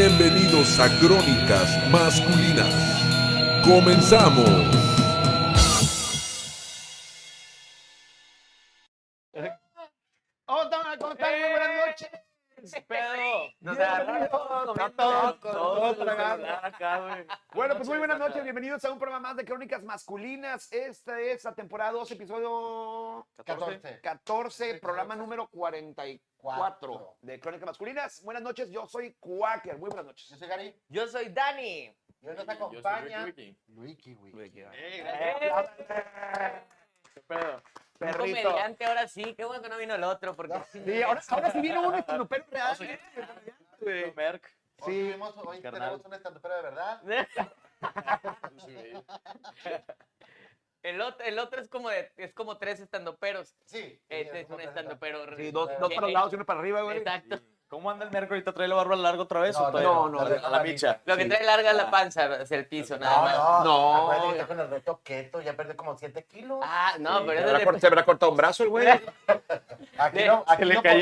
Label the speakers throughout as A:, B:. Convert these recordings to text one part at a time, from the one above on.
A: Bienvenidos a Crónicas Masculinas. Comenzamos.
B: Hola, Tama, ¿cómo están? Muy buenas noches.
C: pedo. Nos
B: Bienvenidos
C: agarraron todos
B: a
C: comiendo
B: todos,
C: con
B: todos
C: el
B: tragando.
C: celular acá, güey.
B: Bueno, pues muy buenas noches, bienvenidos a un programa más de Crónicas Masculinas. Esta es la temporada 2, episodio
D: 14.
B: 14, programa número 44 de Crónicas Masculinas. Buenas noches, yo soy Quaker. Muy buenas
D: Yo
B: noches.
D: soy Gary.
C: Yo soy Dani.
D: Y hoy nos acompaña Luiki, güey.
C: ¿Qué pedo? Un comediante ahora sí. Qué bueno que no vino el otro. Porque sí,
B: Sí, ahora, ahora sí viene uno estandupero real.
C: Oye.
B: güey.
C: Merck.
D: Hoy,
B: Sí.
D: tuvimos- hoy
C: Carnal.
D: tenemos un estandopero de verdad.
C: El otro, el otro es como de, es como tres estandoperos.
D: Sí.
C: Este es un estandopero.
B: Sí, dos, dos para los lados y uno para arriba, güey.
C: Exacto.
E: ¿Cómo anda el Merck ahorita? ¿Trae la barba larga otra vez
D: No,
E: o todavía
B: no, no,
E: A la- a la micha.
C: Lo que trae larga es la panza, es el piso, nada
D: No,
C: más.
D: no.
B: No.
D: acuérdate que está con el reto keto, ya perdió como 7 kilos.
C: Ah, no, pero
A: Se
C: eso
A: habrá,
C: es
A: cort- se habrá cortado un brazo el güey.
D: Aquí
C: de-
D: no, aquí no por semana.
E: ya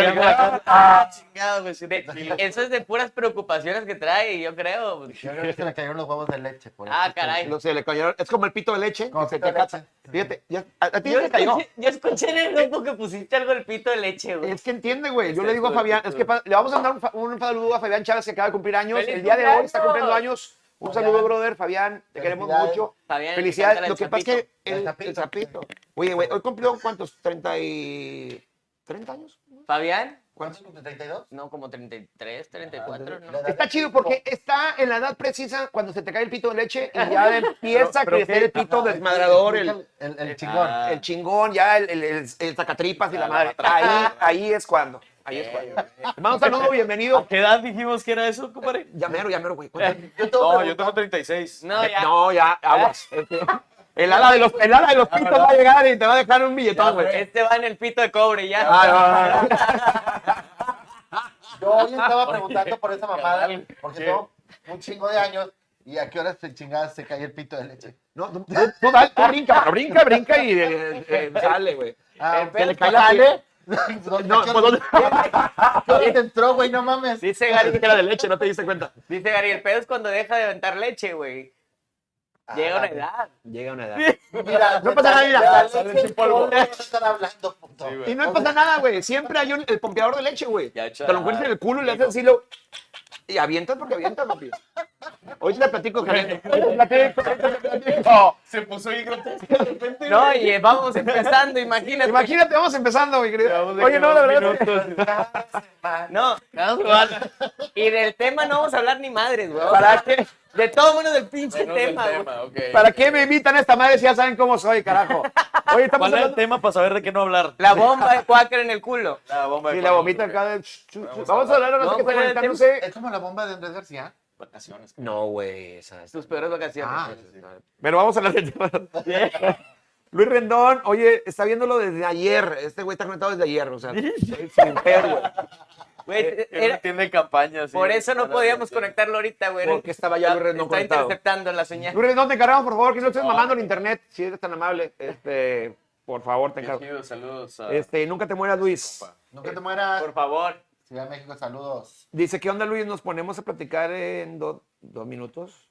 E: le la Ah, chingado, güey.
C: de, de- eso es de puras preocupaciones que trae, yo creo.
D: Yo creo que se le cayeron los huevos de leche. Por
C: Ah,
D: eso estoy
C: caray.
B: No sé, le cayeron. Es como el pito de leche.
D: Como
B: que se
D: pito
B: te
D: de
B: casa.
D: leche.
B: Fíjate, ya- a, a ti
C: Yo
B: ya te cayó.
C: escuché, yo escuché en el grupo que pusiste algo el pito de leche, güey.
B: Es que entiende, güey. Yo le digo a
E: Exacto,
B: Fabián, es
E: exacto.
B: que pa- le vamos a mandar un, fa- un saludo a Fabián Chávez que acaba de cumplir años.
C: ¡Feliz
B: El día de hoy está
C: cumpleaños!
B: cumpliendo años. Un
D: Fabián.
B: saludo, brother. Fabián, te queremos
D: Felicidades.
B: mucho.
C: Fabián,
B: Felicidades.
C: cántale
B: Lo
C: el
B: que pasa es que
C: Chapito.
B: el,
D: El
B: el
D: Chapito.
B: zapito. Oye, güey, hoy cumplió cuántos? 30 y... 30 años.
C: Fabián,
D: ¿Cuántos cumple? ¿32?
C: no, como 33, 34,
D: Le
C: ¿no?
D: da-
B: Está chido porque está en la edad precisa cuando se te cae el pito de leche y ya empieza a
E: Pero- pero
B: crecer el
E: qué-
B: pito
D: Ajá,
B: desmadrador, el,
D: El, el, el chingón.
E: Ah.
B: el chingón, ya el, el, el- el sacatripas y la Eh,
E: Ah,
B: madre.
E: la
B: Ahí, ahí es cuando. Ahí es cuando. Hermano, saludo, bienvenido.
E: ¿A qué edad dijimos que era eso, compadre?
B: Llamero, llamero, güey.
D: Yo tengo
E: No,
D: que-
E: yo tengo 36.
C: No, ya.
B: Ah, No, ya, aguas. Este, El ala de los, el ala de los pitos va a llegar y te va a dejar un billetón, güey.
C: Este va en el pito de cobre, ya.
B: Ah, no, no, no.
D: Yo hoy estaba preguntando por esa mamada,
E: Carnal,
D: porque
E: ¿qué?
D: tengo un chingo de años y a qué hora se chingada se cae el pito de leche.
B: No, tú, tú- tú dale, tú brinca, pero brinca, brinca y eh, eh, sale, güey. Eh,
D: Ah,
B: Que le cae la sale. No, pues ¿dónde?
D: ¿Qué hora te entró, güey? No mames.
C: Dice Gary,
B: que era de leche, no te diste cuenta.
C: dice Gary, el pedo es cuando deja de aventar leche, güey. Llega una edad.
B: Llega una edad.
D: Mira,
B: No pasa nada, mira.
D: la
B: Sale
D: leche
B: sin polvo.
D: No están hablando, puto.
E: Sí, güey.
B: Y no pasa nada, güey. Siempre hay un, el pompeador de leche, güey.
E: Ya,
B: Te lo encuentras en el culo y le haces así lo. Y avientas porque avientas, papi. Hoy te la platico, Javier. Hoy te platico, hoy te platico.
E: Se puso bien grotesco de repente.
C: No, y eh, vamos empezando, imagínate.
B: Imagínate, vamos empezando, mi querido.
E: Acabamos de
B: Oye, no, la
E: quedar
B: verdad. es que-
E: minutos.
C: No, y del tema no vamos a hablar ni madres, güey.
B: ¿Para qué,
C: De todo menos del pinche
E: Menos del
C: tema, güey.
E: Ah, ok.
B: ¿Para qué me invitan a esta madre si ya saben cómo soy, carajo? Oye, estamos
E: ¿Cuál era el
B: hablando.
E: tema para saber de qué no hablar?
C: La bomba de Quaker en el culo.
E: La Ah, bomba
B: Y
E: de
B: la
E: color,
B: vomita
E: ok.
B: acá de.
E: Vamos a
B: Vamos a hablar ahora
C: No,
B: sí que está
C: fuera de
B: conectándose.
D: Es como la bomba de Andrés García.
E: Vacaciones.
B: No, güey, esa es-
C: Tus peores vacaciones.
B: Ah, pero vamos a hablar del tema. Luis Rendón, oye, está viéndolo desde ayer. Este güey está conectado desde ayer, o sea, sin pedo, güey.
C: Güey,
E: Él
C: Eh, era-
E: no tiene campaña, sí.
C: por eso no
E: Ahora
C: podíamos
E: sí.
C: conectarlo ahorita, güey.
B: Porque estaba ya Luis
C: Está
B: Rendón conectado.
C: interceptando la señal.
B: Luis Rendón, te encargamos, por favor, que no estés mamando el internet, si eres tan amable. Este, por favor, te encargo.
E: Bienvenido, Saludos a...
B: Este, nunca te mueras, Luis.
D: Nunca te mueras.
E: Por favor.
D: Ciudad de México, saludos.
B: Dice, ¿qué onda, Luis? Nos ponemos a platicar en do- dos minutos.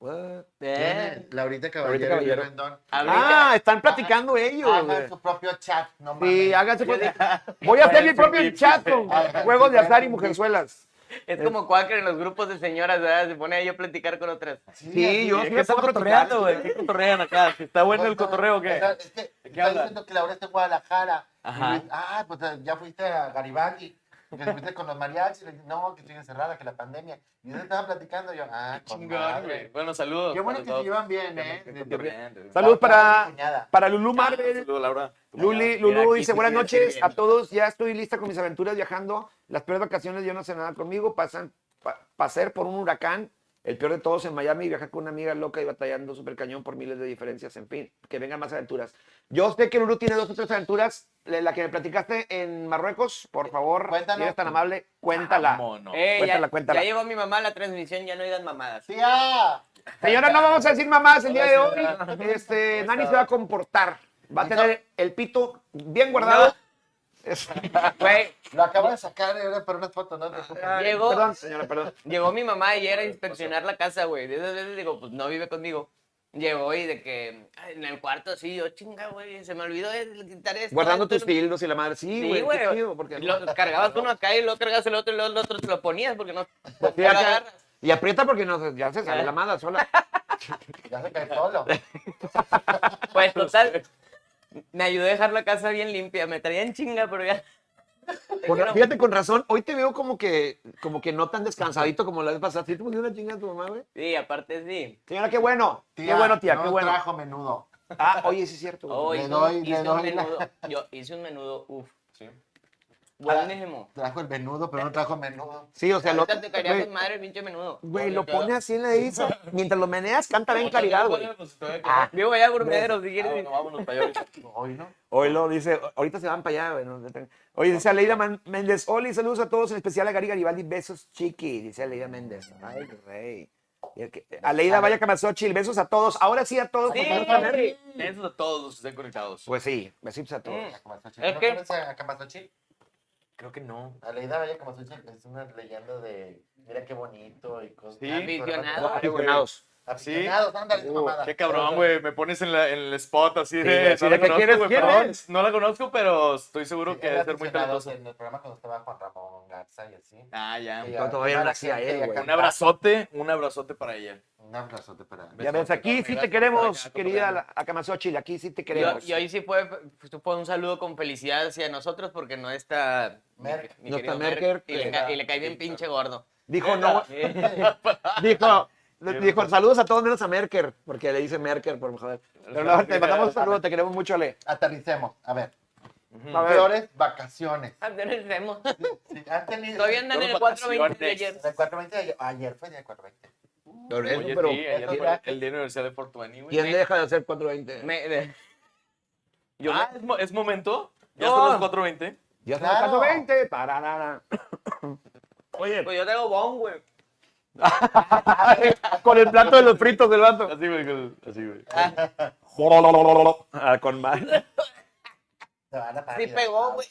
B: What?
C: Eh,
D: Laurita
B: Laurita
D: Caballero, y
B: Caballero.
D: Rendón.
C: ahorita-
B: Ah, están platicando ellos.
D: Hagan
B: güey.
D: su propio chat, no mames.
B: Sí, háganse cuenta. Voy a hacer mi
E: Háganse un
B: propio
E: gif.
B: chat con
D: Háganse
B: juegos de
D: un
B: azar y
D: gif.
B: mujerzuelas.
C: Es como Quaker en los grupos de señoras, ¿verdad? Se pone ahí a platicar con otras.
B: Sí,
D: así
B: yo-
D: es.
E: ¿Qué están cotorreando, güey? ¿Qué cotorrean acá? ¿Está bueno el
D: No, no,
E: cotorreo o qué?
D: o sea, Es que está
E: hablan?
D: diciendo que Laura está en Guadalajara.
E: Ajá.
D: Y Luis, ah, pues eh, ya fuiste a Garibaldi. Que fuiste con los mariachis. Le dije, no, que estoy encerrada, que la pandemia. Y yo estaba platicando. Yo, ah, con
E: Chingón,
D: madre.
E: güey. Bueno, saludos.
D: Qué bueno
E: a
D: que
E: los
D: se
E: dos.
D: llevan bien, ¿eh?
E: Qué
D: De-
E: cotorreando, güey.
B: Saludos para,
D: Cuñada.
B: para Lulú Marvel.
E: Saludos, Laura.
B: Luli, Lulú dice, buenas noches a todos. Ya estoy lista con mis aventuras viajando. Las peores vacaciones yo no sé nada conmigo. Pasan, pa- pasé por un huracán. El peor de todos en Miami, viajar con una amiga loca y batallando súper cañón por miles de diferencias. En fin, que vengan más aventuras. Yo sé que Lulú tiene dos o tres aventuras. La la que me platicaste en Marruecos, por favor,
D: Cuéntanos.
B: si eres tan amable, cuéntala.
E: Vámonos.
C: Eh,
B: Cuéntala,
C: ya,
B: cuéntala.
C: ya llevó mi mamá la transmisión, ya no digan mamadas.
D: ¡Tía!
B: Señora, no vamos a decir mamás el
E: Hola,
B: día de hoy.
E: señora.
B: Este,
E: ¿Cómo
B: Nani
E: está?
B: se va a comportar. Va a
D: No.
B: tener el pito bien guardado. Es-
C: Güey,
D: Lo acabo de sacar, eh, era para una foto, no te preocupes.
C: llegó,
B: Perdón, señora, perdón.
C: llegó mi mamá ayer a inspeccionar la casa, güey. De esas veces digo, pues no vive conmigo. Llegó y de que ay, en el cuarto así, yo chinga, güey, se me olvidó de quitar esto.
B: Guardando
C: esto".
B: tus tildos y la madre. Sí,
C: Sí,
B: güey.
C: güey.
B: qué chido, porque
C: Lo cargabas uno acá y luego cargabas el otro y luego el otro te lo ponías porque no.
B: Sí,
C: no lo
B: acá-
C: agarras.
B: pues, y aprieta porque no, ya se sale la madre sola.
D: Ya se cae solo.
C: Pues total, me ayudó a dejar la casa bien limpia. Me traían chinga, pero ya.
B: Con- fíjate, con razón. Hoy te veo como que, como que no tan descansadito como la vez pasada. ¿Sí te pusiste una chinga a tu mamá, güey?
C: Sí, aparte sí.
B: Señora, qué bueno.
D: Tía,
B: qué bueno, tía,
D: no
B: qué bueno.
D: trajo menudo.
B: Ah, oye, sí es cierto. güey.
C: Oh,
D: Le
C: hice,
D: doy-
C: un,
D: le
C: hice un
D: doy la-
C: menudo. Yo hice un menudo, uff.
E: Sí.
C: Buenísimo.
D: Trajo el menudo, pero no trajo menudo.
B: Sí, o sea, Ah, lo,
C: Ahorita te caería
B: güey,
C: con madre el pinche menudo.
B: güey, lo pone así en la edición. Mientras lo meneas, canta bien claridad, güey.
E: Ah,
C: Vivo allá gourmetero, si quieres.
E: bueno, vámonos para allá.
D: Hoy no.
B: Hoy lo dice, ahorita se van para allá, güey. no deten- Oye, dice Aleida Man- Méndez, Oli, saludos a todos, en especial a Gary Garibaldi, besos chiqui, dice Aleida Méndez. Ay, rey. Y el que- Aleida, vaya Camasochil, besos a todos. Ahora sí a todos.
C: Sí.
B: por favor, Aleida.
E: Eso a todos los que estén conectados.
B: Pues sí, besitos a todos.
C: Mm.
D: Acamatochil.
C: Es
D: ¿No
C: que-
D: conoces a Camasochil?
E: Creo que no.
D: A Leida Valle Camasochil es una leyenda de mira qué bonito y cosas.
E: Sí.
D: pero no-
C: Aficionado.
E: güey.
B: Aficionados.
D: Aficionados, ándale, esa mamada.
E: Qué cabrón, güey. Me pones en, la, en el spot así de.
B: güey,
E: no
B: así
E: la
B: de que
E: conozco,
B: quieres,
E: güey,
B: ¿quién
E: perdón.
B: es?
E: No la conozco, pero estoy seguro
D: Sí,
E: que
D: era
E: debe ser muy
D: aficionado
E: talentosa.
D: En el programa cuando estaba Juan Ramón Garza y así.
E: Ah, ya.
D: Sí,
B: Yo todavía no
D: ahora
B: nacía
D: sí,
B: él,
D: ya
B: güey.
E: Un
D: canta.
E: abrazote, un abrazote para ella.
D: Un abrazote para.
B: Ya ves, aquí sí te queremos, querida Camasochil, aquí sí te
C: Yo,
B: queremos.
C: y hoy sí fue, fue un saludo con felicidad hacia nosotros porque no está mi-
D: Merck.
C: mi
B: No
C: querido
B: está
C: Merck,
B: Merck, eh,
C: y, le
B: que-
C: ca- y le cae bien pinche gordo.
B: Dijo no, dijo, dijo saludos a todos menos a Merker, porque le dice Merker, por joder. Pero no, te mandamos un saludo, te queremos mucho, Ale.
D: Aterricemos. A ver.
B: A ver.
D: Peores vacaciones.
C: Ah, no nos vemos.
D: Sí, han tenido.
C: Todavía andan en el
E: Fueron
C: 420 de ayer.
E: vacaciones.
D: El 420 de ayer. Ayer fue el día 420.
B: Pero-
E: Oye,
B: pero-
E: sí, ayer
D: pero-
E: fue el día de universidad de Fort Wayne, güey.
B: ¿Quién deja de hacer 420?
C: Me- de-
E: Yo- ah, ¿es, mo- es momento. Ya
C: No.
E: son las 4.20.
B: Ya son
D: Claro.
B: 420. Pararara. Oye,
C: pues yo tengo bon, güey.
B: con el plato de los fritos del vato.
E: Así, güey. con- Así, güey.
B: Ah, con mal.
D: Se van a
C: Sí
D: parir.
C: pegó, güey.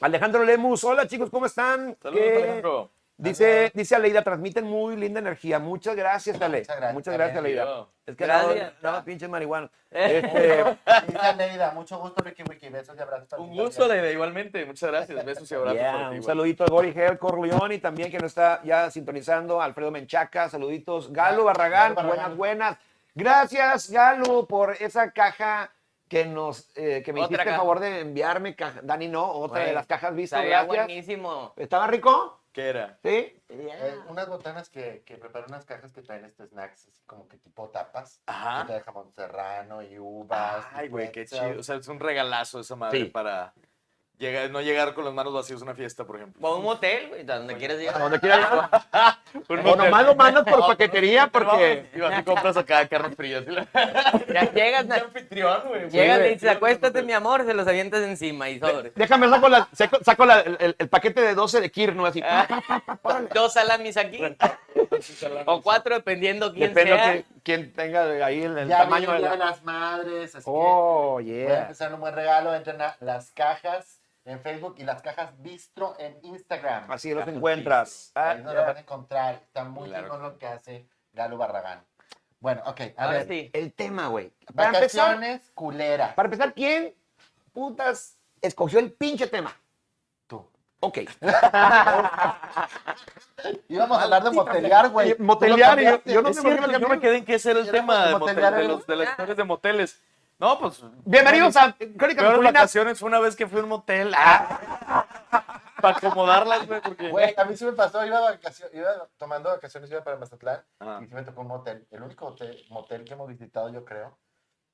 B: Alejandro Lemus, hola chicos, ¿cómo están?
E: Saludos,
B: ¿Qué?
E: Alejandro.
B: Dice, dice Aleida, transmiten muy linda energía. Muchas gracias, Ale.
D: Muchas gracias, Ale.
B: Aleida.
E: Yo.
B: Es que
C: Gracias.
B: nada, nada pinches marihuana. Este,
D: Dice Neida, mucho gusto, Ricky Wiki. Besos y abrazos. para
E: Un
D: ti
E: gusto,
D: también.
E: Leida, igualmente. Muchas gracias. Besos y abrazos
B: yeah,
E: para ti,
B: un
E: güey.
B: saludito a Gori Gel Corleone y también que nos está ya sintonizando, Alfredo Menchaca, saluditos. Galo Barragán,
D: Galo Barragán.
B: buenas, buenas. Gracias, Galo, por esa caja que nos eh, que me
C: Otra
B: hiciste el
C: caja.
B: favor de enviarme. caja- Dani, no, otra
C: Güey,
B: de las cajas vistas.
C: Sabía
B: Gracias.
C: buenísimo.
B: ¿Estaba rico?
E: ¿Qué era?
B: Sí.
C: Ah.
D: Eh, unas botanas que, que preparan unas cajas que traen estos snacks, así como que tipo tapas.
E: Ajá.
D: Que trae jamón serrano y uvas.
E: Ay,
D: y
E: güey, qué
D: pretzels.
E: chido. O sea, es un regalazo esa madre
B: Sí.
E: para llegar, no llegar con las manos vacías a una fiesta, por ejemplo.
C: O a un motel, güey, a donde quieras ir.
B: A donde quiera llegar.
E: Un
B: O nomás lo mandas por paquetería porque...
E: Y vas y compras acá carnes frías.
C: Ya llegas, na-
E: anfitrión, güey.
C: llegas y dices, acuéstate, mi amor, se los avientas encima y sobre.
B: Déjame, saco, la- saco- saco la- el, el- el paquete de 12 de Kirno, así.
C: Ah, Dos salamis aquí o cuatro, dependiendo quién
B: Depende
C: sea.
B: de quién tenga ahí el, el
D: Ya
B: tamaño de
D: viene el Día
B: la...
D: de las madres, así
B: Oh,
D: que voy a
B: yeah.
D: empezar un buen regalo. Entren a las cajas en Facebook y las cajas bistro en Instagram.
B: Así los encuentras. Ah,
D: Ahí no
B: ya.
D: lo van a encontrar. Está muy
E: Claro.
D: chingón lo que hace Galo Barragán. Bueno, ok, a
C: Ahora
D: ver.
C: sí.
B: El tema, güey. Para empezar,
D: Vacaciones culeras.
B: para empezar, ¿quién putas escogió el pinche tema?
D: Tú.
B: Ok.
D: Íbamos a hablar de motelear, güey.
B: Y motelear,
D: Tú
B: y
D: lo
B: yo, yo no
E: No,
B: sé por
E: es
B: qué
E: cierto,
B: lo
E: yo
B: cambié.
E: me quedé en que ese era el
D: Era
E: tema de,
D: motel,
E: motel- de
D: era-
E: los, de las historias de moteles. No, pues.
B: Bienvenidos a Crónicas
E: Peor
B: Masculinas.
E: vacaciones fue una vez que fui a un motel. Ah, para acomodarlas, güey, porque.
D: Güey, a mí sí me pasó, iba, de vacacio- iba tomando vacaciones, iba para Mazatlán
E: Ah.
D: y sí me tocó un motel. El único hotel- motel que hemos visitado, yo creo.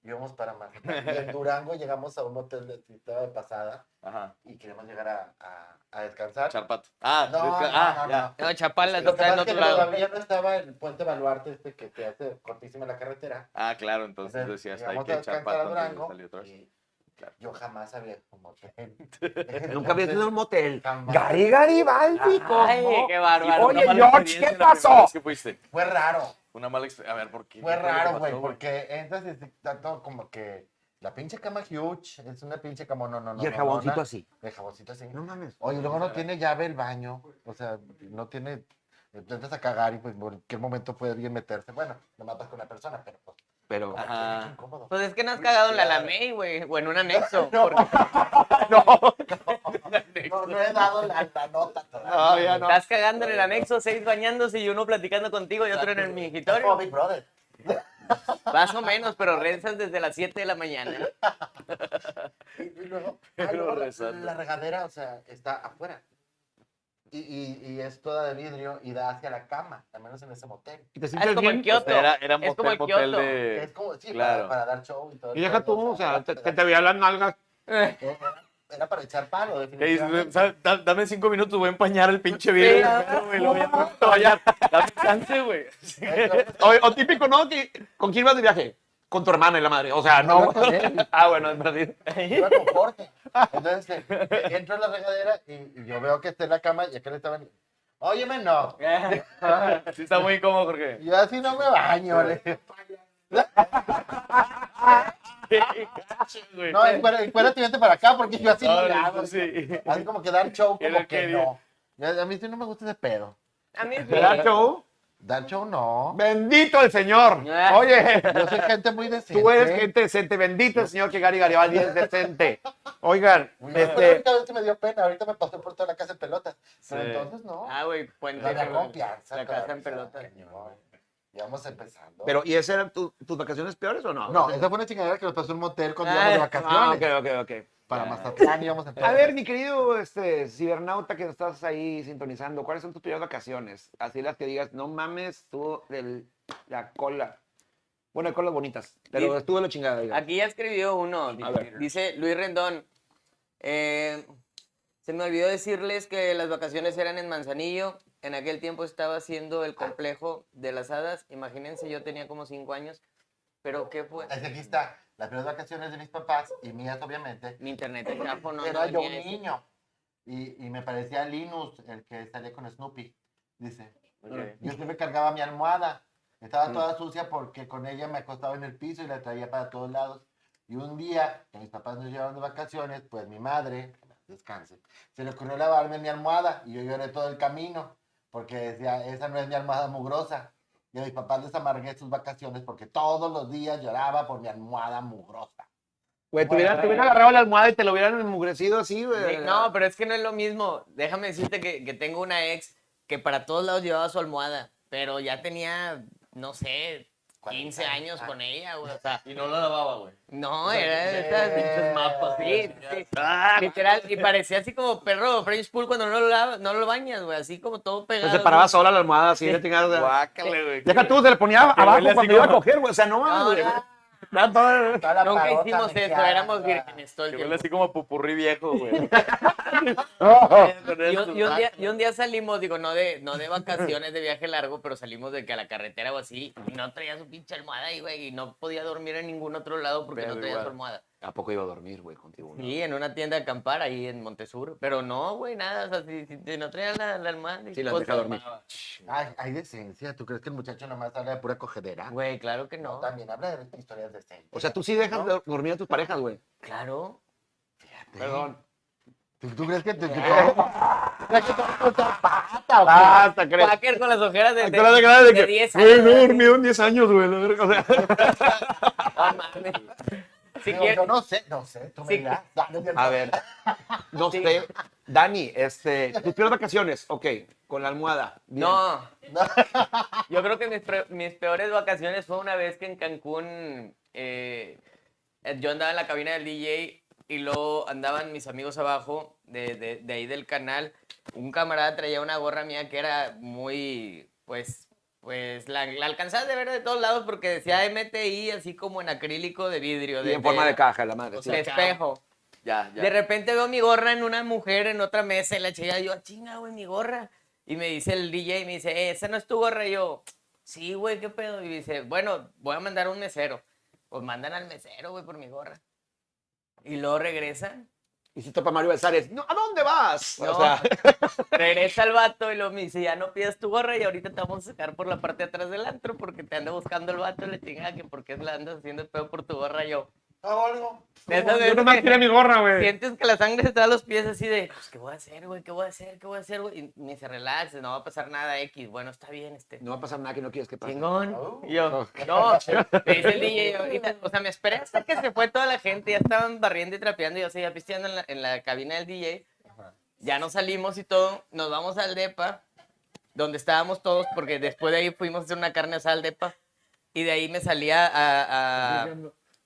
D: Íbamos para Mazatlán. Y en Durango llegamos a un motel de, estaba de pasada
E: Ajá.
D: y queremos llegar a, a- a descansar.
E: Charpato. Ah,
D: No, no,
E: desca- ah,
D: no, no.
E: ya.
C: No, Chapala
D: Lo que
C: está en
D: pasa es que
C: otro lado.
D: todavía no estaba el puente Baluarte este que te hace cortísima la carretera.
E: Ah, claro, entonces
D: Entonces,
E: decía hasta ahí
D: llegamos a
E: que
D: descansar
E: Charpato
D: a
E: antes de
D: Durango
E: salir otra vez.
D: y
E: Claro.
D: Yo jamás había ido a un motel.
B: Nunca había sido un motel.
D: Jamás.
B: Gary Garibaldi,
C: Ay,
B: ¿cómo?
C: qué
E: Y fue
C: bárbaro.
E: una
B: Oye,
E: mala
B: George,
E: experiencia
B: ¿qué
E: la primera
B: pasó?
E: vez que fuiste.
D: Fue raro.
E: Una mala experiencia. A ver, ¿por qué?
D: Fue
E: ¿Qué fue lo que
D: raro,
E: pasó,
D: güey, porque entonces está todo como que La pinche cama huge, es una pinche cama, no, no, no.
B: Y el
D: no,
B: jaboncito
D: no,
B: así.
D: El jaboncito así.
B: No mames.
D: Oye, luego no tiene llave el baño, o sea, no tiene, intentas a cagar y pues en cualquier momento puede alguien meterse. Bueno, no matas con la persona, pero pues,
B: Pero.
E: Ah,
D: qué
C: Ajá.
D: incómodo.
C: Pues es que no has cagado en la Alamey, güey, o en un anexo. porque-
D: No, no he dado la, la nota
C: Ah,
D: todavía.
E: Todavía no.
C: Estás cagando en el anexo, seis bañándose y uno platicando contigo y otro en el
D: Es como
C: mingitorio.
D: Big Brother.
C: Más o menos, pero rezas desde las 7 de la mañana.
D: Y luego,
E: Pero
D: ay, luego la-
E: rezando.
D: la regadera, o sea, está afuera. Y, y, y es toda de vidrio y da hacia la cama, al menos en ese motel.
B: ¿Te
C: Ah, es como en Kioto.
E: Era, era
C: Es como
E: motel,
C: el
E: motel
C: Kioto.
E: de...
D: es como, sí,
E: claro.
D: para, para dar show y todo. el
B: Y deja
D: pedo,
B: tú, o sea, te-
D: era-
B: que te veía las nalgas.
D: era- Era para echar palo,
E: Que dices,
D: definitivamente.
E: "Sabe, da- dame cinco minutos, voy a empañar el pinche vidrio. primero, güey, luego ya me meto allá. Dame chance, güey.
B: O, o típico, ¿no? Que- ¿Con quién vas de viaje? Con tu hermana y la madre. O sea, no.
D: Iba con él,
B: ah, bueno, es perdido.
D: iba con Jorge. Entonces, eh, entro a la regadera y, y yo veo que está en la cama y acá le estaban... Óyeme, no.
E: Sí, está muy incómodo, Jorge.
D: Yo así no me baño. le digo. No, encuera- encuérate y vente para acá porque yo así no,
E: No,
D: le
E: no,
D: hago.
E: sí.
D: Así como que dar show,
E: Era
D: como
E: que
D: que no. A a mí sí no me gusta ese pedo.
C: A mí sí.
B: ¿Verdad, show?
D: Dar show no.
B: Bendito el Señor.
D: Ah.
B: Oye,
D: Yo soy gente muy decente.
B: tú eres gente decente. Bendito el Señor que Gary Garibaldi es decente. Oigan,
D: Yo fue la
B: este.
D: única vez que me dio pena, ahorita me pasó por toda la casa en pelotas. Pero
E: Sí.
D: entonces no.
C: Ah, güey, puente.
D: la
C: güey.
D: confianza.
C: La casa en
D: todavía,
C: pelota.
D: señor. Ya vamos empezando.
B: Pero, ¿y esas eran tu- tus vacaciones peores o no?
D: no, esa fue una chingadera que nos pasó en un motel cuando
C: Ah,
D: íbamos de
B: Ah,
D: vacaciones.
B: ok, ok, ok.
D: Para Mazatlán íbamos en
B: A ver, mi querido este, cibernauta que estás ahí sintonizando, ¿cuáles son tus peores vacaciones? Así las que digas, no mames, tú del, la cola. Bueno, hay colas bonitas, pero
C: Sí.
B: estuvo la chingada. diga.
C: Aquí ya escribió uno.
B: A ver.
C: Dice Luis Rendón. eh, se me olvidó decirles que las vacaciones eran en Manzanillo. En aquel tiempo estaba haciendo el complejo de las hadas. Imagínense, yo tenía como cinco años. Pero ¿qué fue?
D: Es que Aquí está. Las primeras vacaciones de mis papás y mías, obviamente.
C: Mi internet el campo no
D: Era yo
C: dormía
D: un
C: ese.
D: niño. Y, y me parecía Linus, el que salía con Snoopy. Dice. Yo siempre cargaba mi almohada. Estaba
C: Mm.
D: toda sucia porque con ella me acostaba en el piso y la traía para todos lados. Y un día, que mis papás nos llevaron de vacaciones, pues mi madre, descanse, se le ocurrió lavarme mi almohada y yo lloré todo el camino porque decía, esa no es mi almohada mugrosa. Y a mis papás les amargué sus vacaciones porque todos los días lloraba por mi almohada mugrosa.
B: Güey, te hubieran te hubieran agarrado la almohada y te lo hubieran enmugrecido así, güey.
C: Sí, No, pero es que no es lo mismo. Déjame decirte que, que tengo una ex que para todos lados llevaba su almohada, pero ya tenía, no sé, 15
D: 40
C: años
D: años.
B: Ah.
C: con ella, güey. O sea,
E: Y no la lavaba, güey.
C: no, era de estas
D: pinches mapas,
C: Sí, sí.
B: Ah.
C: Literal, y parecía así como perro French Pool cuando no lo, lava- no lo bañas, güey, así como todo pegado.
B: Pues se paraba
C: güey.
B: sola la almohada así, de chingada, o sea,
E: Guácale, güey.
B: Deja tú, se le ponía
E: Que
B: abajo
E: huele así
B: cuando iba a
E: como-
B: coger, güey. O sea, no mames,
C: No,
B: güey.
C: no,
B: Ya todo-
D: Toda la
C: nunca
D: parota
C: hicimos eso,
D: mequeada,
C: éramos
D: toda-
C: vírgenes todo el
E: Que
C: tiempo.
E: huele así como a pupurrí viejo, güey.
C: Y un, y un día, y un día salimos, digo, no de, no de vacaciones, de viaje largo, pero salimos de que a la carretera o así, y no traía su pinche almohada ahí, güey, y no podía dormir en ningún otro lado porque
E: Pero
C: no traía
E: igual.
C: su almohada.
B: ¿A poco iba a dormir, güey, contigo? no?
C: Sí, en una tienda de acampar ahí en Montesur, pero no, güey, nada, o sea, si, si te- no traía la, la almohada. y
B: Sí, las
C: pues,
B: deja dormir.
D: Ay, hay decencia. ¿Tú crees que el muchacho nomás habla de pura cogedera?
C: Güey, claro que no.
D: También habla de historias decentes.
B: O sea, tú sí dejas
D: ¿No?
B: de dormir a tus parejas, güey.
C: Claro.
B: Perdón.
D: ¿Tú, tú crees que te... que todo- ¿Crees que todo es otra pata o qué?
B: Basta, crees. Ah,
C: Quaker con las ojeras de, de,
B: Con la cara de
C: de
B: que,
C: 10
B: güey,
C: años.
B: no dormí en 10 años, güey. la verga, o sea.
C: Ah, mames. Si
D: Digo,
C: quieres,
D: Yo no sé, no sé, tú me
C: Sí.
D: dirás. No, no es cierto.
B: A ver, no sé. Dani, este, tus peores vacaciones, ok, con la almohada. bien.
C: No. Yo creo que mis, pre- mis peores vacaciones fue una vez que en Cancún eh, eh, yo andaba en la cabina del DJ y luego andaban mis amigos abajo de, de- de ahí del canal. Un camarada traía una gorra mía que era muy, pues, pues la, la alcanzabas de ver de todos lados porque decía MTI así como en acrílico de vidrio.
B: Y en forma de caja, la madre.
C: de
B: sí.
C: espejo.
E: Ya, ya.
C: De repente veo mi gorra en una mujer en otra mesa y la chica yo, "Ah, chinga, güey, mi gorra. Y me dice el DJ y me dice, "Eh, esa no es tu gorra. Y yo, sí, güey, qué pedo. Y dice, bueno, voy a mandar a un mesero. Pues mandan al mesero, güey, por mi gorra. Y luego regresa.
B: Hiciste para Mario Besares. No, ¿A dónde vas?
C: No.
B: O sea,
C: Regresa el vato y lo me dice, ya no pidas tu gorra y ahorita te vamos a sacar por la "Ah, parte de atrás del antro porque te anda buscando el vato y le chinga que porque la andas haciendo pedo por tu gorra. Y yo,
D: ¿Hago algo?
C: De esas veces
E: Yo nomás
C: que
E: tiré mi gorra, güey.
C: Sientes que la sangre está a los pies así de, pues, ¿qué voy a hacer, güey? ¿Qué voy a hacer? ¿Qué voy a hacer, güey? Y me dice, relax, no va a pasar nada, X. Bueno, está bien, este.
B: No va a pasar nada que no quieres que pase.
C: Chingón.
D: Oh.
C: Y yo, no, me dice el DJ, ahorita, o sea, me esperé hasta que se fue toda la gente, ya estaban barriendo y trapeando, y yo seguía pisteando en la, en la cabina del DJ. Ya nos salimos y todo, nos vamos al DEPA, donde estábamos todos, porque después de ahí fuimos a hacer una carne asada al DEPA, y de ahí me salía a, a-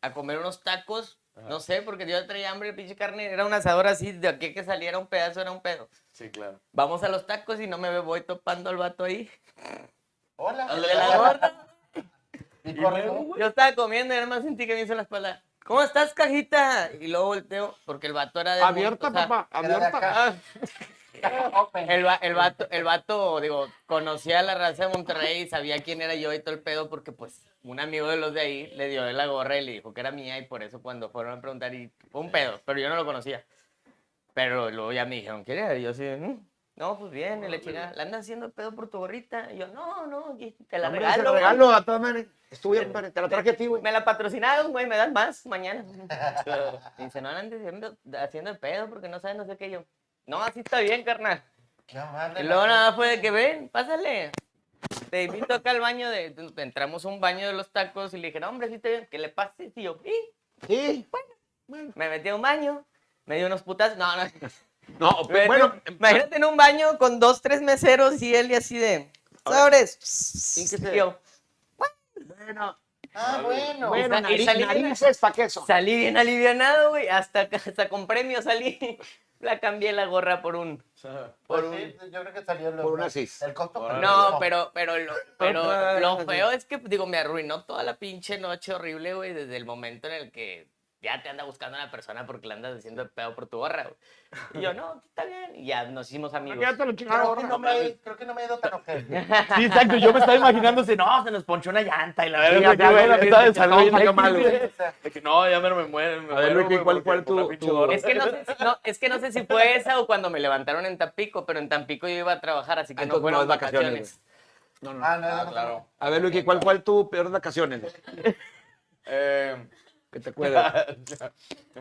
C: a comer unos tacos, no sé, porque yo traía hambre, pinche carne, era un asador así, de aquí a que saliera un pedazo era un pedo.
E: Sí, claro.
C: Vamos a los tacos y no me voy topando al vato ahí.
D: Hola.
C: al de la gorda.
D: Y correo.
C: Yo estaba comiendo y además sentí que me hizo la espalda. ¿Cómo estás, cajita? Y luego volteo porque el vato era de.
F: Abierta,
C: o sea,
F: papá,
D: Era de
F: abierta.
B: Ah,
D: acá. Open.
C: El, va- el vato, el vato, digo, conocía a la raza de Monterrey y sabía quién era yo y todo el pedo porque, pues, un amigo de los de ahí le dio la gorra y le dijo que era mía y por eso cuando fueron a preguntar y fue un pedo, pero yo no lo conocía. Pero luego ya me dijeron, ¿quién era? Y yo así, "Mm, no, pues bien, y la chingada, la andan haciendo pedo por tu gorrita. Y yo, no, no, y te la
B: Hombre,
C: regalo.
B: se la
C: güey".
B: regalo a todas maneras. Estuvo bien, compadre. Te la traje a ti, güey.
C: Me la patrocinaron, güey, me dan más mañana. Me Dice, no andan diciendo- haciendo el pedo porque no saben no sé qué yo. No, así está bien, carnal.
D: No mames.
C: Y luego nada más fue de que ven, pásale. Te invito acá al baño de. Entramos a un baño de los tacos y le dije, no, hombre, sí te bien, que le pases. Y yo, "Sí".
B: Sí.
C: me metí a un baño, me dio unos putazos. No, no.
F: No,
C: Me-
F: bueno,
C: imagínate en un baño con dos, tres meseros y él y así de. Sobres.
B: ¿Y qué se-
C: Y yo,
B: Bueno,
D: Ah, bueno.
C: Bueno.
B: bueno,
C: y
B: nariz,
C: salí de la-
B: narices pa' queso.
C: Salí bien alivianado, güey. Hasta, hasta con premio salí. La cambié la gorra por un.
D: Pues sí, Yo creo que salió luego.
B: Por una cis.
D: El costo.
B: Ah,
E: Órale.
C: No, pero, pero, lo, pero lo feo es que, digo, me arruinó toda la pinche noche horrible, güey, desde el momento en el que ya te anda buscando una persona porque le andas haciendo el pedo por tu gorra, güey. Y yo, no, está bien. Y ya nos hicimos amigos.
F: quédate lo
D: Ah, Creo
F: chingado.
D: que no Ah, me he- creo que no me he ido tan ojete.
E: Sí, exacto. Yo me estaba imaginando si no, se nos ponchó una llanta y la verdad.
F: Sí, acá, güey, la pinche salud
E: bien
F: salió
E: X,
F: mal, güey.
E: güey. De que no, ya me me mueren. me
F: A ver,
E: muero,
F: Luis,
E: güey,
F: ¿cuál-
E: porque
F: cuál
E: por la
F: tu-
E: pinche
F: tu-
E: gorra.
C: Es que, no sé si, no, es que no sé si fue esa o cuando me levantaron en Tampico, pero en Tampico yo iba a trabajar, así que
B: Ah, Entonces,
C: no fueron
B: no es vacaciones,
C: vacaciones.
B: No, no.
D: Ah, no, no, no.
E: Claro.
B: A ver, Luiki, ¿cuál fue tu peor vacaciones? güey?
E: Eh,
B: Que te acuerdas.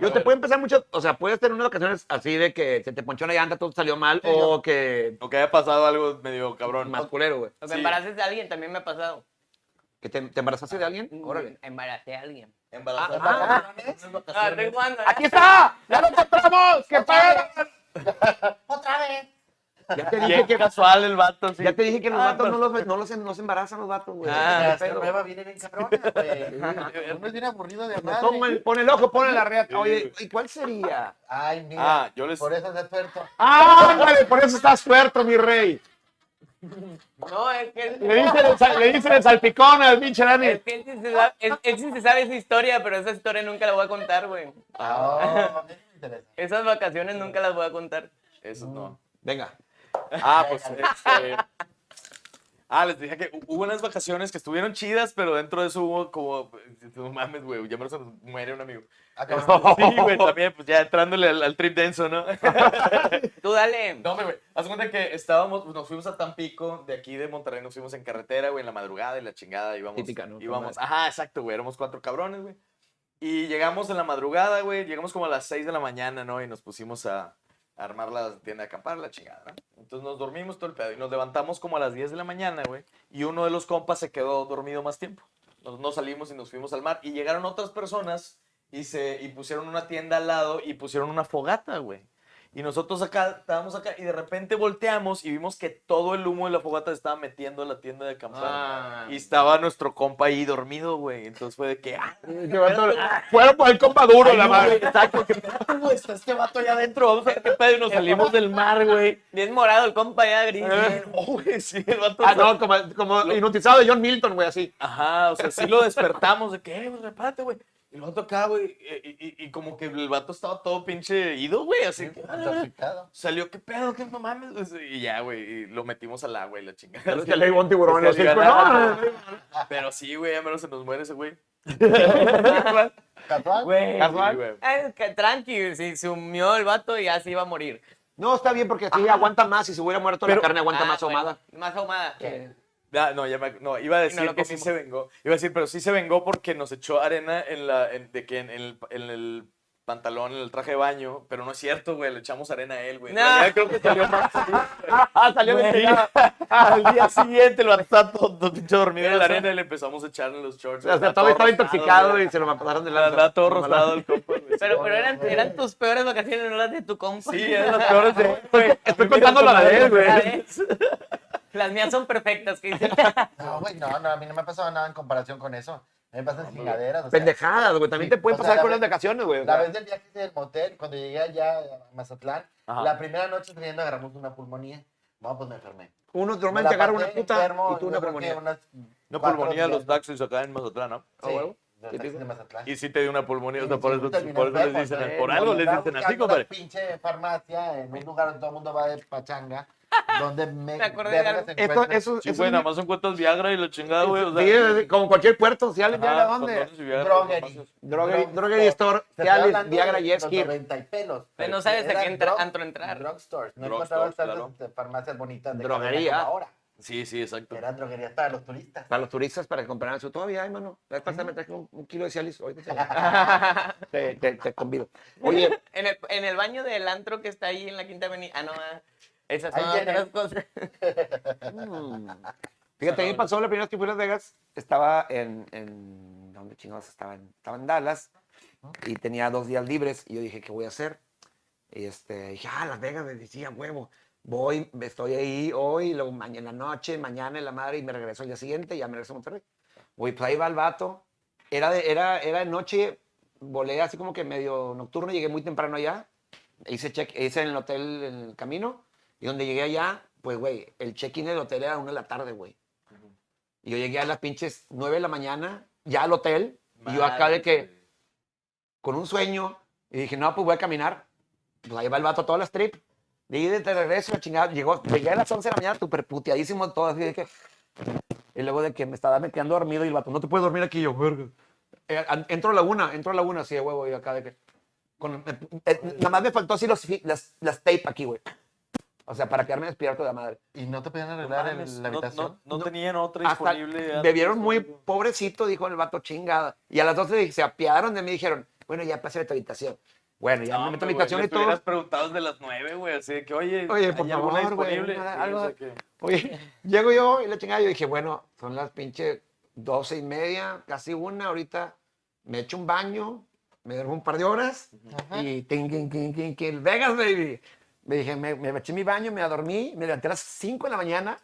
B: Yo te puedo empezar mucho, o sea, puedes tener unas vacaciones así de que se te ponchó una llanta, todo salió mal, o que
E: O que haya pasado algo medio cabrón.
B: más culero, güey.
C: Lo que
E: Sí.
C: embaraces de alguien también me ha pasado.
B: ¿Que te, te embarazaste de alguien? Órale.
C: Embaracé a alguien.
E: Embarazada.
C: Ah, estoy jugando.
B: ¡Aquí está! ¡Ya lo encontramos! ¡Que pagan!
D: Otra vez.
B: Ya te
E: Bien
B: dije que,
E: casual el vato, sí.
B: ya te dije que los
E: Ah,
B: vatos
E: pues-
B: no los, no los no se embarazan los vatos, güey.
E: Ah,
D: Ah, esta prueba viene bien cabrona, güey. Uno es bien aburrido de madre.
B: Toma el- pon el ojo, pon la red. Oye, ¿y cuál sería?
D: Ay, mira.
E: Ah, yo les.
D: Por eso se suelto.
F: Ándale, por eso estás suelto, mi rey.
C: No, es que.
F: Le dicen el, sal- le dicen el salpicón al pinche Dani.
C: Es que él sí, se sabe, él- él sí se sabe esa historia, pero esa historia nunca la voy a contar, güey.
D: Ah, oh, me interesa.
C: Esas vacaciones nunca las voy a contar.
E: Eso no.
B: Venga.
E: Ah, pues. este, Ah, les dije que hu- hubo unas vacaciones que estuvieron chidas, pero dentro de eso hubo como. No mames, güey. Ya me se nos muere un amigo.
D: Ah,
E: Este,
D: cabrón.
E: Sí, güey, también, pues ya entrándole al, al trip denso, ¿no?
C: Tú dale.
E: No, hombre, güey. Haz cuenta que estábamos, pues, nos fuimos a Tampico, de aquí de Monterrey nos fuimos en carretera, güey, en la madrugada y la chingada íbamos.
B: Típica, ¿no?
E: Íbamos, ajá, exacto, güey. Éramos cuatro cabrones, güey. Y llegamos en la madrugada, güey. Llegamos como a las 6 de la mañana, ¿no? Y nos pusimos a, a armar la tienda de acampar, la chingada, ¿no? Entonces nos dormimos todo el pedo. Y nos levantamos como a las 10 de la mañana, güey. Y uno de los compas se quedó dormido más tiempo. Nos, no salimos y nos fuimos al mar. Y llegaron otras personas y, se, y pusieron una tienda al lado y pusieron una fogata, güey. Y nosotros acá, estábamos acá y de repente volteamos y vimos que todo el humo de la fogata se estaba metiendo a la tienda de acampar.
C: Ah.
E: Y estaba nuestro compa ahí dormido, güey. Entonces fue de que, ah,
F: Que vato- Fueron por el compa duro,
E: Ay,
F: la
E: no,
F: madre.
E: güey, Exacto, que espérate, güey, está este vato allá adentro, vamos a ver qué pedo, y nos salimos del mar, güey.
C: Bien morado el compa ya gris.
E: Oh, güey, sí, el vato.
F: Ah, no, como, como hipnotizado de John Milton, güey, así.
E: Ajá, o sea, sí lo despertamos, de que, eh, güey, repárate, güey. Y el vato acá, güey, y, y- y como que el vato estaba todo pinche ido, güey, así. que, ah,
D: Intoxicado.
E: Salió, qué pedo, qué no mames. pues, Y ya, güey, y lo metimos al agua y la chingada.
F: Se le iba un tiburón y así,
E: Salió
F: pues,
E: al agua,
F: no,
E: güey. Pero sí, güey, a menos se nos muere ese güey.
D: Casual.
C: Güey.
E: Sí, güey.
C: Ay, que tranqui, si se humió el vato y ya se iba a morir.
B: No, está bien porque así aguanta más. Si se hubiera muerto la carne, aguanta
C: Ah,
B: más
C: bueno,
B: ahumada.
C: Más ahumada.
E: Ah, no, ya me ac- no, iba a decir
C: lo
E: que sí
C: comimos.
E: se vengó. Iba a decir, pero sí se vengó porque nos echó arena en la, en- de que en el, en el pantalón, en el traje de baño. Pero no es cierto, güey, le echamos arena a él, güey. En
C: No.
E: realidad creo que salió más.
F: Ah, salió de pegada.
E: Al día siguiente lo está todo pinche dormido en
C: Pero,
E: la
C: o sea,
E: arena y le empezamos a echarle los shorts.
F: O sea,
E: todo
F: todavía estaba intoxicado y se lo mataron de
E: La verdad,
F: lanza.
E: todo rosado el compa, güey.
C: Pero, pero eran, eran tus peores vacaciones, no las de tu compa.
E: Sí, eran las peores de güey.
F: Estoy contando la de él, güey.
C: Las de- Las mías son perfectas. ¿qué dices?
D: No, güey, no, no, a mí no me ha pasado nada en comparación con eso. A mí me pasan chingaderas. o sea,
B: Pendejadas, güey. También te pueden
D: O sea,
B: pasar
D: la
B: con
D: vez-
B: las vacaciones, güey. o
D: La
B: sea.
D: vez del viaje del motel, cuando llegué allá a Mazatlán,
E: Ajá.
D: la primera noche saliendo agarramos una pulmonía. No, pues me enfermé.
B: Uno
D: Me
B: normalmente
D: la
B: agarra una
D: pasé
B: puta
D: enfermo,
B: y tú
D: yo
B: una
D: creo que
B: pulmonía.
D: unas
E: Una
D: cuatro
E: pulmonía
D: días.
E: los taxis acá en Mazatlán, ¿no?
D: Sí,
B: huevo?
D: los
B: ¿Qué te
D: taxis
B: digo?
D: de Mazatlán.
E: Y sí te dio una pulmonía, o sea,
D: Sí,
E: por
D: sí,
E: eso,
D: terminé
E: por eso les
D: enfermo,
E: dicen,
D: o sea,
E: por algo les
D: andaba
E: dicen así,
D: buscando
E: compadre.
D: Una pinche farmacia en un lugar donde todo el mundo va de pachanga, donde me.
C: Me acordé de algo.
B: Esto, eso,
E: Sí,
B: eso
E: güey,
B: es-
E: nada más son cuentas Viagra y la chingada, güey. O sea,
F: Sí, es como cualquier puerto, si alguien
E: ajá,
F: llega a dónde.
E: condones y Viagra,
D: Droguería.
E: farmacias.
F: Droguery- Droguery Store, Cialis, Viagra, Jet Ski.
D: 90 y pelos.
C: Pero no sabes a
D: Eran
C: qué entra-
D: drug-
C: antro entrar.
D: Drugstores. No
E: Drugstores,
D: encontrabas tantas este, farmacias bonitas. De
F: Droguería.
D: cadena como Ahora.
E: Sí, sí, exacto.
D: Eran droguerías para los turistas.
B: Para los turistas, para que compraran su. Todavía hay, mano. La vez pasada me traje un, un kilo de Cialis. Ahorita se- te, te, te convido. Oye,
C: En el, en el baño del antro que está ahí en la Quinta Avenida. Ah, no, ah, esas son
D: Ahí viene.
C: otras cosas.
B: mm, fíjate, a mí pasó la primera vez que fui a Las Vegas. Estaba en. en ¿Dónde chingados estaba? En- Estaba en Dallas y tenía dos días libres. Y yo dije, ¿qué voy a hacer? Y este, dije, ah, Las Vegas, me decía, huevo. Voy, estoy ahí hoy, luego mañana en la noche, mañana en la madre y me regreso al día siguiente, ya me regreso a Monterrey. Güey, pues ahí va el vato. Era de, era, era de noche, volé así como que medio nocturno, llegué muy temprano allá. Hice check, hice en el hotel en el camino. Y donde llegué allá, pues, güey, el check-in del hotel era una de la tarde, güey. Y yo llegué a las pinches 9 de la mañana, ya al hotel. y yo acá de que, con un sueño. Y dije, no, pues voy a caminar. Pues ahí va el vato a todas las trip. De ahí de de regreso, la chingada. Llegó, llegué a las 11 de la mañana, súper puteadísimo, todo así de que. Y luego de que me estaba metiendo dormido y el vato, no te puedes dormir aquí, yo, verga. Eh, an- entro a la una, entro a la una, así de huevo, y acá de que. con- eh, eh, nada más me faltó así los, fi- las, las tape aquí, güey. O sea, para quedarme despierto de la madre.
D: ¿Y no te podían
E: No
D: arreglar el-
E: mames,
D: la
E: no-
D: habitación?
E: No, no tenían otra
B: Hasta
E: disponible. antes.
B: me vieron muy pobrecito, dijo el vato chingada. Y a las 12 dije- se apiadaron de mí y dijeron, bueno, ya pasé de tu habitación. Bueno, ya me
E: No,
B: meto a mi
E: güey,
B: habitación
E: les
B: y todo.
E: hubieras preguntado desde las nueve, güey, así de que, oye,
B: Oye, por
E: ¿hay alguna
B: favor, güey,
E: disponible?
B: una-
E: Sí,
B: algo-
E: o sea que-
B: Oye, llego yo y la chingada, yo dije, bueno, son las pinche doce y media, casi una, ahorita me echo un baño, me duermo un par de horas y tin, tin, tin, tin, tin, Vegas, baby. Me dije, me, me eché mi baño, me adormí, me levanté a las 5 de la mañana.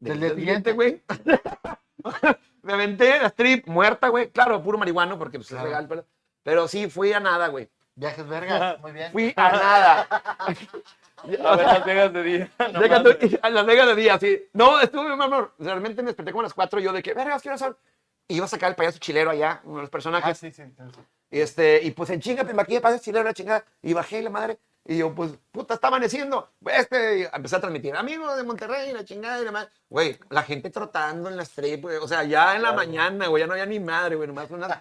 D: Del
B: día
D: día siguiente.
B: güey. me aventé la strip muerta, güey. Claro, puro marihuano porque pues,
D: Claro.
B: es legal, pero, pero sí, fui a nada, güey.
D: Viajes vergas, muy bien.
B: Fui a nada.
E: A ver, las Vegas de día. no
B: Deja
E: mames.
B: tú- a las Vegas de día, así. No, estuve, mi amor. Realmente me desperté como a las 4 yo de que, vergas, ¿qué horas son? Y iba a sacar el payaso chilero allá, uno de los personajes.
D: Ah, sí, sí, sí, sí.
B: Y, este, y pues en chinga me maquillé para chilero, la chingada. Y bajé la madre. Y yo, pues, puta, está amaneciendo. Este, y empecé a transmitir, amigos de Monterrey, la chingada y la madre. Güey, la gente trotando en las tres, güey. O sea, ya en la mañana, güey, ya no había ni madre, güey. Nomás unas,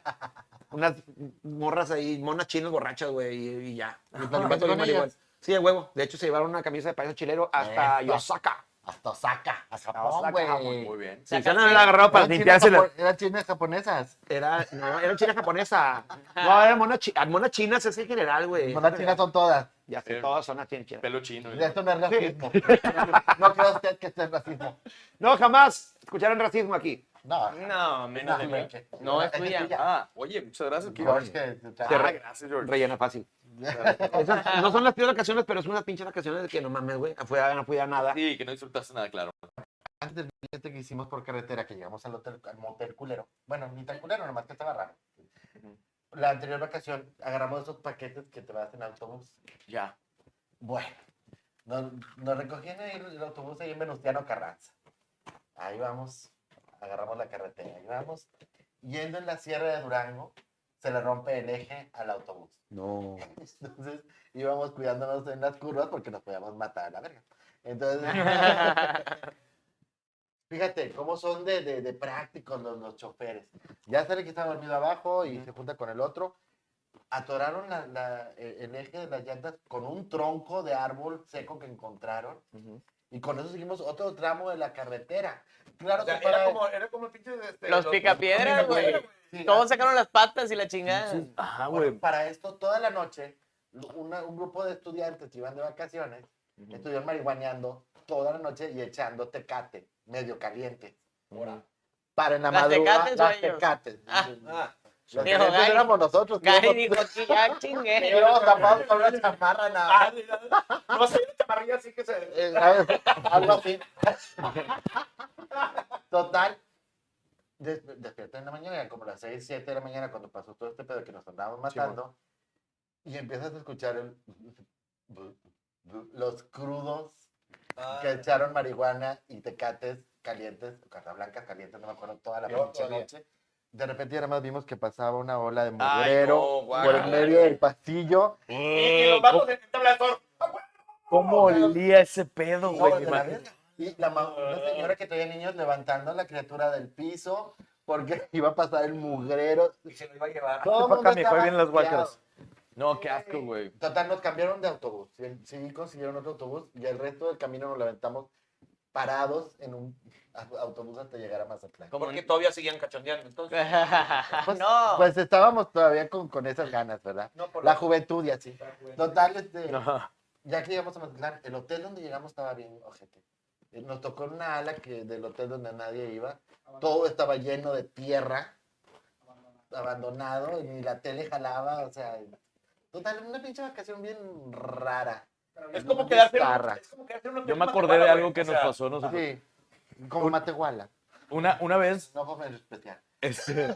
B: unas morras ahí, monas chinas borrachas, güey, y, y ya. Y platicando bien
D: con ellas.
B: marihuana. Sí, a huevo. De hecho, se llevaron una camisa de payaso chilero hasta
D: Eso.
B: Osaka.
D: Hasta Osaka, a
B: Osaka,
D: Japón, güey.
E: Ah, Muy bien.
B: Si ya no la agarrado para
D: Eran
B: limpiarse
D: chinas
B: la...
D: japo- Eran chinas japonesas.
B: Era, no, era china japonesa. No, era mona, chi- mona china, ese es en general, güey.
D: Las chinas son todas.
B: Ya sé,
E: Eh,
B: todas son así en China.
E: Pelo chino.
D: Esto no es racismo. No creo usted que sea racismo.
B: No, jamás escucharon racismo aquí.
D: No.
C: No, menos de mí.
D: hombre.
C: No, es tuya.
E: Ah, oye, muchas gracias. que-
D: George, que-
E: Ah, gracias, George.
B: Rellena fácil. Esas no son las peores vacaciones, pero son unas pinches vacaciones de que no mames, güey. Afuera no fui a nada.
E: Sí, que no disfrutaste nada, claro.
D: antes del billete que hicimos por carretera, que llegamos al hotel, al motel culero. Bueno, ni tan culero, nomás que estaba raro. La anterior vacación agarramos esos paquetes que te vas en autobús.
E: Ya.
D: Bueno, nos, nos recogían ahí en el autobús ahí en Venustiano Carranza. Ahí vamos, agarramos la carretera, ahí vamos. Yendo en la Sierra de Durango, se le rompe el eje al autobús.
B: No.
D: Entonces íbamos cuidándonos en las curvas porque nos podíamos matar a la verga. Entonces, fíjate cómo son de, de- de prácticos los, los choferes. Ya sale que está dormido abajo y se junta con el otro. Atoraron la- la- el el eje de las llantas con un tronco de árbol seco que encontraron Y con eso seguimos otro tramo de la carretera. Claro
G: O sea,
D: que para...
G: era como, era como el pinche. este,
C: Los picapiedras,
G: los picapiedra,
C: güey. Todos sacaron las patas y la chingada.
E: Ajá,
D: ah, Bueno,
E: güey.
D: para esto, toda la noche, una- un grupo de estudiantes que iban de vacaciones, estuvieron marihuaneando toda la noche y echando tecate, medio caliente. Para en la
C: ¿Las
D: madrugada,
C: tecates o
D: las
C: ellos?
D: tecates.
C: Ah.
G: Ah.
D: Los
C: Dijo
D: calientes
C: Gary.
D: éramos nosotros.
C: Gary
D: íbamos-
C: dijo, "Sí, ya chingué.
D: íbamos tapados con una chamarra nada más.
G: Ah, sí, sí, sí. No sé, una chamarrilla así que se.
D: Eh, a ver, algo así. Total. des- despierto en la mañana, como las 6, 7 de la mañana, cuando pasó todo este pedo que nos andábamos matando. y empiezas a escuchar el- los crudos
G: Ah,
D: que echaron marihuana y tecates calientes, carta blancas calientes, no me acuerdo, toda la
G: Peor
D: pinche
G: todavía.
D: noche. De repente, y además vimos que pasaba una ola de
E: Ay,
D: mugrero
E: no,
D: por el
E: guácala.
D: medio del pasillo.
G: Y, y los vatos en el tablador.
E: ¿Cómo olía ese pedo,
D: No,
E: güey?
D: de la verga. Y la ma- una señora que tenía niños levantando a la criatura del piso porque iba a pasar el mugrero.
G: Y se lo iba a llevar.
D: Todo el
F: pa' acá,
D: mundo
F: mijo, ahí
D: estaba
F: vienen las guácaras.
D: asqueado.
E: No, qué asco, güey.
D: Eh, Total, nos cambiaron de autobús. Sí, Sí, consiguieron otro autobús y el resto del camino nos levantamos parados en un au- autobús hasta llegar a Mazatlán.
C: Como
G: Porque todavía seguían cachondeando. Entonces,
D: Pues,
C: Ah, no.
D: pues estábamos todavía con, con esas ganas, ¿verdad?
G: no por
D: La juventud y así. Total, este,
E: Ajá.
D: ya que llegamos a Mazatlán, el hotel donde llegamos estaba bien, ojete. Eh, Nos tocó en una ala que del hotel donde nadie iba. Todo estaba lleno de tierra, abandonado, y ni la tele jalaba, o sea, total, una pinche vacación bien rara.
G: Es como quedarse. en-
D: Zarra.
G: Es como quedarse en un
E: Yo me
G: hotel
E: acordé de
G: Matehuala,
E: algo
G: güey,
E: que
G: o
E: nos
G: sea,
E: pasó a nosotros.
D: Sí, como Matehuala.
E: Una, una vez
D: No fue menos especial.
E: Este,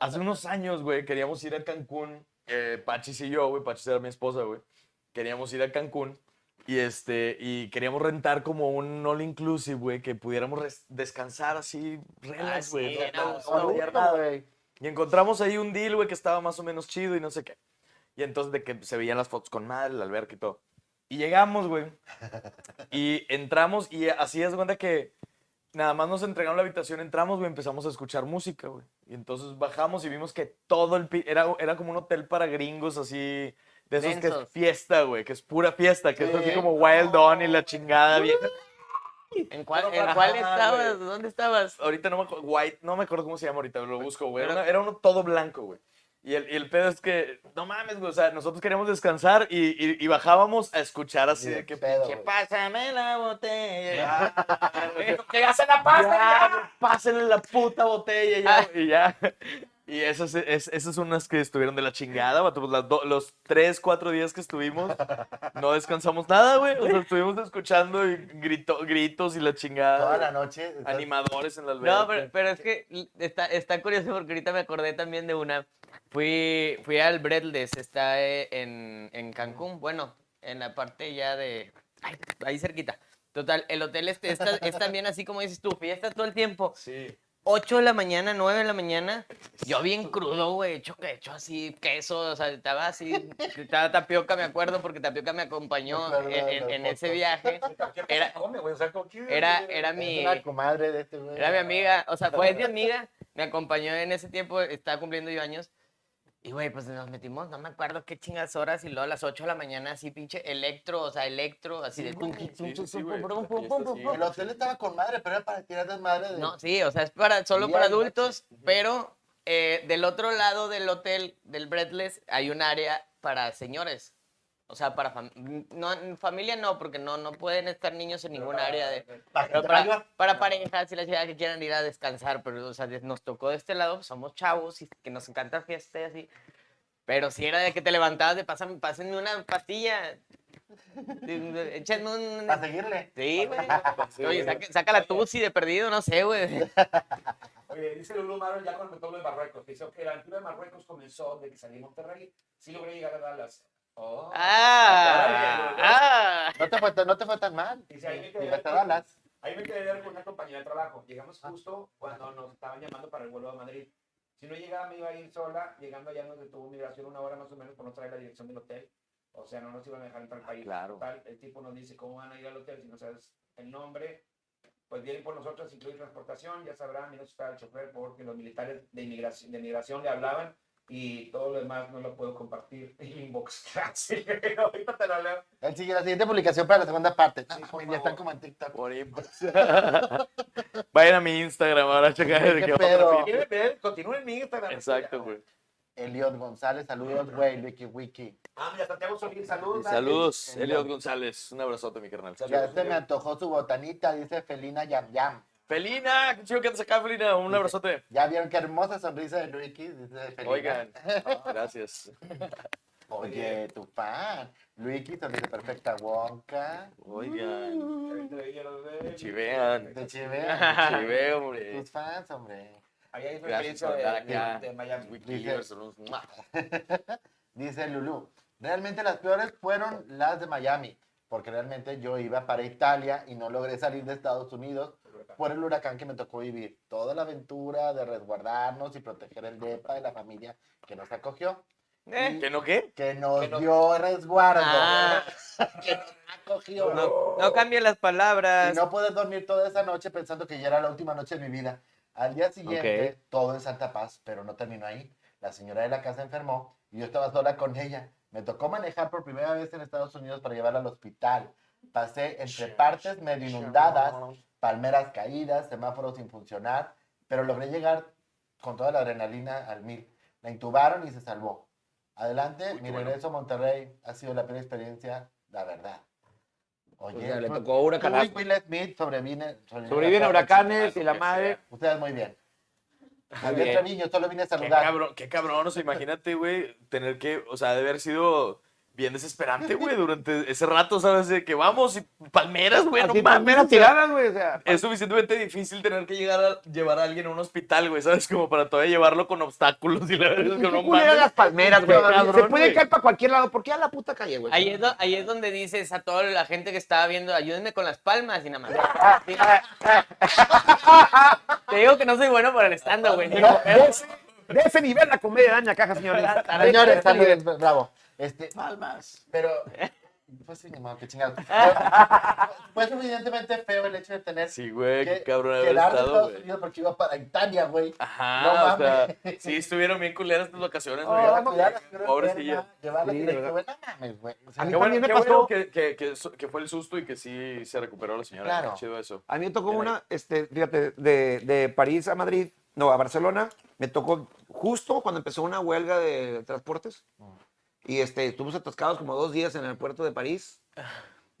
E: hace unos años, güey, queríamos ir a Cancún. eh, Pachis y yo, güey, Pachis era mi esposa, güey. Queríamos ir a Cancún y, este, y queríamos rentar como un all inclusive, güey, que pudiéramos res- descansar así,
C: Ah,
E: relax,
C: sí,
E: güey.
C: bien a
E: No,
C: gusto,
E: no, no,
D: Saludos,
E: no, nada.
D: güey.
E: Y encontramos ahí un deal, güey, que estaba más o menos chido y no sé qué. Y entonces de que se veían las fotos con madre, el alberca y todo. Y llegamos, güey. Y entramos y así es cuenta que nada más nos entregaron la habitación, entramos, güey, empezamos a escuchar música, güey. Y entonces bajamos y vimos que todo el... pi- Era, era como un hotel para gringos así... De esos que es
C: Densos.
E: fiesta, güey, que es pura fiesta, que es así
D: Sí.
E: como Wild On y la chingada bien.
C: ¿En cuál,
E: Pero
C: en cuál
E: para-
C: estabas? ¿Dónde estabas?
E: Ahorita no me acuerdo, White, no me acuerdo cómo se llama ahorita, lo busco, güey. Era, una- era uno todo blanco, güey. Y el, y el pedo es que, no mames, güey, o sea, nosotros queríamos descansar y, y- y bajábamos a escuchar así
D: Ni de
E: de que,
D: pedo,
E: pinche,
D: güey.
E: pásame la botella.
G: eh, Que ya se la pasen.
E: Ya,
G: ya.
E: güey, pásenle la puta botella ya, güey, y ya. Y esas, es, esas unas que estuvieron de la chingada, vato, pues, las do- los tres, cuatro días que estuvimos, no descansamos nada, güey. O sea, estuvimos escuchando y grito- gritos y la
D: Toda
E: chingada.
D: la noche. estás-
E: Animadores en la alberca.
C: No, pero, pero es que l- está, está curioso porque ahorita me acordé también de una. Fui, fui al Breadless, está eh, en, en Cancún, bueno, en la parte ya de... ay, ahí cerquita. Total, el hotel este, está- es también así como dices tú, fiesta todo el tiempo.
E: Sí.
C: 8 de la mañana, 9 de la mañana, yo bien crudo, güey, hecho, que- hecho así, queso, o sea, estaba así, estaba tapioca, me acuerdo, porque tapioca me acompañó
D: Me acuerdo de
C: en, en-
D: las
C: en
D: fotos.
C: ese viaje.
G: Cualquier
C: Era-
G: cosa come, güey. O sea, como que-
C: Era, era
D: Es
C: mi...
D: una comadre de este güey.
C: Era mi amiga, o sea, fue mi amiga, me acompañó en ese tiempo, estaba cumpliendo yo años. Y, güey, pues nos metimos, no me acuerdo qué chingas horas, y luego a las 8 de la mañana, así pinche electro, o sea, electro, así de tum, tum, tum,
E: sí, sí,
C: tum,
E: güey,
C: pum, pum,
E: la
C: pum,
E: fiesta
C: pum, pum,
E: sí,
C: pum.
D: El hotel estaba con madre, pero era para tirar desmadre de.
C: No, sí, o sea, es para, solo
D: Día
C: para
D: y noche.
C: adultos, pero eh, del otro lado del hotel, del Breathless, hay un área para señores. O sea, para fam- no, familia no, porque no, no pueden estar niños en ningún área de...
D: para que
C: Pero
D: te
C: para,
D: valga.
C: para parejas y las ciudades que quieran ir a descansar, pero o sea, de- nos tocó de este lado, pues, somos chavos y que nos encanta fiesta y así. Pero si era de que te levantabas de pásame, pásenme una pastilla. Échenme un.
D: Para seguirle.
C: Sí, güey. Oye, saca, saca la tusi de perdido, no sé, güey.
G: Oye, dice Lulu Maro ya cuando todo de Marruecos. Dice, ok, la aventura de Marruecos comenzó desde que salí de Monterrey. Sí logré llegar a Dallas. Oh.
C: Ah, ah.
D: No te fue, tan- no te fue tan mal.
G: Dice, ahí me quedé.
D: Llegaste a Dallas.
G: Ahí me quedé de ver con una compañera de trabajo. Llegamos justo cuando nos estaban llamando para el vuelo a Madrid. Si no llegaba, me iba a ir sola. Llegando allá nos detuvo migración una hora más o menos por no traer la dirección del hotel. O sea, no nos iban a dejar entrar al país.
E: claro.
G: Total, el tipo nos dice cómo van a ir al hotel si no sabes el nombre. Pues vienen por nosotros, incluye transportación. Ya sabrán, menos está el chofer porque los militares de inmigración, de inmigración le hablaban y todo lo demás no lo puedo compartir. Y inbox. Sí, Ahorita te lo leo.
D: Él sigue la siguiente publicación para la segunda parte.
G: Sí, por
D: ya están
G: favor.
D: como en TikTok.
E: Por inbox. Vayan a mi Instagram ahora a checar de
D: ¿Qué
E: qué
D: pedo?
E: va
G: Si quieren ver, continúen en mi Instagram.
E: Exacto, güey.
D: Eliot González, saludos, güey, Wiki Wiki.
G: Ah, mira, Santiago Solís, saludos.
E: Saludos,
D: el-
E: Eliot González. Un abrazote, mi carnal.
D: Ya se me antojó su botanita, dice Felina Yam Yam.
E: Felina, qué chido que andas acá, Felina. Un abrazote.
D: Ya vieron qué hermosa sonrisa de Ricky, dice Felina.
E: Oigan, gracias.
D: Oye, tu fan. Ricky, sonrisa perfecta, Wonka.
E: Oigan,
G: Chivean.
E: chivean.
D: Te chivea.
E: chiveo, hombre.
D: Tus fans, hombre.
G: Ahí hay
E: Gracias
G: referencia
E: por
G: de,
E: estar acá.
G: de- de Miami.
E: Wikilivers, unos- ¡Mua!
D: Dice Lulu, realmente las peores fueron las de Miami, porque realmente yo iba para Italia y no logré salir de Estados Unidos por el huracán que me tocó vivir. Toda la aventura de resguardarnos y proteger el DEPA de la familia que nos acogió,
E: Eh, ¿Que no qué?
D: que nos
G: Que nos-
D: dio resguardo,
C: Ah.
D: que nos acogió.
C: No, no cambien las
D: Y
C: palabras.
D: no puedes dormir toda esa noche pensando que ya era la última noche de mi vida. Al día siguiente, todo en Santa Paz, pero no terminó ahí. La señora de la casa enfermó y yo estaba sola con ella. Me tocó manejar por primera vez en Estados Unidos para llevarla al hospital. Pasé entre partes medio inundadas, palmeras caídas, semáforos sin funcionar, pero logré llegar con toda la adrenalina al mil. La intubaron y se salvó. Adelante, mi regreso a Monterrey ha sido la peor experiencia, la verdad. Oye,
B: O sea, le
D: pues,
B: tocó una
D: Tú y
B: canasta.
D: Will Smith sobreviene,
B: Sobreviven
D: a
B: huracanes y la madre.
D: Ustedes muy bien. Javier
B: bien.
D: Treviño, solo vine a
E: Qué
D: saludar.
E: cabrón, qué cabrón, o sea, imagínate, güey, tener que, o sea, de haber sido bien desesperante, güey, durante ese rato, ¿sabes? De que vamos y palmeras, Pues, güey, no
B: Así,
E: mames.
B: meras
E: o sea,
B: tiradas, güey. O sea,
E: Es suficientemente difícil tener que llegar a llevar a alguien a un hospital, güey, ¿sabes? Como para todavía llevarlo con obstáculos y la verdad es que no
B: culera
E: mames.
B: las palmeras, güey.
E: Cabrón,
B: Se pueden
E: güey.
B: caer para cualquier lado. ¿Por qué a la puta calle, güey?
C: Ahí es, do- ahí es donde dices a toda la gente que estaba viendo, ayúdenme con las palmas y nada más. Sí. Te digo que no soy bueno para el stand güey. ni
B: Pero
C: lo
B: de
C: veo.
B: ese, de ese nivel la comedia daña caja, señores.
E: Ah,
D: Señores, saludos, bravo. Este,
E: Palmas.
D: pero, pues sí, ni modo, qué chingado. Fue suficientemente feo el hecho de tener
E: Sí, güey, qué
D: que
E: cabrón haber
D: quedar de
E: estado,
D: Estados
E: güey. Ah,
D: Unidos porque iba para Italia, güey.
E: Ajá,
D: No
E: o
D: mames.
E: sea, sí estuvieron bien culeras tus vacaciones,
D: No,
E: güey.
D: cuidar a la señora
E: Pobrecilla.
D: enferma, Llevarla
B: Sí, de
D: directo,
B: verdad.
D: güey. No mames, güey. O sea,
B: A mí
E: Qué bueno,
B: también me
E: qué
B: pasó.
E: bueno que, que, que so- que fue el susto y que sí se recuperó la señora.
D: Claro.
E: Qué Chido eso.
B: A mí me tocó
E: Mira
B: una, este, fíjate, de, de París a Madrid, no, a Barcelona, me tocó justo cuando empezó una huelga de transportes. Y este, estuvimos atascados como dos días en el puerto de París.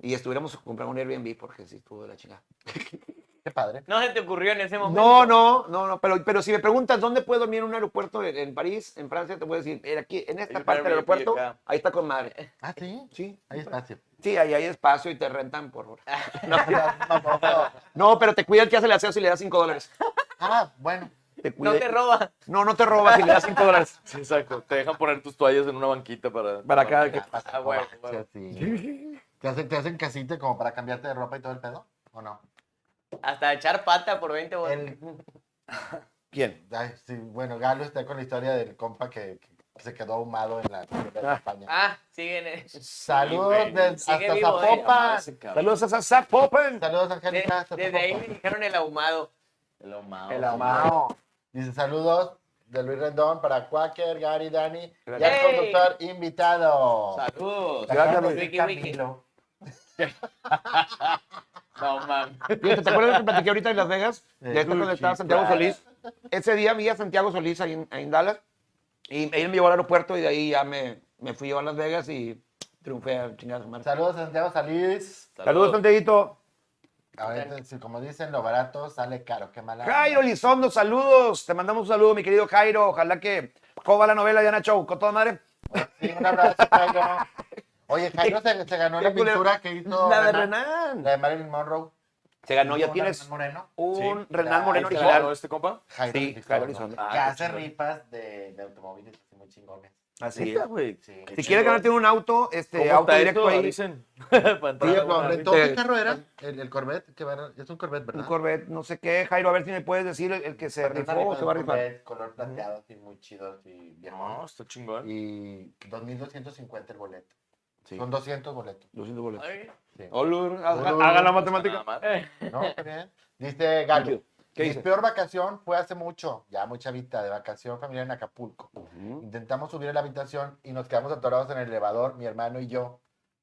B: Y estuviéramos comprando un Airbnb porque sí, estuvo de la chingada.
D: qué padre.
C: No se te ocurrió en ese momento.
B: No, no, no, no, pero, pero si me preguntas dónde puedo dormir en un aeropuerto en, en París, en Francia, te voy a decir, eh, aquí, en
E: Hay
B: esta
E: un
B: parte del
E: Airbnb
B: aeropuerto,
E: acá.
B: ahí está con madre.
D: Ah, sí.
B: Sí,
D: Hay espacio.
B: sí, ahí hay espacio y te rentan por hora.
D: Tampoco.
B: No, pero te cuida el que hace el aseo si le das 5 dólares.
D: Ah, bueno.
B: Te
C: No
B: cuida-
C: te roba.
B: No, no te robas si le das 5 dólares.
E: Sí, exacto. Te dejan poner tus toallas en una banquita para.
B: Para cada que.
D: Ah,
E: huevo, huevo.
D: ¿Te, hacen, ¿Te hacen casita como para cambiarte de ropa y todo el pedo? ¿O no?
C: Hasta echar pata por 20 bolas.
D: El-
B: ¿Quién?
D: ay, sí, bueno, Galo está con la historia del compa que, que se quedó ahumado en la en la España.
C: Ah, siguen. eh.
D: Saludos
E: güey.
D: desde-
C: Sigue
D: hasta
C: vivo, eh.
D: Zapopan.
B: Saludos a Sasa Popen.
D: Saludos,
C: De-
D: Angélica. hasta
C: desde ahí me
D: Zapopan.
C: dijeron el ahumado.
E: El ahumado.
D: El ahumado. Dice saludos de Luis Rendón para Quaker, Gary, Dani. Ya el
C: Ey.
D: conductor invitado.
E: Saludos.
D: Acá nos
C: Wiki,
D: dice
C: wiki.
D: Camilo.
E: No mames.
B: Fíjate, ¿Te acuerdas que platiqué ahorita en Las Vegas?
D: Eh,
B: De esto cuando estaba Santiago Solís. Ese día vi a Santiago Solís ahí en, ahí en Dallas. Y él me llevó al aeropuerto y de ahí ya me, me fui yo a Las Vegas y triunfé a chingar a su madre.
D: Saludos, Santiago Salís.
B: Saludos, Santiaguito.
D: A ver, si- como dicen, lo barato sale caro. Qué mala.
B: Jairo
D: onda.
B: Lizondo, saludos. Te mandamos un saludo, mi querido Jairo. Ojalá que coba la novela de Ana Chau. Con toda madre.
D: Sí, un abrazo, Jairo. Oye, Jairo se, se ganó la
B: Qué culero.
D: pintura que hizo.
B: La de
D: Renan-
B: Renan.
D: La de Marilyn Monroe.
B: Se ganó, ya
D: Una
B: tienes
D: Renan Moreno.
B: un
E: Sí.
B: Renan Moreno
D: Ahí está.
B: original.
E: este compa?
D: Jairo
B: Sí,
D: Lizondo,
B: Jairo Lizondo.
E: Ah,
D: Que
E: qué
D: hace
E: chingón.
D: ripas de, de automóviles así muy chingones.
B: Así es.
E: Neta, güey.
D: Sí.
E: Qué
B: Si
E: chido.
B: quieres ganarte un auto, este,
E: ¿Cómo
B: auto
E: está
B: directo
E: esto?
B: ahí.
E: Avisen. Para entrar
D: Oye,
E: a una
D: lo rentó.
E: rifa.
D: ¿Qué carro era? El, el Corvette. Que va- es un Corvette, ¿verdad?
B: Un Corvette, no sé qué, Jairo, a ver si me puedes decir el, el que se
D: Una
B: rifó o
D: rifa
B: se va a
D: de un
B: rifar.
D: Corvette, color plateado, así muy chido, así bien.
E: No, está chingón.
D: Y 2.250 el boleto.
B: Sí.
D: Son 200 boletos.
B: 200 boletos.
C: Ay,
B: Olur, haga,
D: Olur.
B: haga la
E: Nada
F: Eh,
B: matemática.
E: más.
D: ¿No? Está bien. Dice Galo.
B: ¿Qué
D: Mi
B: dices?
D: peor vacación fue hace mucho, ya muy chavita, de vacación familiar en Acapulco. Intentamos subir a la habitación y nos quedamos atorados en el elevador, mi hermano y yo,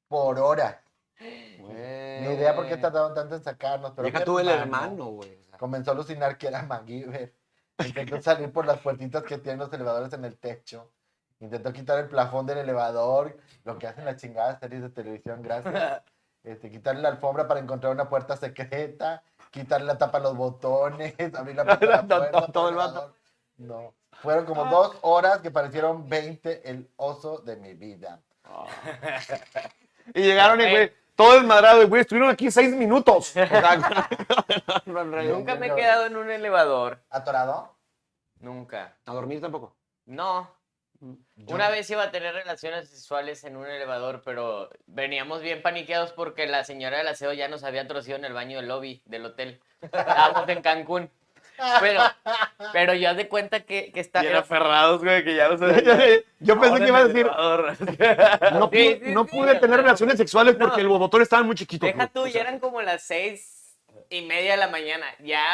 D: por hora. Ni idea por qué tardaron tanto en sacarnos. Pero
F: Eh. Deja
D: mi
F: tú el hermano, güey. o sea.
D: Comenzó a alucinar que era MacGyver. Intentó salir por las puertitas que tienen los elevadores en el techo. Intentó quitar el plafón del elevador, lo que hacen las chingadas series de televisión, gracias. Este, quitarle la alfombra para encontrar una puerta secreta, quitarle la tapa a los botones, abrir la puerta. de la
F: Todo-
D: puerta para
F: todo el
D: elevador. No. Fueron
C: Ah.
D: como dos horas que parecieron 20 el oso de mi vida.
F: Y llegaron y, güey, todo desmadrado, y, güey, estuvieron aquí seis minutos. O sea, no, no, no,
C: Nunca me he quedado en un elevador.
D: ¿Atorado?
C: Nunca.
F: ¿A dormir tampoco?
C: No. Una vez iba a tener relaciones sexuales en un elevador, pero veníamos bien paniqueados porque la señora del aseo ya nos había trocido en el baño del lobby del hotel. Estábamos en Cancún. Pero, pero ya de cuenta que, que está.
E: Bien aferrados, güey, que ya los...
F: Yo pensé que iba a decir, no,
C: Sí,
F: pude-
C: sí,
F: no
C: sí,
F: pude
C: o
F: tener
C: sea,
F: relaciones sexuales porque
C: no.
F: los botones estaban muy chiquitos.
C: Deja
F: güey.
C: tú,
F: O
C: ya
F: sea,
C: eran como las seis y media de la mañana. Ya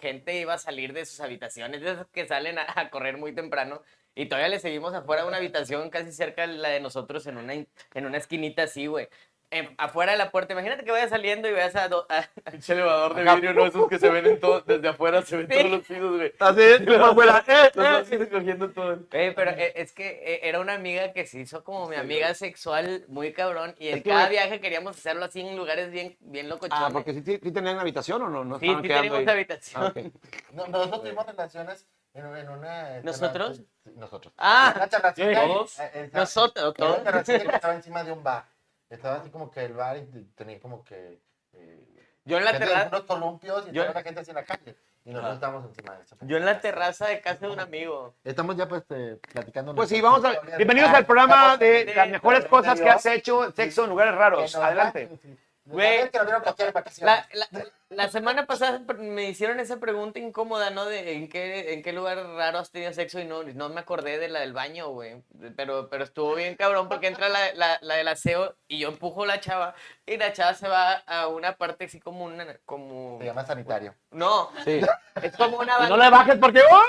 C: gente iba a salir de sus habitaciones, de esas que salen a, a correr muy temprano. Y todavía le seguimos afuera de una habitación casi cerca de la de nosotros en una, in- en una esquinita así, güey. En- afuera de la puerta. Imagínate que vayas saliendo y veas a... do- a-
E: Pinche elevador de vidrio, ¿no? Esos que se ven en todo, desde afuera se ven
C: Sí.
E: todos los pisos, güey.
F: Así, y luego afuera, eh,
E: Los
F: eh.
E: vas recogiendo todo.
C: Güey, pero eh, es que eh, era una amiga que se hizo como mi amiga sexual muy cabrón. Y en
F: que,
C: cada
F: güey-
C: viaje queríamos hacerlo así en lugares bien, bien locochones.
F: Ah, porque sí, sí tenían habitación o no, no
C: Sí,
F: estaban
C: sí
F: quedando
C: teníamos
F: ahí.
C: habitación.
F: Ah, ok.
D: No, nosotros tuvimos relaciones en, en una... este,
C: ¿Nosotros?
D: Nosotros.
C: Ah,
D: Una charlacita,
C: ¿todos?
D: eh, eh,
C: nosotros,
D: Era
C: todos.
D: una terracita que estaba encima de un bar. Estaba así como que el bar y tenía como que. Eh,
C: Yo en la
D: gente
C: terraza.
D: Unos columpios y
C: Yo-
D: estaba la gente así en la calle. Y nosotros estábamos encima de eso.
C: Yo en la terraza de casa de un amigo.
D: Estamos ya pues eh, platicando.
F: Pues sí,
D: nuestras
F: vamos a...
D: historias.
F: Bienvenidos
D: Ah,
F: al programa
D: estamos-
F: de
C: de-
F: las mejores
D: de-
F: cosas
D: de-
F: que has hecho, sexo en lugares
D: que
F: raros.
D: nos-
F: Adelante.
D: sí.
C: Güey.
D: Nos- que lo vieron coquear en vacaciones.
C: La, la- la semana pasada pr- me hicieron esa pregunta incómoda, ¿no? De en qué, en qué lugar raro has tenido sexo y no, no me acordé de la del baño, güey. De- Pero, pero estuvo bien cabrón porque entra la, la, la del aseo y yo empujo a la chava y la chava se va a una parte así como una... Como...
D: Se llama sanitario.
C: No, es como una...
F: Y no le bajes porque... ¡oh!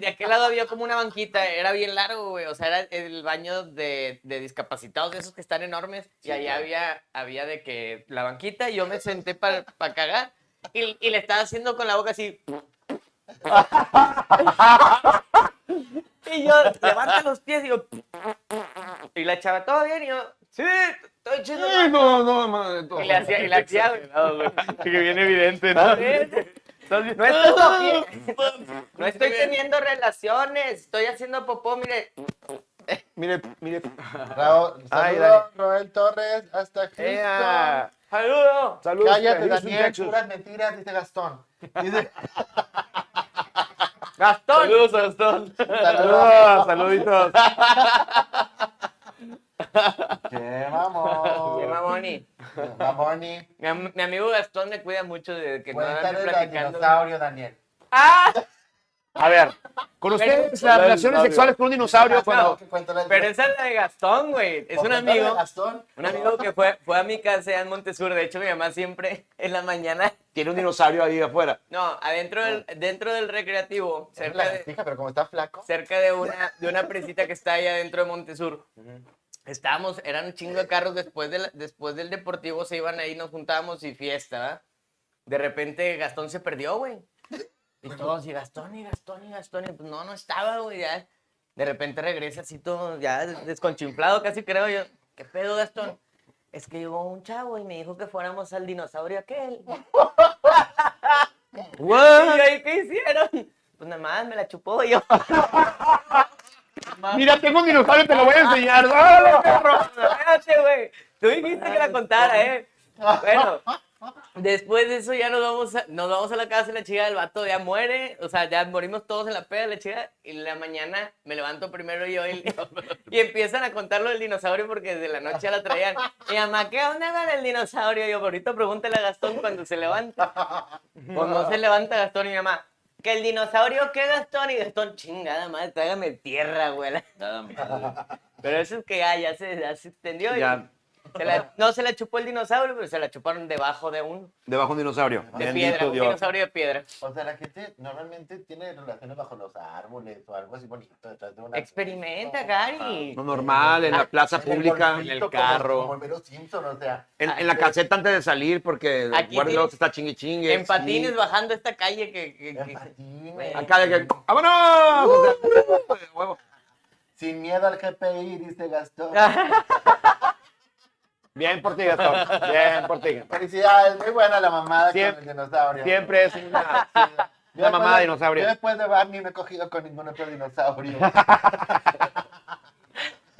C: de aquel lado había como una banquita, era bien largo, güey. O sea, era el baño de, de discapacitados, de esos que están enormes. y allá había, había de que la banquita, y yo me senté para cagar. Y, y le estaba haciendo con la boca así. y yo, levanta los pies, y yo. Y la chava, ¿todo bien? Y yo, sí, estoy chido.
F: Ay, No, no, madre, todo.
C: Y le hacía, y le hacía, güey.
E: Que bien evidente, ¿no?
C: No estoy, no estoy teniendo relaciones, estoy haciendo popó, mire.
F: Mire, mire.
D: Raúl,
F: Ay,
D: saludos, Roel Torres, hasta Houston.
F: Ea.
C: ¡Saludo!
F: Saludos.
D: Cállate,
F: Houston,
D: Daniel,
F: Texas.
D: puras mentiras, dice Gastón. Dice,
C: ¡Gastón!
E: Saludos a Gastón.
F: Saludos, saluditos.
D: ¡Qué mamón!
C: Mi mamoni.
D: Mamoni.
C: Mi, am- mi amigo Gastón me cuida mucho de que no
D: Buenas
C: ande
D: tardes,
C: platicando.
D: dinosaurio, Daniel.
C: ¡Ah!
F: A ver, con ustedes las relaciones sexuales con un dinosaurio cuando...
C: Pero esa es la de Gastón, güey. Es un amigo. Un amigo que fue, fue a mi casa allá en Montesur. De hecho, mi mamá siempre en la mañana.
F: Tiene un dinosaurio ahí afuera.
C: No, adentro del, dentro del recreativo, cerca de,
D: Fija, pero como está flaco.
C: cerca de una, de una presita que está allá dentro de Montesur. Estábamos, eran un chingo de carros después, de la- después del deportivo, se iban ahí, nos juntábamos y fiesta, ¿va? De repente Gastón se perdió, güey. Y todos, y Gastón, y Gastón, y Gastón, y pues no, no estaba, güey, ya. De repente regresa así todo, ya desconchinflado casi creo yo. ¿Qué pedo, Gastón? Es que llegó un chavo y me dijo que fuéramos al dinosaurio aquel. Y yo, "¿Y qué hicieron? Pues nada más me la chupó y yo.
F: Mira, tengo un dinosaurio, te lo voy a enseñar. ¡Dale, perro!
C: Espérate, güey. Tú dijiste que la contara, ¿eh? Bueno, después de eso ya nos vamos a, nos vamos a la casa y la chica del vato ya muere. O sea, ya morimos todos en la peda de la chica. Y en la mañana me levanto primero yo y, y empiezan a contar lo del dinosaurio porque desde la noche ya la traían. Y mamá, ¿qué onda con el dinosaurio? Y yo, ahorita pregúntale a Gastón cuando se levanta. Pues no se levanta Gastón y mi mamá. Que el dinosaurio, ¿qué Gastón? Y Gastón, chingada madre, trágame tierra, güey. Pero eso es que ya, ya se, ya se extendió. y-
F: Ya.
C: Se la- no se la chupó el dinosaurio, pero se la chuparon debajo de un
B: Debajo de un dinosaurio.
C: de
B: Bendito
C: piedra, un
B: Dios.
C: dinosaurio de piedra.
D: O sea, la gente normalmente tiene relaciones bajo los árboles o algo así bonito detrás de una.
C: Experimenta, Gary.
B: Lo normal,
C: Ah,
B: en la plaza
D: En el
B: pública,
D: golfito,
E: en el
D: como-
E: carro.
D: Como, Homero Simpson, o sea.
B: en, en la caseta antes de salir, porque
C: Aquí
B: guardia
C: sí.
B: luego se está chingue chingue.
C: en patines
B: Sí.
C: bajando esta calle que, que-
D: en
C: que-
D: patines,
B: Acá de que. ¡Vámonos! O
C: Uh.
B: sea, de huevo.
D: Sin miedo al GPI, dice Gastón.
B: Ah. Bien por ti, Gastón. Bien por ti.
D: Felicidades, muy buena la mamada
B: Siempre-
D: con el dinosaurio.
B: Siempre es una.
D: Sí. Yo
B: La mamada
D: después de-
B: dinosaurio.
D: Yo después de Barney no he cogido con ningún otro dinosaurio.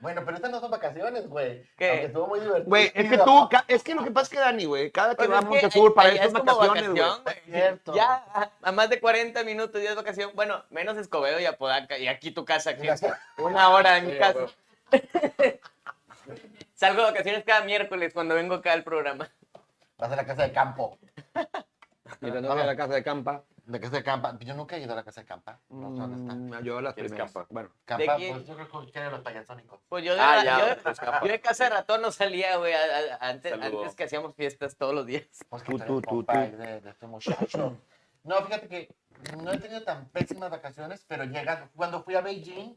D: bueno, pero estas no son vacaciones, güey.
C: ¿Qué?
D: Aunque estuvo muy divertido.
B: Güey, es que tú. ca- Es que lo que pasa es que Dani, güey, cada que
C: Pues
B: va a
C: es que
B: Montesur para
C: allá
B: estas
C: es como
B: vacaciones, güey.
C: vacación,
D: Es cierto.
C: Ya a, a más de 40 minutos ya es vacación. Bueno, menos Escobedo y Apodaca. Y aquí tu casa, que es una hora de mi casa. Salgo de vacaciones cada miércoles cuando vengo acá al programa.
D: Vas a la casa de campo.
B: Y te vas a la casa de campa.
D: La casa de campa. Yo nunca he ido a la casa de campa. No sé dónde está.
B: Mm, Yo las
E: ¿Quieres
B: primeras.
E: campa?
B: Bueno.
D: Campa,
C: quién?
D: pues yo creo que era los payasónicos.
C: Pues yo de,
E: Ah,
C: ra-
E: ya,
C: yo de-
E: pues, capaz.
C: yo de casa de ratón no salía, güey, a- a- antes,
E: Saludo.
C: antes que hacíamos fiestas todos los días.
D: Pues que
B: Tú, tú,
D: tú, eres
B: tú,
D: compa
B: tú.
D: De, de este muchacho. No, fíjate que no he tenido tan pésimas vacaciones, pero llegando, cuando fui a Beijing,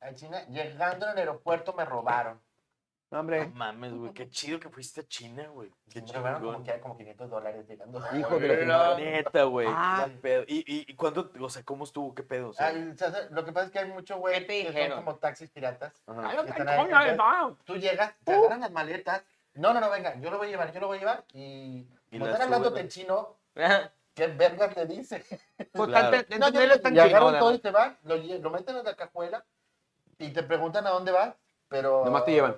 D: a China, llegando en el aeropuerto me robaron.
B: No,
E: No
B: hombre.
E: mames, güey. Qué chido que fuiste a China, güey. Qué
D: Me robaron como,
E: chingón.
D: que hay como 500 dólares llegando.
B: Hijo de la
E: La
B: chingada.
E: neta, güey.
B: Ah.
E: qué pedo. ¿Y, y, y cuánto, o sea, cómo estuvo? ¿Qué pedo? O sea,
D: Ay, o sea, lo que pasa es que hay mucho güey
C: ¿Qué te
D: que son
C: dijeron?
D: como taxis piratas.
E: Ajá.
D: que están ahí. Entonces, tú llegas,
C: Uh.
D: te agarran las maletas. No, no, no, venga, yo lo voy a llevar, yo lo voy a llevar. Y,
E: Y
D: como
E: las
D: están hablándote
E: suben.
D: en chino,
C: Ajá.
D: ¿qué verga te dice?
B: Pues
E: Claro.
B: tanto- tanto
D: No, yo-
B: nivel es tan
D: y agarran
B: chingón,
D: todo y
B: además.
D: te van, lo, lle- lo meten en la cajuela y te preguntan a dónde vas, pero...
B: Nomás te llevan.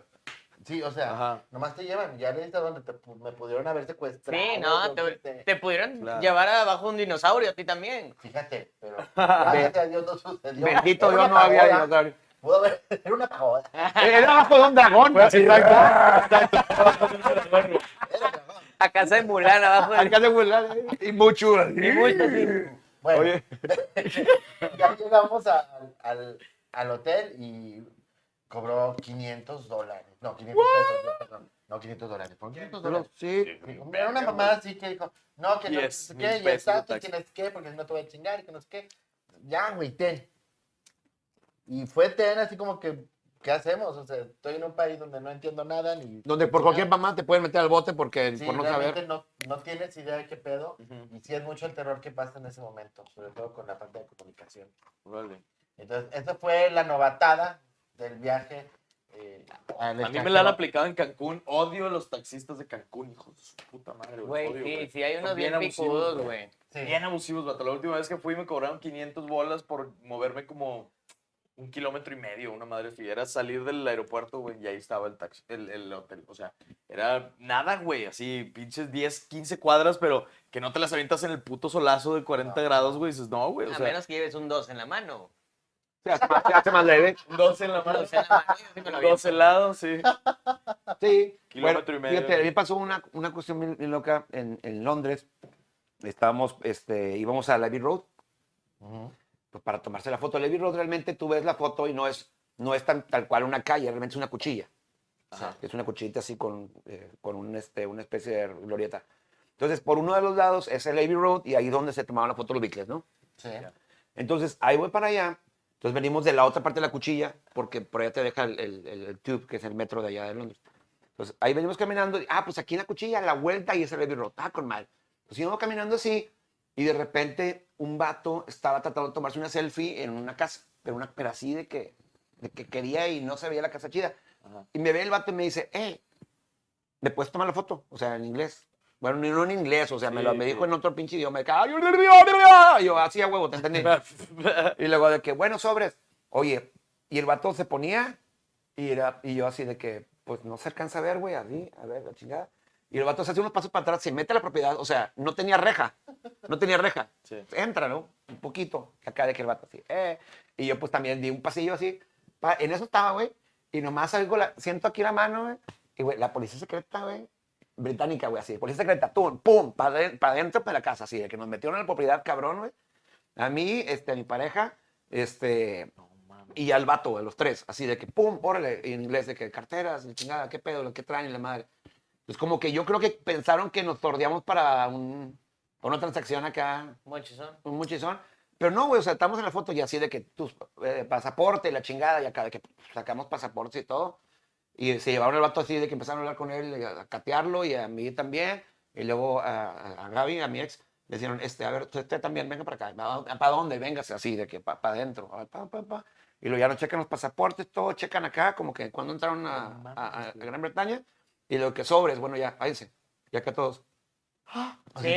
D: Sí, o sea,
E: Ajá.
D: nomás te llevan. Ya le dices a dónde te pu- me pudieron haber secuestrado.
C: Sí, no,
D: yo
C: te,
D: qué sé.
C: te pudieron
E: Claro.
C: llevar abajo un dinosaurio a ti también.
D: Fíjate, pero... Gracias a Dios no sucedió.
B: Bendito
D: Era
B: Dios,
D: una
B: no había
D: pagoda,
B: dinosaurio.
D: Pudo haber... Era una pagoda.
B: Era abajo de un dragón.
D: Era una pagoda.
C: A casa de Mulan, abajo del...
B: Acá de volar. Y mucho.
C: Y mucho, sí.
D: Bueno, ya llegamos a- al, al hotel y cobró 500 dólares. No, 500 pesos, perdón. No, 500 dólares. ¿Por 500 dólares?
B: Sí.
D: Era una mamá así que dijo, no, que no, que no
E: Diez
D: sé
E: mil
D: qué, y
E: pesos
D: el
E: de
D: estatus
E: taxi.
D: tienes que, porque si no te voy a chingar, y que no sé qué. Ya, güey, ten. Y fue ten así como que, ¿qué hacemos? O sea, estoy en un país donde no entiendo nada, ni...
B: Donde por cualquier mamá te pueden meter al bote porque
D: Sí,
B: por no
D: realmente
B: saber.
D: no, no tienes idea de qué pedo,
E: Ujú.
D: y sí es mucho el terror que pasa en ese momento, sobre todo con la falta de comunicación.
E: Órale.
D: Entonces, esa fue la novatada del viaje. eh, al
E: A mí me
D: extranjero.
E: la han aplicado en Cancún. Odio a los taxistas de Cancún, hijos de su puta madre,
C: Güey,
E: güey. Odio,
C: sí,
E: güey.
C: sí, hay
E: Son
C: unos bien
E: abusivos,
C: picudos, güey.
D: Sí.
E: Bien abusivos, vato. La última vez que fui me cobraron 500 bolas por moverme como un kilómetro y medio, una madre así. Era salir del aeropuerto, güey, y ahí estaba el taxi, el, el hotel. O sea, era nada, güey, así pinches 10, 15 cuadras, pero que no te las avientas en el puto solazo de 40 grados, güey. Dices, no, güey, o
C: A
E: sea,
C: menos que lleves un 2 en la mano.
B: Se hace, más- se hace más leve.
E: un 12 en la
C: Un
E: mano.
C: 2 en la mano, yo sí me lo aviento.
E: Dos helados, sí.
B: Sí.
E: Kilómetro y medio.
B: Fíjate, a mí pasó una, una cuestión bien, bien loca en, en Londres. Estábamos, este, íbamos a la Abbey Road
D: Ujú.
B: pues, para tomarse la foto. La Abbey Road realmente tú ves la foto y no es, no es tan, tal cual una calle, realmente es una cuchilla.
E: Ajá.
B: Es una cuchillita así con, eh, con un, este, una especie de glorieta. Entonces, por uno de los lados es el Abbey Road y ahí es donde se tomaban la foto los Beatles, ¿no?
D: Sí.
B: Entonces, ahí voy para allá. Entonces, venimos de la otra parte de la cuchilla, porque por allá te deja el, el- el- el tube, que es el metro de allá de Londres. Entonces, ahí venimos caminando. y, ah, pues aquí en la cuchilla, la vuelta y es el Abbey Road. Ah, con mal. Pues íbamos caminando así y de repente un vato estaba tratando de tomarse una selfie en una casa, pero, una, pero así de que, de que quería y no se veía la casa chida.
E: Ajá.
B: Y me ve el vato y me dice, eh, ¿me puedes tomar la foto? O sea, en inglés. Bueno, ni- no en inglés, o sea, me, lo,
E: Sí,
B: me dijo
E: sí.
B: en otro pinche idioma. de que, "Ay, ur, ur, ur, ur". Y yo, así a huevo, ¿te entendí? Y luego de que, bueno, sobres. Oye, y el vato se ponía y, era, y yo así de que, pues no se alcanza a ver, güey, así, a ver, la chingada. Y el vato se hace unos pasos para atrás, se mete a la propiedad, o sea, no tenía reja, no tenía reja.
E: Sí.
B: Entra, ¿no? Un poquito, acá de que el vato así, eh. Y yo pues también di un pasillo así, pa- en eso estaba, güey, y nomás algo, la, siento aquí la mano, güey, y güey, la policía secreta, güey, británica, güey, así, policía secreta, tum, pum, para adentro, para la casa, así, de que nos metieron a la propiedad, cabrón, güey. A mí, este, a mi pareja, este, y al vato, a los tres, así de que pum, órale, en inglés, de que carteras, la chingada, qué pedo, qué traen, la madre. Pues como que yo creo que pensaron que nos tordeamos para un, para una transacción acá,
C: Monchizón.
B: un muchizón. pues, Pero no, güey, o sea, estamos en la foto y así de que tus eh, pasaporte, y la chingada, y acá de que sacamos pasaportes y todo. Y se llevaron el vato así de que empezaron a hablar con él, a a catearlo y a mí también. Y luego a, a- a Gaby, a mi ex, le dijeron, este, a ver, usted también, venga para acá. ¿Para pa dónde? Véngase así, de que para pa adentro. A ver, pa, pa, pa. Y luego ya nos checan los pasaportes, todo, checan acá, como que cuando entraron a, a- a- a Gran Bretaña. Y lo que sobres, bueno, ya, váyanse. Y acá todos.
C: Sí,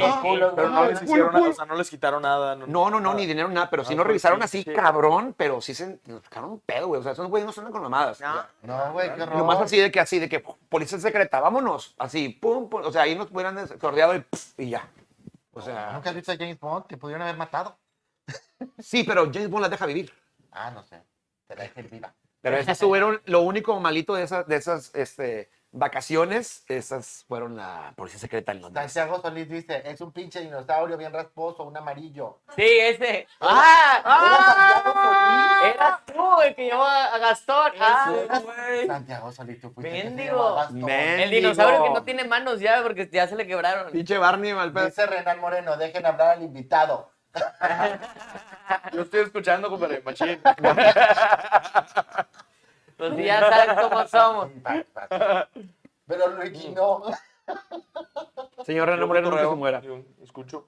B: Ah,
C: sí.
E: Pero no les hicieron nada, o sea, no les quitaron nada.
B: No, no, no, ni dinero, nada, pero sí nos revisaron así,
E: Ah, pues sí.
B: cabrón, pero sí se nos sacaron un pedo, güey. O sea, esos güeyes no son con mamadas.
C: No.
D: No, güey, qué horror.
B: Nomás así de que, así de que, policía secreta, vámonos. Así, pum, pum. O sea, ahí nos hubieran sordeado y, pf, y ya. O sea,
D: Nunca has visto a James Bond, te pudieron haber matado.
B: sí, pero James Bond las deja vivir.
D: Ah, no sé. Te la dejé viva.
B: Pero esas fueron lo único malito de esas, de esas este, vacaciones. Esas fueron la policía secreta en Londres.
D: Santiago Solís dice, es un pinche dinosaurio bien rasposo, un amarillo.
C: Sí, ese. ¡Ah!
D: ¡Ah!
C: Eras tú el que llevó a, a Gastón. ¡Ah! güey.
D: Santiago Solís, tú fuiste. el que se
C: Mendigo.
D: llevó a Gastón.
B: Men-
C: El dinosaurio que no tiene manos ya porque ya se le quebraron.
B: Pinche Barney, mal pedo.
D: Dice Renan Moreno, dejen hablar al invitado.
E: Yo estoy escuchando, compadre, machín.
C: Pues sí, ya saben cómo somos.
D: Sí, va, va. Pero Luigi no.
B: Señor Renan Moreno, nunca se muera.
E: Yo Escucho.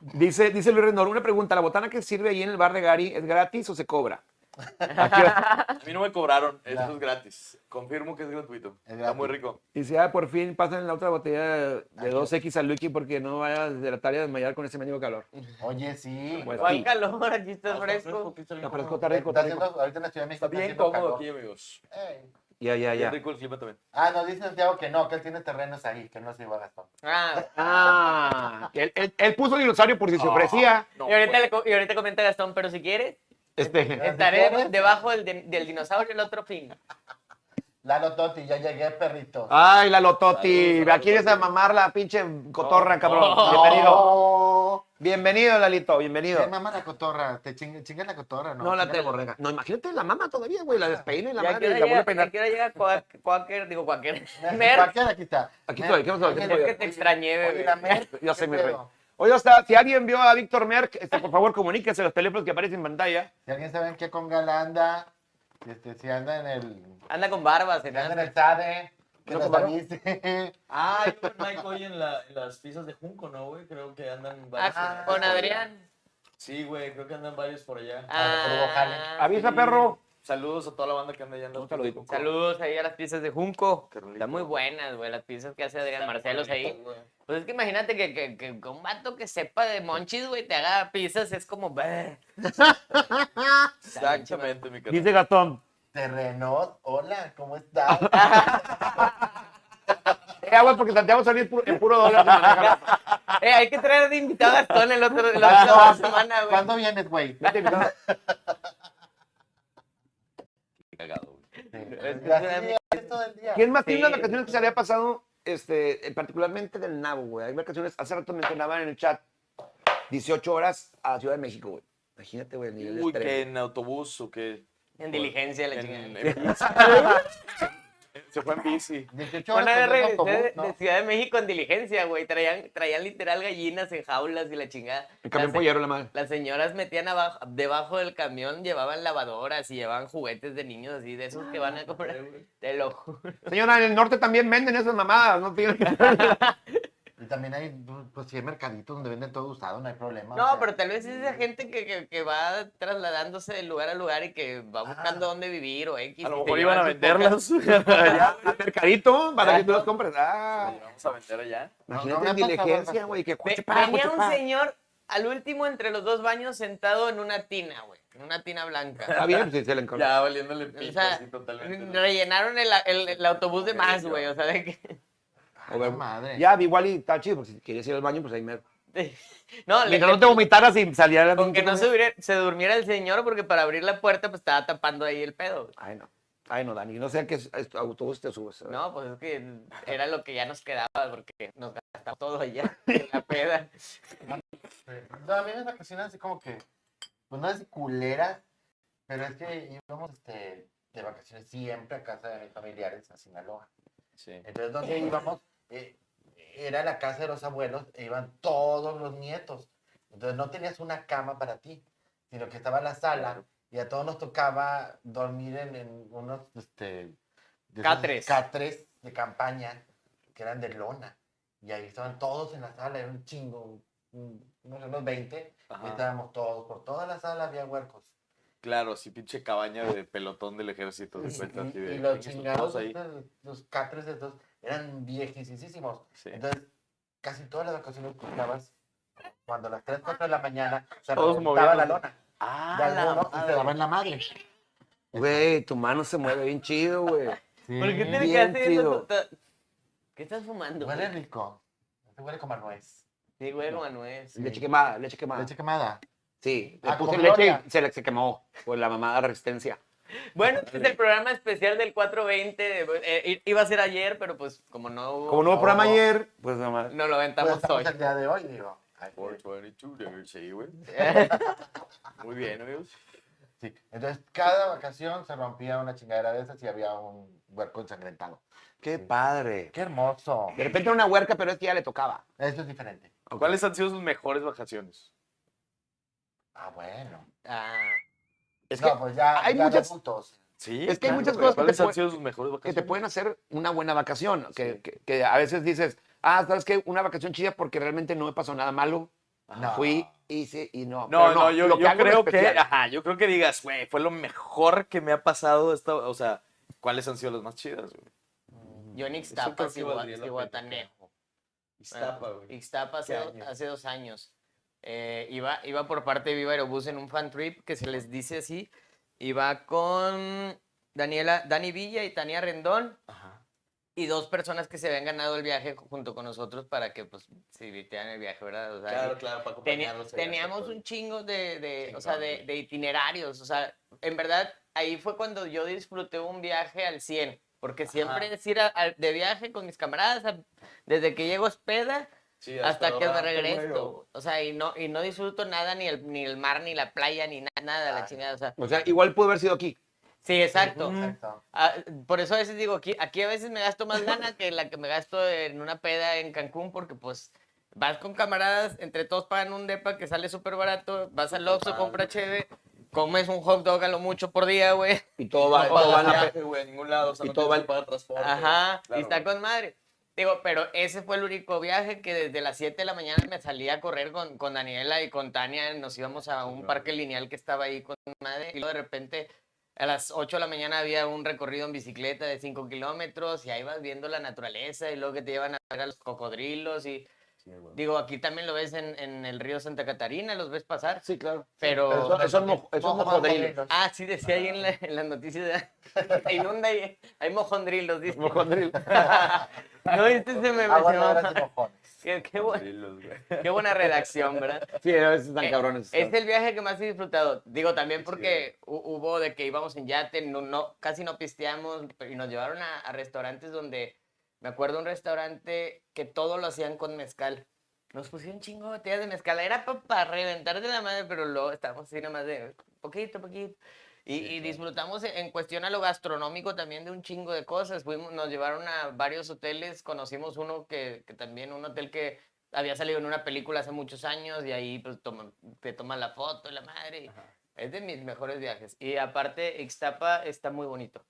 B: Dice, dice Luis Renor, una pregunta, ¿la botana que sirve ahí en el bar de Gary es gratis o se cobra?
C: Ah.
E: A mí no me cobraron,
D: Ya.
E: eso es gratis. Confirmo que es gratuito.
D: Es
E: Está
D: gratis.
E: muy rico.
B: Dice, ah, por fin pasan la otra botella de, de 2X a Lucky porque no vaya de la tarea de desmayar con ese mendigo calor.
D: Oye, sí.
B: Pues,
C: ¿Cuál
B: sí.
C: calor? Aquí está fresco.
B: Está fresco, está rico, está
D: Está haciendo-
B: rico.
D: ahorita en la Ciudad de México
E: Está
D: está
E: bien
D: haciendo
E: cómodo
D: calor.
E: aquí, amigos.
D: Ey.
B: Ya, ya,
E: Bien
B: ya.
E: rico el clima también.
D: Ah, no, dice Santiago que no, que él tiene terrenos ahí, que no se iba a Gastón.
C: Ah.
B: Ah, él, él- él puso dinosaurio por si se ofrecía.
E: No,
C: y, ahorita
E: pues.
C: le co- y ahorita comenta Gastón, pero si quieres,
B: Este,
C: estaré
D: quieres.
C: debajo del, de- del dinosaurio el otro fin.
D: Lalo Totti, ya llegué, perrito.
B: ay, la Lototi,
E: Saludos,
B: aquí quieres a mamar la pinche cotorra, cabrón. Bienvenido.
D: Oh.
B: Bienvenido, Lalito,
D: Te
B: bienvenido.
D: mama la cotorra, te chingas la cotorra, ¿no?
B: No la
D: Chinga
B: tengo, borrega. No, imagínate la mamá todavía, güey, la despeina y la
C: Ya
B: madre,
C: quiero
B: la vuelve a
C: llegar,
B: peinar.
C: ya quiero llegar Quaker, Quaker, digo Quaker. Mer,
D: Cualquiera, aquí está.
B: Aquí
D: Mer,
B: estoy, aquí estoy, aquí
D: oye,
B: estoy.
D: oye,
C: Es que te extrañé,
D: oye,
C: bebé.
D: la Mer,
B: Ya sé,
D: ¿qué
B: mi
D: pedo?
B: rey. Oye, o sea, si alguien vio a Víctor Merck, este, por favor, comuníquese a los teléfonos que aparecen en pantalla.
D: Si alguien sabe en qué conga anda, si, este, si anda en el.
C: anda con barbas.
D: Si anda en el SADE, que
B: ¿No
D: nos
B: compraron?
D: avise.
E: Ah, yo con Mike hoy en, la- en las fiestas de Junco, ¿no, güey? Creo que andan varios.
C: Ah,
E: por
C: con
E: allá.
C: Adrián.
E: Sí, güey, creo que andan varios por allá.
D: Ah, pero ojalá.
C: Ah,
B: Avisa,
E: Sí.
B: perro.
E: Saludos a toda la banda que anda allá en las
B: Un saludito.
E: fiestas de Junco.
C: Saludos ahí a las piezas de Junco.
E: Carolina.
C: Están muy buenas, güey, las piezas que hace Adrián Marcelos ahí. Pues es que imagínate que, que, que un vato que sepa de monchis, güey, te haga pizzas, es como... "Bah".
E: Exactamente, mi carnal.
B: Dice Gastón.
D: Terrenos, hola, ¿cómo estás?
C: Ah,
B: Eh, güey, porque Santiago Solís puro- en puro dólar. se maneja.
C: Eh, hay que traer de invitado a Gastón el otro, la otra
D: ¿Cuándo,
C: semana, güey.
D: ¿Cuándo vienes, güey?
E: Cagado, güey.
D: Sí. Así es todo el día.
B: ¿Quién más tiene
C: Sí.
B: unas vacaciones que se le había pasado, este, eh, particularmente del Nabo, güey? Hay vacaciones, hace rato mencionaban en el chat, 18 horas a Ciudad de México, güey. Imagínate, güey, el nivel de
E: Uy,
B: estrés.
E: que en autobús o que
C: En diligencia, la
E: en,
C: chingada.
E: en bici. Se fue en bici.
D: 18 horas
C: Una vez
D: en el
C: regresé de,
D: autobús,
C: de Ciudad de México en diligencia, güey. Traían, traían literal gallinas en jaulas y la chingada.
B: El camión
C: Las-
B: pollero, la madre.
C: Las señoras metían abajo, debajo del camión, llevaban lavadoras y llevaban juguetes de niños así, de esos que van a comprar. Te lo juro.
B: Señora, en el norte también venden esas mamadas, no tienen que
D: ¿no? Y también hay, pues sí, hay mercaditos donde venden todo usado, no hay problema. Ah, o
C: No,
D: sea.
C: pero tal vez es esa gente que, que, que va trasladándose de lugar a lugar y que va buscando dónde vivir o X.
E: A
C: y
E: lo
C: se
E: mejor
C: llevan
E: iban a
C: sus pocas-
E: venderlas.
B: allá al mercadito para que tú las compres. Ah,
E: Vamos a vender allá.
D: No, no
B: imagínate en
D: me ha pasado
B: diligencia,
D: esas
B: güey, que
C: Ve-
B: cuachepa,
C: venía un
B: cuachepa.
C: señor al último entre los dos baños sentado en una tina, güey. En una tina
B: Está
C: blanca.
B: bien, sí, se le encontró.
E: Ya, valiéndole
C: O
E: pito,
C: sea,
E: así totalmente. ¿no?
C: rellenaron el, el- el autobús de más, güey. O sea, de que.
D: Ay, no, madre.
B: Ya, igual y está chido, porque si quieres ir al baño, pues ahí me...
C: No, le-
B: Mientras no te vomitaras y salía la
C: Con
B: pinche
C: que no
B: comida.
C: se, hubiera- se durmiera el señor porque para abrir la puerta pues estaba tapando ahí el pedo.
B: Ay, no. Ay, no, Dani. No sea que es- es- autobús te subes. No.
C: No, pues es que era lo que ya nos quedaba porque nos gastaba todo allá en la peda.
D: No, a mí me vacaciones así como que, pues no es culera, Pero es que íbamos este, de vacaciones siempre a casa de mis familiares a Sinaloa.
E: Sí.
D: Entonces, donde íbamos, eh, era la casa de los abuelos, e iban todos los nietos. Entonces, no tenías una cama para ti, sino que estaba la sala y a todos nos tocaba dormir en, en unos este, de esos
C: Catres.
D: catres de campaña que eran de lona. Y ahí estaban todos en la sala, era un chingo, un- unos, unos 20. Y
E: Ajá.
D: estábamos todos, por toda la sala había huercos.
E: Claro, sí, pinche cabaña de pelotón del ejército.
D: Y,
E: de cuenta, así
D: y-
E: Pues, de,
D: y los
E: "Chingue su
D: chingados,
E: madre ahí".
D: estos- los catres estos, eran viejísimos.
E: Sí.
D: Entonces, casi todas las vacaciones que estabas, cuando a las 3, 4 de la mañana, se
E: Todos
D: reventaba la
E: movían.
D: lona.
E: Ah,
D: de algunos y se daban la madre.
B: Güey, tu mano se mueve bien chido, güey.
C: ¿Por qué tiene que
B: Bien
C: hacer eso?
B: chido.
C: Ta- ¿Qué estás fumando?
D: Huele
C: güey?
D: rico. Este huele como a nuez.
C: Sí, güey, como a nuez.
B: Leche quemada, leche quemada.
D: Leche quemada.
B: Sí, le
D: Ah,
B: puse
D: como
B: leche
D: Gloria.
B: y se, le- se quemó por la mamada resistencia.
C: Bueno, este es el programa especial del 420. eh, iba a ser ayer, pero pues como no hubo-
B: Como nuevo
C: no
B: programa
C: hubo,
B: ayer, pues nada más.
C: No lo
D: Pues
C: aventamos
D: estamos
C: hoy.
D: el día de hoy, digo. Ay,
E: 422 there, sí, güey. Muy bien, amigos.
D: Sí. Entonces, cada vacación se rompía una chingadera de esas y había un huerco ensangrentado.
B: Qué padre.
D: Qué hermoso.
B: De repente era una huerca, pero es que ya le tocaba.
D: Eso es diferente.
E: ¿Cuáles han sido sus mejores vacaciones?
D: Ah, bueno.
C: Ah,
B: Es que,
D: no, pues ya,
B: hay
D: ya de
B: muchas-
D: adultos.
E: Sí.
B: Es que hay muchas
E: güey.
B: cosas que
E: ¿Cuáles
B: te
E: han
B: pue-
E: sido sus mejores
B: que
E: vacaciones?
B: te pueden hacer una buena vacación. Que,
E: Sí.
B: que- que a veces dices, ah, ¿sabes qué? Una vacación chida porque realmente no me pasó nada malo.
D: No.
B: Fui, hice y no.
E: No,
B: Pero
E: no, yo,
B: lo que
E: yo
B: hago es
E: creo que,
B: especial.
E: ajá, yo creo que digas, güey, fue lo mejor que me ha pasado esta, o sea, ¿cuáles han sido las más chidas, güey?
C: yo en
E: creo
C: Ixtapas
E: que
C: y
E: valdría la
C: Igua-
E: pena.
C: Iguatanejo.
E: Iztapa,
C: pues,
E: güey.
C: Ixtapa hace,
D: ¿Qué
C: do-
D: año?
C: hace dos años. Eh, iba, iba por parte de Viva Aerobús en un fan trip que se les dice así. Iba con Daniela, Dani Villa y Tania Rendón
E: Ajá.
C: y dos personas que se habían ganado el viaje junto con nosotros para que pues se divirtieran el viaje, ¿verdad? O sea,
E: Claro, claro, para
C: Tenía-
E: acompañarlos.
C: teníamos un chingo de, de- o sea, de,
E: Chingón, güey.
C: de itinerarios. O sea, en verdad, ahí fue cuando yo disfruté un viaje al 100. Porque siempre es ir a- a- de viaje con mis camaradas, a- desde que llego a Espeda
E: Sí,
C: hasta, que me
E: ahora,
C: regreso. O sea, y no, y no disfruto nada, ni el, ni el mar, ni la playa, ni na- nada, la chingada. O sea,
B: O sea, igual pudo haber sido aquí.
C: sí, exacto.
D: Exacto.
C: Ah, por eso a veces digo, aquí, aquí a veces me gasto más lana que la que me gasto en una peda en Cancún, porque pues vas con camaradas, entre todos pagan un depa que sale súper barato, vas al Oxxo, compra cheve, comes un hot dog a lo mucho por día, güey.
B: Y todo va,
E: No
B: todo va
E: pagas
B: en la
E: viaje, güey, en ningún lado, o sea,
B: y
E: no
B: todo
E: tienes
B: va-
E: que pagar transporte.
C: Ajá,
E: Claro,
C: y está
E: güey.
C: con madre. Digo, pero ese fue el único viaje que desde las 7 de la mañana me salía a correr con, con Daniela y con Tania. Nos íbamos a un parque lineal que estaba ahí con madre. Y luego de repente a las 8 de la mañana había un recorrido en bicicleta de 5 kilómetros y ahí vas viendo la naturaleza y luego que te llevan a ver a los cocodrilos. Y digo, aquí también lo ves en, en el río Santa Catarina, los ves pasar.
B: Sí, claro.
C: Pero,
D: pero
B: Eso, eso es mo- eso es
D: Ojo,
B: mojodrilo.
D: cocodrilos.
C: ah, sí, decía ahí en, la- en las noticias. de- Se inunda y hay mojondrilos, dice.
B: Mojodrilo.
C: No, este se me
D: Agua
C: mencionó.
D: negras y mojones.
C: Qué, qué bu- qué buena redacción, ¿verdad?
B: Sí, a veces están
C: Eh,
B: cabrones.
C: Es el viaje que más he disfrutado. Digo, también porque hu- hubo de que íbamos en yate, no, no, casi no pisteamos y nos llevaron a, a restaurantes donde, me acuerdo un restaurante que todo lo hacían con mezcal. Nos pusieron chingo de botellas de mezcal. Era para reventar de la madre, pero luego estábamos así nomás de poquito, poquito. Y, y disfrutamos en en cuestión a lo gastronómico también de un chingo de cosas. Fuimos, nos llevaron a varios hoteles, conocimos uno que, que también, un hotel que había salido en una película hace muchos años y ahí pues, toma- te toman la foto y la madre. y es de mis mejores viajes. Y aparte, Ixtapa está muy bonito.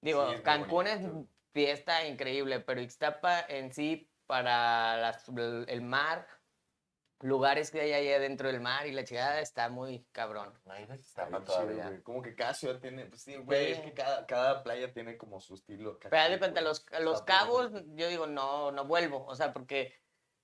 C: Digo,
E: Sí, es muy
C: Cancún es
E: bonito.
C: fiesta increíble, pero Ixtapa en sí, para las- el mar, lugares que hay ahí adentro del mar y la chingada está muy cabrón.
D: No hay
E: Está
D: destapa
E: bien chido,
D: todavía.
E: güey. Como que cada ciudad tiene, pues sí, güey, es que cada, cada playa tiene como su estilo.
C: Pero haz de cuenta,
E: güey.
C: los, los
E: Está muy
C: cabos,
E: bonito.
C: yo digo, no, no vuelvo. O sea, porque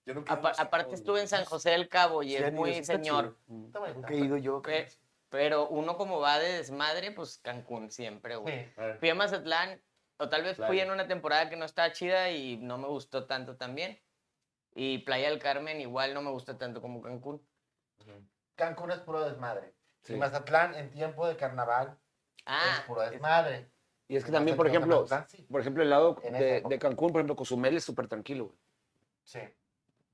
E: Yo nunca he ido a
C: apa-
E: los
C: aparte
E: Cabos,
C: estuve
E: güey.
C: en San José del Cabo y
E: Sí,
C: es
E: han ido, sí
C: muy
E: está
C: señor.
D: Está bonito.
B: he ido yo.
C: Pe- Pero uno como va de desmadre, pues Cancún siempre, güey.
D: Sí.
B: Ah,
E: chido.
C: Fui a Mazatlán, o tal vez fui
E: Playa.
C: en una temporada que no estaba chida y no me gustó tanto también. Y Playa del Carmen igual no me gusta tanto como Cancún.
D: Cancún es puro desmadre.
B: Sí.
D: Y Mazatlán en tiempo de carnaval es
C: Ah,
D: puro desmadre.
B: Y es que también, por ejemplo, por ejemplo, el lado de, de Cancún, por ejemplo, Cozumel es súper tranquilo. güey.
D: Sí.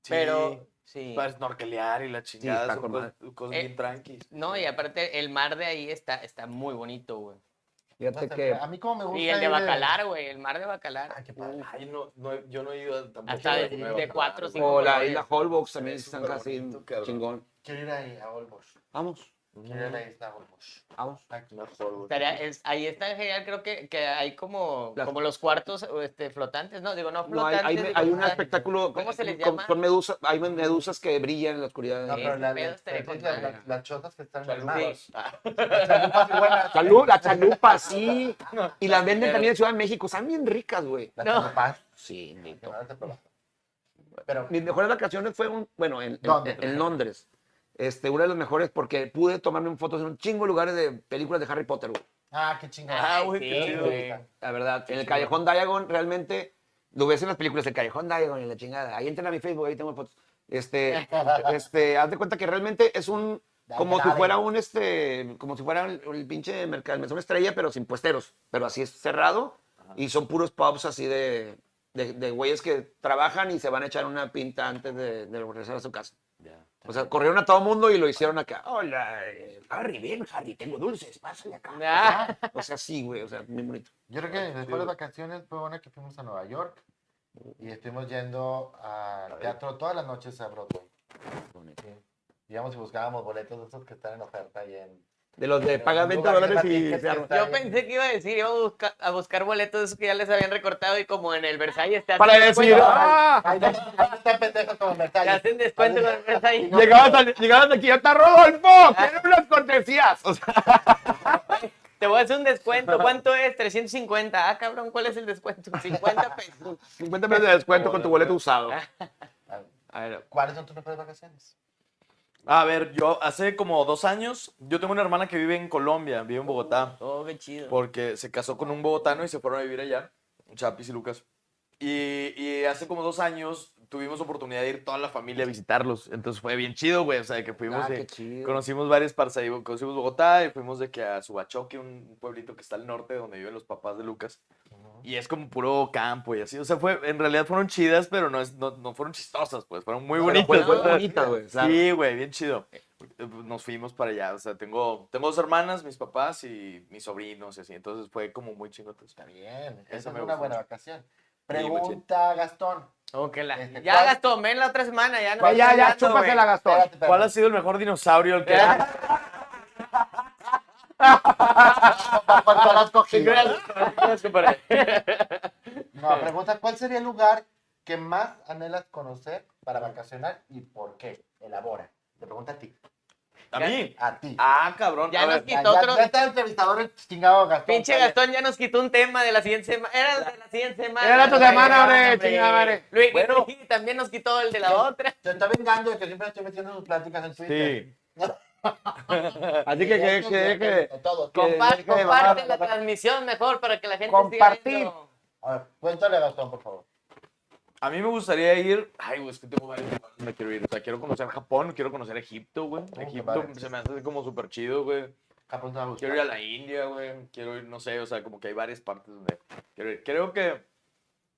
E: Sí,
C: pero Sí.
E: Para snorkelear y la chingada.
B: está
E: son
B: con
E: cos- cosas
C: Eh,
E: bien tranquis.
C: No, y aparte el mar de ahí está, está muy bonito, güey.
B: Fíjate que
D: A mí como me gusta.
C: Y el de
D: ir
C: Bacalar, güey, el mar de Bacalar.
D: Ay, qué padre.
E: Ah, Ay, no, no, yo no he ido a- tampoco.
C: Hasta
E: a-
C: de-
E: no he
C: de
E: bajado,
C: cuatro,
E: güey.
C: cinco.
B: o la
C: colores.
B: isla Holbox también
E: Es
B: están
E: súper
B: casi
E: bonito, cabrón.
B: chingón.
D: Quiero ir ahí a Olbosch.
B: Vamos,
D: Quiero ir a
B: Mm.
D: la isla Olbosch.
B: vamos.
E: Mejor, güey.
C: Estaría- es- ahí está en general, creo que, que hay como,
B: Las-
C: como los cuartos este, flotantes, no, digo, no
B: No, hay,
C: flotantes.
B: hay-
C: digo,
B: hay un
C: ah,
B: espectáculo. eh,
C: ¿Cómo se les
B: con-
C: llama?
B: Con medusas, hay medusas que brillan en la oscuridad.
D: No, pero
C: Ese
D: la,
C: pedo
D: la-
C: estaría con
D: la-
C: madre.
D: las chotas que están en el mar.
E: Chalupas.
D: Las chalupas son buenas.
B: Salud, la chalupa, sí.
E: No,
B: Y las venden también en Ciudad de México. Están bien ricas, güey.
D: Las
C: No.
D: chalupas,
B: Sí,
D: que
B: nito.
D: van a ser probadas. Pero
B: Mis mejores vacaciones fue un, bueno, en, en-
D: ¿Dónde?
B: en Londres. Este, una de las mejores porque pude tomarme un fotos en un chingo de lugares de películas de Harry Potter, güey.
D: Ah, qué chingón.
E: Ah, güey, qué
C: sí,
E: chido.
C: güey.
B: La verdad, en el Callejón Diagon realmente lo ves en las películas, el Callejón Diagon y la chingada. Ahí entran a mi Facebook, ahí tengo fotos. Este, este, haz de cuenta que realmente es un, como si fuera un, este, como si fuera el, el pinche mercado, el mesón estrella, pero sin puesteros, pero así es cerrado y son puros pubs así de, de, de güeyes que trabajan y se van a echar una pinta antes de, de regresar a su casa. O sea, corrieron a todo mundo y lo hicieron acá. Hola, eh, Harry, ven, Harry, tengo dulces, pásale acá.
C: Ah.
B: O sea, sí, güey, o sea, muy bonito.
D: Yo creo que después de vacaciones fue una que fuimos a Nueva York y estuvimos yendo al teatro todas las noches a Broadway. Sí. Íbamos y buscábamos boletos de esos que están en oferta y en...
B: De los de
D: Pero
B: pagas
D: en
B: 20
D: lugares
B: dólares
D: gratis que
B: y se arma.
D: está
C: Yo
D: bien.
C: pensé que iba a decir, iba a buscar, a buscar boletos esos que ya les habían recortado y como en el Versalles te hacen
F: Para
C: descuento,
F: decir, ¡ah!
D: Ahí está pendejo como
C: te
D: Versalles.
C: hacen descuento en el Versalles.
D: No,
F: Llegabas, al- llegabas aquí, ya está
B: Ah.
F: Rodolfo, quiero unas cortesías. O sea,
C: Te voy a hacer un descuento. ¿Cuánto es? 350. Ah, cabrón, ¿cuál es el descuento? 50 pesos.
F: 50 pesos de descuento con tu boleto usado.
B: Ah,
D: ¿Cuáles son tus mejores vacaciones?
E: A ver, yo hace como dos años, yo tengo una hermana que vive en Colombia, vive en Bogotá,
C: Oh, qué chido.
E: porque se casó con un bogotano y se fueron a vivir allá, Chapis y Lucas. Y, y hace como dos años tuvimos oportunidad de ir toda la familia a visitarlos, entonces fue bien chido, güey, o sea, que fuimos,
B: Ah,
E: de-
B: qué chido.
E: conocimos varias partes, ahí, conocimos Bogotá y fuimos de que a Subachoque, un pueblito que está al norte donde viven los papás de Lucas. Y es como puro campo y así. O sea, fue, en realidad fueron chidas, pero no, es, no, no fueron chistosas, pues. Fueron muy bonitas.
B: Fue
E: pues,
B: muy bonita, güey. claro.
E: Sí, güey, bien chido. Eh, Nos fuimos para allá. O sea, tengo, tengo dos hermanas, mis papás y mis sobrinos y así. Entonces fue como muy chingón. pues.
D: Está bien, esa
E: Eso
D: es
E: me
D: una
E: gusta
D: buena
E: mucho.
D: vacación.
E: machín.
D: Pregunta, Gastón.
C: Oh, que la-
D: Este,
C: Ya
D: ¿cuál- Pues
C: gastó, ven la otra semana. Ya, no
B: Ya, ya, ya,
C: hablando, güey.
B: chúpasela, Gastón.
D: Espérate, espérate.
E: ¿Cuál ha sido el mejor dinosaurio al que
D: ¿Cuál- cuál has cogido?
E: Para
D: No, pregunta, ¿cuál sería el lugar que más anhelas conocer para vacacionar y por qué? Elabora. Te pregunta a ti.
E: ¿A mí?
D: A ti.
E: Ah, cabrón.
C: Ya
E: a
C: nos
E: ver,
C: quitó.
D: Ya- ya-
C: otro-
D: ya está el entrevistador el chingado Gastón.
C: Pinche
D: Está bien.
C: Gastón ya nos quitó un tema de la siguiente semana. Era el de la siguiente semana.
F: Era la otra
C: güey,
F: semana, hombre,
C: hombre.
F: chingada madre.
C: Luis,
E: Bueno.
C: Luis también nos quitó el de la otra.
D: Se está vengando de que siempre estoy metiendo sus pláticas en Twitter.
E: Sí.
F: Así que, que, que, que-
D: De todo.
F: que-
C: Compa-
F: deje de
C: comparte
F: mamar.
C: la transmisión mejor para que la gente
F: Compartir.
C: siga viendo.
D: A ver, cuéntale a Gastón, por favor.
E: A mí me gustaría ir. Ay, güey, es que tengo varios lugares donde quiero ir. O sea, quiero conocer Japón, quiero conocer Egipto, güey.
D: Oh, qué
E: Egipto
D: padre.
E: se me hace como súper chido, güey.
D: Japón te va a gustar.
E: Quiero ir a la India, güey. Quiero ir, no sé, o sea, como que hay varias partes donde quiero ir. Creo que,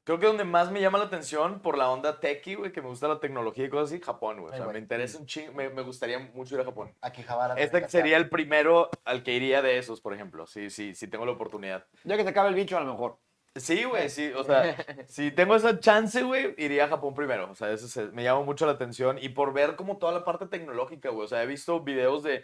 E: creo que donde más me llama la atención por la onda techie, güey, que me gusta la tecnología y cosas así, Japón, güey. O
D: Ay,
E: sea,
D: güey. Ah,
E: me interesa un chingo, me, me gustaría mucho ir a Japón.
D: A Quijabara.
E: Este sería el primero al que iría de esos, por ejemplo, si, si, si tengo la oportunidad.
B: Ya que se acaba el bicho, a lo mejor.
E: Sí, güey, sí, o sea, si tengo esa chance, güey, iría a Japón primero, o sea, eso se- me llama mucho la atención y por ver como toda la parte tecnológica, güey, o sea, he visto videos de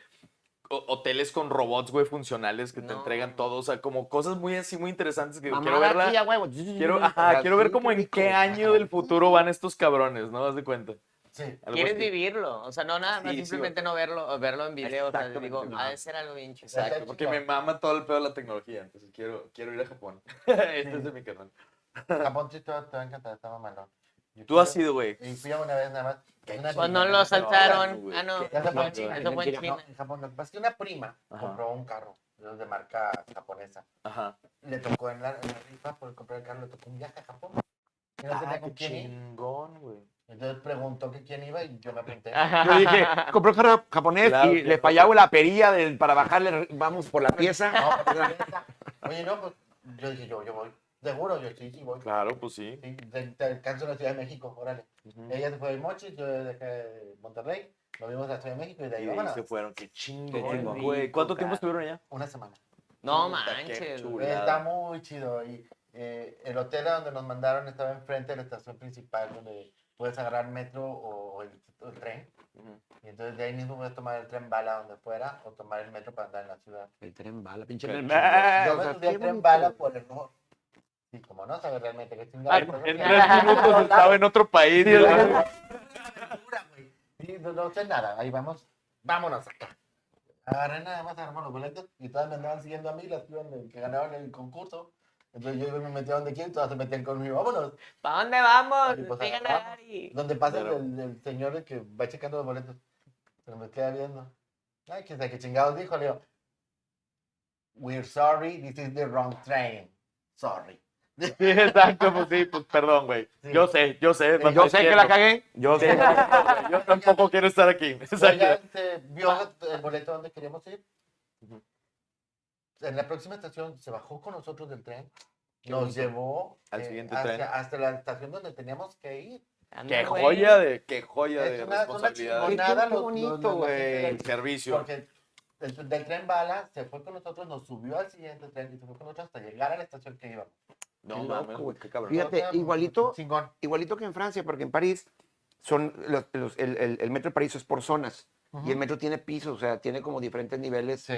E: ho- hoteles con robots, güey, funcionales que te
C: No.
E: entregan todo, o sea, como cosas muy así, muy interesantes que digo,
B: Mamá,
E: quiero
B: aquí
E: verla,
B: a huevo.
E: quiero, ajá, quiero ver como en qué año del futuro van estos cabrones, ¿no? Haz de cuenta.
D: Sí.
E: Algo
C: Quieres
E: así.
C: vivirlo, o sea, no nada más
E: Sí, sí,
C: simplemente no verlo, o verlo en video, o sea,
E: Exactamente,
C: digo,
E: no.
C: ha de ser algo bien chido.
E: Exacto, porque me mama todo el pedo de la tecnología, entonces quiero, quiero ir a Japón. este es de mi canal.
D: Japón sí te va, te va a encantar, está mamalón. Yo
E: Tú has
D: fui a-
E: sido, güey.
D: Y fui a una vez nada más. Una
C: Cuando
D: prima,
C: Pues lo saltaron,
E: güey.
C: ah, no,
D: Ya se fue
C: eso
D: en China,
C: fue en
D: mentira,
C: China.
D: no, en Japón. Lo que pasa es que una prima
E: Ajá.
D: compró un carro de los de marca japonesa.
E: Ajá.
D: Le tocó en la, en la rifa por comprar el carro, le tocó un viaje a Japón. Y no
E: Ah,
D: tenía
E: qué
D: con quién ir.
E: chingón, güey.
D: Entonces preguntó que quién iba y yo me apunté.
F: Yo dije, compré un carro japonés
E: Claro,
F: y le
E: claro.
F: fallaba la perilla del- para bajarle, vamos por la pieza.
D: No, pero era esa. Oye, no, pues yo dije, yo, yo voy. Seguro, yo sí, sí voy.
E: Claro, pues sí.
D: Sí, te, te alcanzo en la Ciudad de México, órale.
E: Ujú.
D: Ella se fue de Mochis, yo de Monterrey, nos vimos a la Ciudad de México y de ahí
E: Y de ahí
D: vámonos.
E: se fueron. Qué
C: Qué
E: chingo,
C: chingón.
E: güey. ¿Cuánto
C: Rico,
E: tiempo
C: cara.
E: estuvieron allá?
D: Una semana.
C: No
E: Puta, qué
C: manches. güey.
E: chulo. Chulada.
D: Está muy chido. Y eh, el hotel a donde nos mandaron estaba enfrente de la estación principal donde puedes agarrar metro o el, o el tren.
E: Ujú.
D: Y entonces de ahí mismo puedes tomar el tren bala donde fuera o tomar el metro para andar en la ciudad.
B: El tren bala, pinche
E: Qué
B: tren
F: Ah,
D: Yo
F: o
D: me
F: sea,
D: subí al
F: qué
D: tren
F: bonito.
D: bala por error. Y como no sabes realmente qué chingado.
F: En en tres minutos estaba en otro país.
D: Sí,
F: ¿no?
D: güey. Sí, no, no sé nada, ahí vamos. Vámonos acá. Agarré nada más, agarramos los boletos y todas me andaban siguiendo a mí, las que iban- que ganaban el concurso. Entonces yo iba y me metía donde quiera y todas se metían conmigo. Vámonos.
C: ¿Para dónde vamos?
D: Ay, pues,
C: Digan a
D: agarramos.
C: Ari.
D: Donde pasa
E: Claro.
D: el, el señor que va checando los boletos. Pero me queda viendo. Ay, que qué chingados dijo. Le digo, We're sorry, this is the wrong train. Sorry.
F: Sí, exacto, pues sí, pues perdón, güey.
D: Sí.
F: Yo sé, yo sé.
D: Sí,
C: Pues
F: yo sé que la
E: cagué. Yo sé. Yo tampoco quiero estar aquí.
D: Pero
E: Exacto.
D: ya se este, vio el boleto donde queríamos ir. En la próxima estación se bajó con nosotros del tren, nos llevó
E: Al siguiente
D: hacia,
E: tren.
D: hasta la estación donde teníamos que ir.
C: Anda,
E: Qué
C: güey.
E: joya de, qué joya
D: Es una-
E: de
D: es una
E: responsabilidad.
D: chingona. Nada, lo- lo- lo-
E: El servicio.
D: Porque el, del tren bala se fue con nosotros, nos subió al siguiente tren y se fue con nosotros hasta llegar a la estación que íbamos.
E: No
B: Qué
E: mames,
B: loco, güey.
E: qué cabrón.
B: Fíjate,
D: O sea,
B: igualito-
D: Chingón.
B: Igualito que en Francia, porque en París son los- los- el, el- el metro de París es por zonas. Y el metro tiene pisos, o sea, tiene como diferentes niveles.
D: Sí.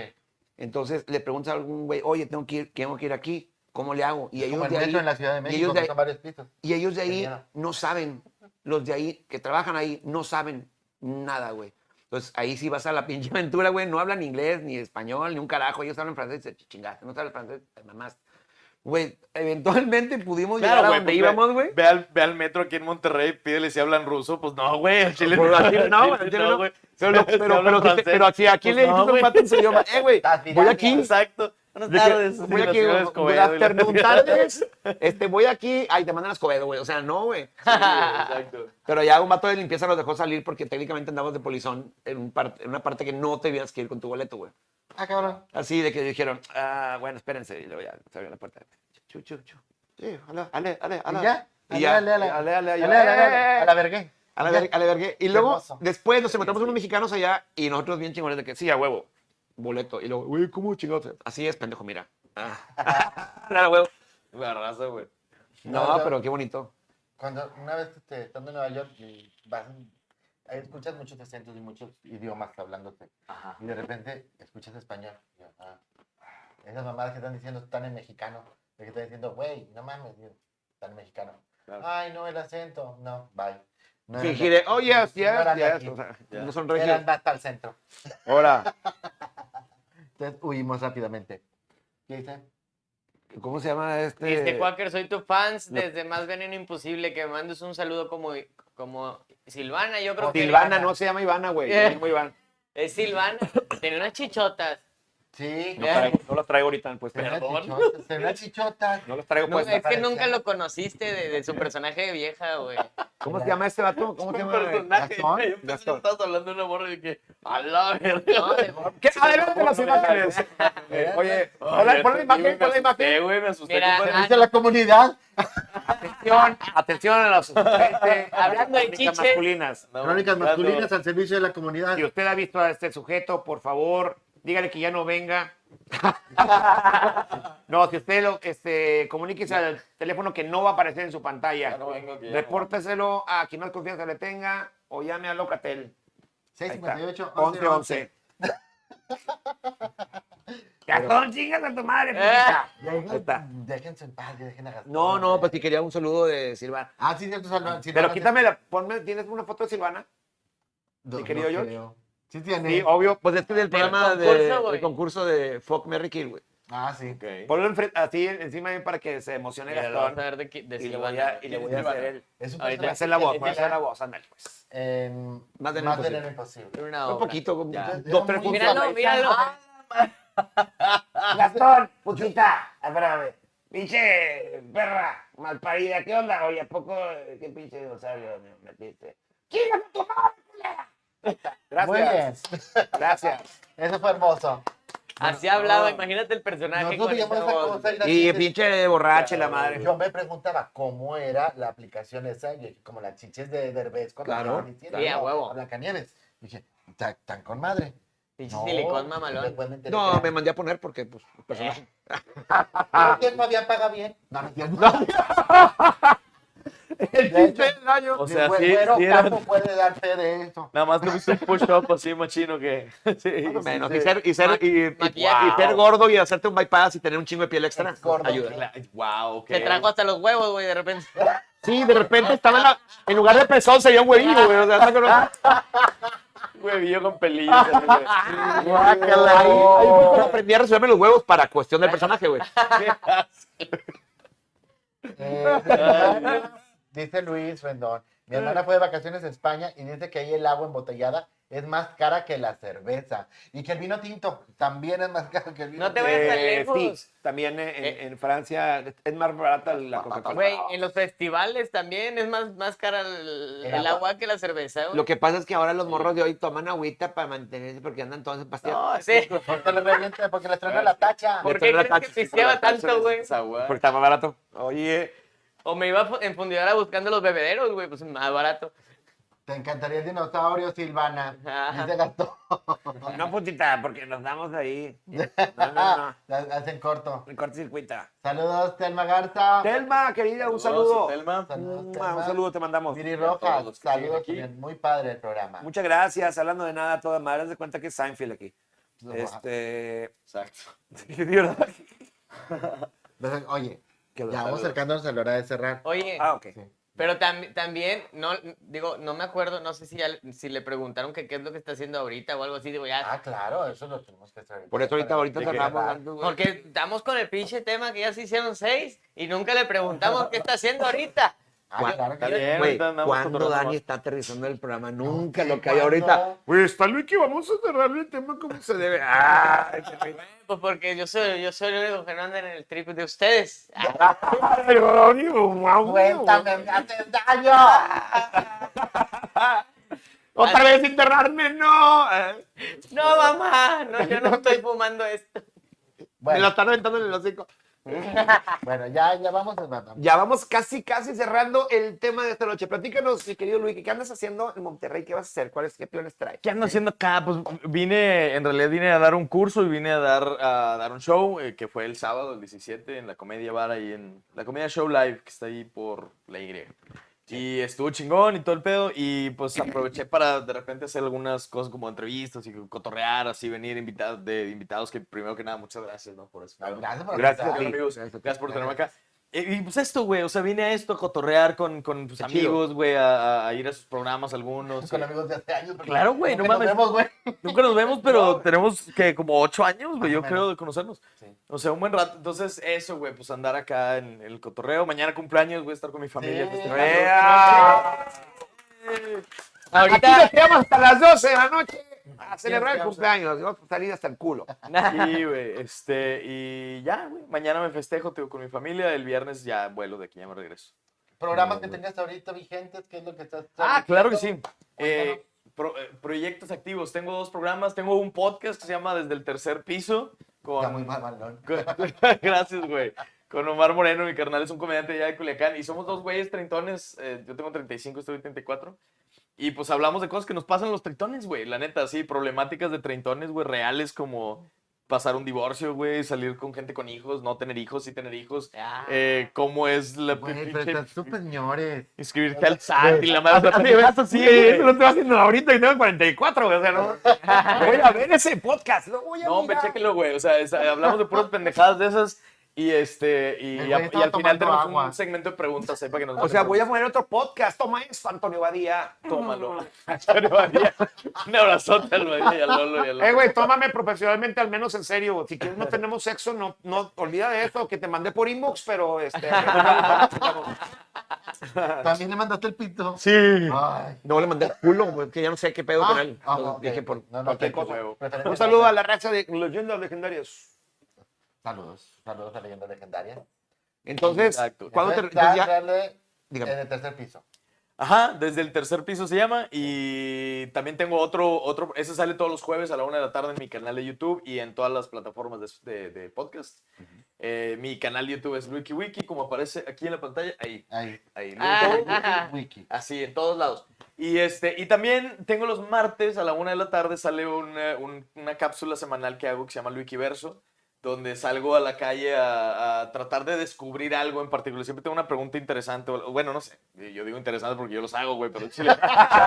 B: Entonces le preguntas a algún güey, oye, tengo que ir, tengo que ir aquí, ¿cómo le hago? Y ellos
D: Como el
B: de ahí,
D: metro en la Ciudad de México,
B: ellos de
D: que
B: ahí-
D: son varios pisos.
B: y ellos de ahí
D: Genial.
B: no saben, los de ahí que trabajan ahí no saben nada, güey. Entonces ahí sí vas a la pinche aventura, güey, no hablan inglés, ni español, ni un carajo, ellos hablan francés, se chingaste, no sabes francés, te mamaste. Güey, eventualmente pudimos llegar
F: Claro,
B: a
F: güey,
B: donde
F: pues,
B: íbamos, güey.
F: Ve al, ve al metro aquí en Monterrey, pídele si hablan ruso. Pues no, güey, al chile
B: Pues, al chile no, güey, al chile no.
F: güey.
B: Pero,
F: Si
B: pero,
F: hablan
B: pero, si te-
F: francés,
B: pero así, ¿a quién
F: pues
B: le
F: no,
B: dices un
F: güey.
B: vato en su idioma? Eh, güey,
D: Las
B: voy
D: pirañas.
B: aquí,
F: Exacto. Buenas
B: de que
F: tardes.
B: voy
F: sí, la
B: aquí,
F: señora
B: bu-
F: Escobedo y
B: good
F: la-
B: afternoon, tardes. Este, voy aquí. Ay, te mandan a Escobedo, güey. O sea, no, güey.
E: Exacto.
B: Pero ya un vato de limpieza nos dejó salir porque técnicamente andamos de polizón en, un par- en una parte que no te ibas que ir con tu boleto, güey.
D: Ah, cabrón.
B: Así de que dijeron, ah, bueno, espérense. Y luego ya se abrió la puerta. Chu, chu, chu. Sí, ale, ale, ale, ale.
D: ¿Y ya?
B: Y ya.
D: Ale, ale, ale.
B: Ale, ale, ale.
D: Ale, ale, ale, A la vergué.
B: A la verga, a la verga. Y luego,
D: hermoso.
B: después nos encontramos unos mexicanos allá y nosotros bien chingones de que, sí, a huevo, boleto. Y luego, güey, ¿cómo chingados? Así es, pendejo, mira. Ah. Claro, huevo.
E: La raza, güey.
B: No,
D: No, no.
B: pero qué bonito.
D: cuando una vez este, estando en Nueva York y vas ahí escuchas muchos acentos y muchos idiomas hablándote
E: Ajá.
D: y de repente escuchas español y yo, ah, esas mamadas que están diciendo están en mexicano de que están diciendo güey no mames digo, están en mexicano
E: Claro.
D: ay no el acento no bye no eran de
B: Fingiré,
D: aquí.
B: oh, yes,
D: No eran
B: yes,
D: de
B: yes.
D: aquí.
B: O sea,
E: Ya.
B: no son regios.
D: eran más para el centro
B: Ahora,
D: entonces huimos rápidamente ¿qué dice?
B: ¿cómo se llama este?
C: Desde Quaker, soy tu fans. Desde Más Veneno Imposible, que mandes un saludo como, como Silvana, yo creo que.
B: Silvana, no se llama Ivana, güey.
C: Eh.
B: Se llama Ivana.
C: Es Silvana. Tenía unas chichotas.
D: sí
B: No, traigo- no las traigo ahorita, pues,
D: se ve
B: perdón.
D: una chichota, se ve una chichota
B: No las traigo
C: No,
B: pues.
C: es que
D: parecía.
C: nunca lo conociste de, de su personaje de vieja, güey.
B: ¿Cómo se llama este vato? ¿Cómo se
E: Un
B: llama?
E: personaje.
B: Gastón.
E: güey, Yo pensé que
B: Gastón.
E: estabas hablando de una morra y que. A la
C: No,
E: verga.
C: de-
B: ¿Qué? Adelante las imágenes.
D: Era-
B: eh, Oye, pon la- pon la imagen, pon la imagen.
E: Sí, güey, me asusté.
C: Mira,
E: compadre.
C: ah,
D: dice la comunidad
B: Atención, atención a los
C: Hablando de
B: crónicas
C: chiches.
B: masculinas.
E: No,
D: crónicas
E: claro.
D: masculinas al servicio de la comunidad
B: Si usted ha visto a este sujeto, por favor, dígale que ya no venga. no, si usted lo, este, comuníquese al teléfono que no va a aparecer en su pantalla.
E: Ya no vengo, que ya no
B: Repórteselo a quien más confianza le tenga o llame a Locatel. Ahí está.
D: 658
B: 11 11. Gastón, chingas a tu madre, puta. Ahí está.
D: Déjense en paz, ya dejen a Gastón.
B: Eh. No, no, pues si quería un saludo de Silvana.
D: Ah, sí, cierto, Salvador. sí,
B: Pero
D: no,
B: quítame la, ponme, ¿tienes una foto de Silvana?
D: no,
B: mi
D: no
B: querido George.
D: creo. Sí tiene.
B: Sí, obvio. Pues este es del programa de- del
C: concurso,
B: concurso,
C: güey.
B: de Fuck, Mary Kill, güey.
D: Ah, sí.
E: Ok.
B: Ponlo enfre- así encima de mí para que se emocione
C: Mira, lo vas a
B: Gastón.
C: ver de, qui- de
B: Y le voy a,
C: Silvana.
B: y le voy a hacer el-
D: Es un
B: voy
C: Ahorita
B: a
D: personaje
B: hacer la
D: que
B: voz, voy a
D: tenía
B: hacer la voz, ándale, pues.
D: en
B: Más de lo
D: Más de
B: imposible.
D: lo imposible.
C: Una
B: Un
C: obra.
B: poquito, como
C: Ah, Ya.
B: dos, tres puntos.
C: Míralo, míralo.
B: Gastón, putita, espérame. Pinche perra, malparida, ¿qué onda? Oye, ¿a poco eh, qué pinche dinosaurio me metiste? ¡Chinga tu madre, culera!
D: Muy bien.
B: Gracias, gracias.
D: Eso fue hermoso.
C: Así hablaba,
D: no.
C: imagínate el personaje.
D: Nosotros
C: con
D: veíamos
C: esa
D: esa
C: voz.
D: cosa y la
B: Y
D: gente-
B: pinche borracha la madre.
D: Yo me preguntaba cómo era la aplicación esa, y como las chiches de Derbez con
B: Claro,
D: la Blancanieves,
C: claro. Sí, a
D: ¿no?
C: huevo.
D: A Blancanieves. Dije, "Ta- tan con madre.
C: Pinche
D: No,
C: silicón mamalón.
D: después me enteré que
B: No,
D: era-
B: me mandé a poner porque, pues, el personaje.
D: Pero el tiempo había paga bien. No, mentira, no.
F: El
D: De hecho,
F: pinche daño.
E: O sea,
D: Güe-
E: sí,
D: Güero
E: sí era-
D: Campo puede dar fe de esto.
E: Nada más tuviste un push-up así machino que... Sí.
B: Menos.
D: sí.
B: Y ser, y ser, y, y-
C: Maquillaje.
B: y ser gordo y hacerte un bypass y tener un chingo de piel extra.
D: Es gordo.
B: Ayuda.
E: Wow, ok.
C: Te trajo hasta los huevos, güey, de repente.
F: Sí, de repente estaba en, la- en lugar de pezón, se veía un huevillo, güey. O sea, está con-
E: Huevillo con pelillos. así, güey.
F: Guácala.
B: Ahí, ahí fue cuando aprendí a resolverme los huevos para cuestión del personaje, güey.
D: Eh, dice Luis Rendón. Mi hermana fue de vacaciones a España y dice que ahí el agua embotellada es más cara que la cerveza. Y que el vino tinto también es más caro que el vino
C: No te
D: tinto.
C: vayas tan
B: Eh,
C: lejos.
B: sí, también eh, en, en Francia es más barata la Coca-Cola.
C: Güey, en los festivales también es más, más cara el,
D: El
C: el
D: agua.
C: agua que la cerveza, güey.
B: Lo que pasa es que ahora los morros de hoy toman agüita para mantenerse porque andan todos en pastillas.
E: No, es
C: Sí.
D: Porque, le revienta- pues, porque les traen a la tacha.
C: ¿Por
B: Le
C: qué
B: traen la
C: crees que
B: tacha, sí,
C: pisteaba
E: Cárceles,
C: tanto, güey?
E: esa hueá.
B: Porque está más barato.
E: Oye,
C: O me iba en fundidora buscando los bebederos, güey, pues más barato.
D: Te encantaría el dinosaurio, Silvana.
C: Ajá.
D: Dice Gastón.
B: No, putita, porque nos damos ahí. No, no, no.
D: La- Hacen corto.
B: En cortocircuita.
D: Saludos, Telma Garza.
B: Telma, querida, un saludo.
E: saludos, Telma.
D: Saludos,
B: Mua,
D: Telma.
B: Un saludo te mandamos.
D: Miri
E: Y a todos
D: Rojas.
E: los que siguen
D: Saludos
E: aquí.
D: también. Muy padre el programa.
B: Muchas gracias. Hablando de nada, toda madre, haz de cuenta que es Seinfeld aquí. Este.
E: Exacto.
B: de verdad.
D: Entonces, Oye,
B: Que lo
D: ya vamos
B: saludo.
D: acercándonos a la hora de cerrar.
C: Oye,
B: Ah, ok.
D: Sí.
C: pero tam- también, no, digo, no me acuerdo, no sé si, ya le- si le preguntaron que qué es lo que está haciendo ahorita o algo así, digo, ya.
D: Ah, claro, eso lo tenemos que hacer.
B: Por eso ahorita, ahorita
E: ¿De qué?
B: cerramos. hablando, güey.
C: Porque estamos con el pinche tema que ya se hicieron seis y nunca le preguntamos qué está haendo ahorita.
D: Ah, claro
E: Está
D: que sí.
E: bien,
B: Güey,
E: ahorita andamos
B: ¿cuándo
E: cotorreando
B: Dani
E: más.
B: está aterrizando el programa? Nunca lo que hay
D: ¿Cuándo?
B: ahorita. Güey, está Luiki, vamos a cerrar el tema como se debe. Ah, ese güey.
C: Pues porque yo soy, yo soy el único que no anda en el trip de ustedes. Ah,
B: Ay, Ronnie, guau, güey.
D: Cuéntame, me haces daño.
B: Otra vez internarme, Pues, no. Eh,
C: No, mamá, no, yo no estoy fumando esto.
B: Me la
D: Bueno,
B: están aventando en el hocico.
D: bueno, ya, ya vamos a vamos.
B: Ya vamos casi, casi cerrando el tema de esta noche. Platícanos, mi querido Luis, ¿qué andas haciendo en Monterrey? ¿Qué vas a hacer? ¿Cuáles qué planes traes?
E: ¿Qué ando haciendo acá? Pues vine, en realidad vine a dar un curso y vine a dar, a dar un show eh, que fue el sábado, el 17, en la Comedia Bar, ahí en la Comedia Show Live, que está ahí por la Y. Y estuvo chingón y todo el pedo, y pues aproveché para de repente hacer algunas cosas como entrevistas y cotorrear, así venir invitados, de invitados, que primero que nada, muchas gracias, ¿no? Por eso.
D: Gracias por
B: Gracias
D: aceptar.
B: a ti.
E: amigos.
B: Gracias a ti.
E: Gracias por tenerme acá. Eh, Y pues esto, güey, o sea, vine a esto a cotorrear con, con tus
B: Qué chido.
E: amigos, güey, a, a- a ir a sus programas algunos.
D: Con
E: y-
D: amigos de hace años. porque
E: Claro, güey,
D: nunca
E: no
D: nos
E: mames.
D: vemos, güey.
E: Nunca nos vemos, pero tenemos que como ocho años,
D: Más
E: güey,
D: o
E: yo
D: menos.
E: creo, de conocernos.
D: Sí.
E: O sea, un buen rato. Entonces, eso, güey, pues andar acá en, el cotorreo. Mañana cumpleaños, voy a estar con mi familia.
D: Sí.
E: festejando.
B: ¡Ea! Aquí
C: Ahorita,
B: nos quedamos hasta las 12 de la noche a celebrar el
D: quedamos.
B: cumpleaños. y Vamos a salir hasta el culo.
E: Sí, güey, este, y ya, güey, mañana me festejo, tío, con mi familia. El viernes ya vuelo de aquí, ya me regreso.
D: Programas que tengas ahorita vigentes, ¿qué es lo que estás
E: Ah, claro que sí.
D: Cuéntanos.
E: Eh, pro- eh, proyectos activos. Tengo dos programas. Tengo un podcast que se llama Desde el Tercer Piso. Con,
D: Está muy mamalón.
E: Con- Gracias, güey. Con Omar Moreno, mi carnal es un comediante ya de Culiacán. Y somos dos güeyes treintones. eh, yo tengo 35, estoy 34. Y pues hablamos de cosas que nos pasan los treintones, güey. La neta, sí, problemáticas de treintones, güey, reales como pasar un divorcio, güey, salir con gente con hijos, no tener hijos, sí tener hijos.
C: Ah.
E: eh, cómo es la
D: Güey,
E: pinche-
D: pero están súper señores.
E: inscribirte al SAT y la madre. o sea,
F: Así,
E: pendejadas así,
F: sí,
E: güey.
F: eso lo estoy haciendo ahorita y tengo 44, güey. O sea, no. Voy a ver ese podcast. Lo voy a
E: No,
F: mirar.
E: hombre, chéquelo, güey. O sea, es- eh, hablamos de puras pendejadas de esas. Y este, y,
D: El
E: a-
D: güey
E: y al
D: estaba
E: final
D: tomando
E: tenemos
D: agua.
E: un segmento de preguntas ahí para que nos
B: O sea, voy a poner otro podcast. Toma esto, Antonio Badía.
E: Tómalo. Antonio Badía. Un abrazote al Badía y al Lolo y al
B: Eh, güey, tómame profesionalmente, al menos en serio. Si quieres no tenemos sexo, no, no olvida de esto que te mandé por inbox, pero este.
D: También le mandaste el pito.
E: Sí.
D: Ay.
B: No le mandé el culo, güey, que ya no sé qué pedo con él.
D: Ah,
B: Entonces,
D: ok.
B: Dije por
D: No, no,
B: cualquier
D: qué
B: cosa.
D: huevo. Preferente.
B: Un saludo a la raza de leyendas legendarias.
D: Saludos, saludos a Leyenda Legendaria.
B: Entonces,
E: Exacto.
B: ¿cuándo te
D: Entonces,
B: entonces ya- Eh,
D: dale
B: Dígame.
D: en el tercer piso.
E: Ajá, desde el tercer piso se llama. Y también tengo otro, otro, ese sale todos los jueves a la una de la tarde en mi canal de YouTube y en todas las plataformas de, de- de podcast. Eh, mi canal de YouTube es Wiki Wiki, como aparece aquí en la pantalla. Ahí,
D: Ahí.
E: ahí.
C: Ah.
D: Wiki.
E: Así, en todos lados. Y, este, y también tengo los martes a la una de la tarde sale una, un- una cápsula semanal que hago que se llama Luikiverso, donde salgo a la calle a, a tratar de descubrir algo en particular. Siempre tengo una pregunta interesante. o- Bueno, no sé, yo digo interesante porque yo los hago, güey, pero en chile.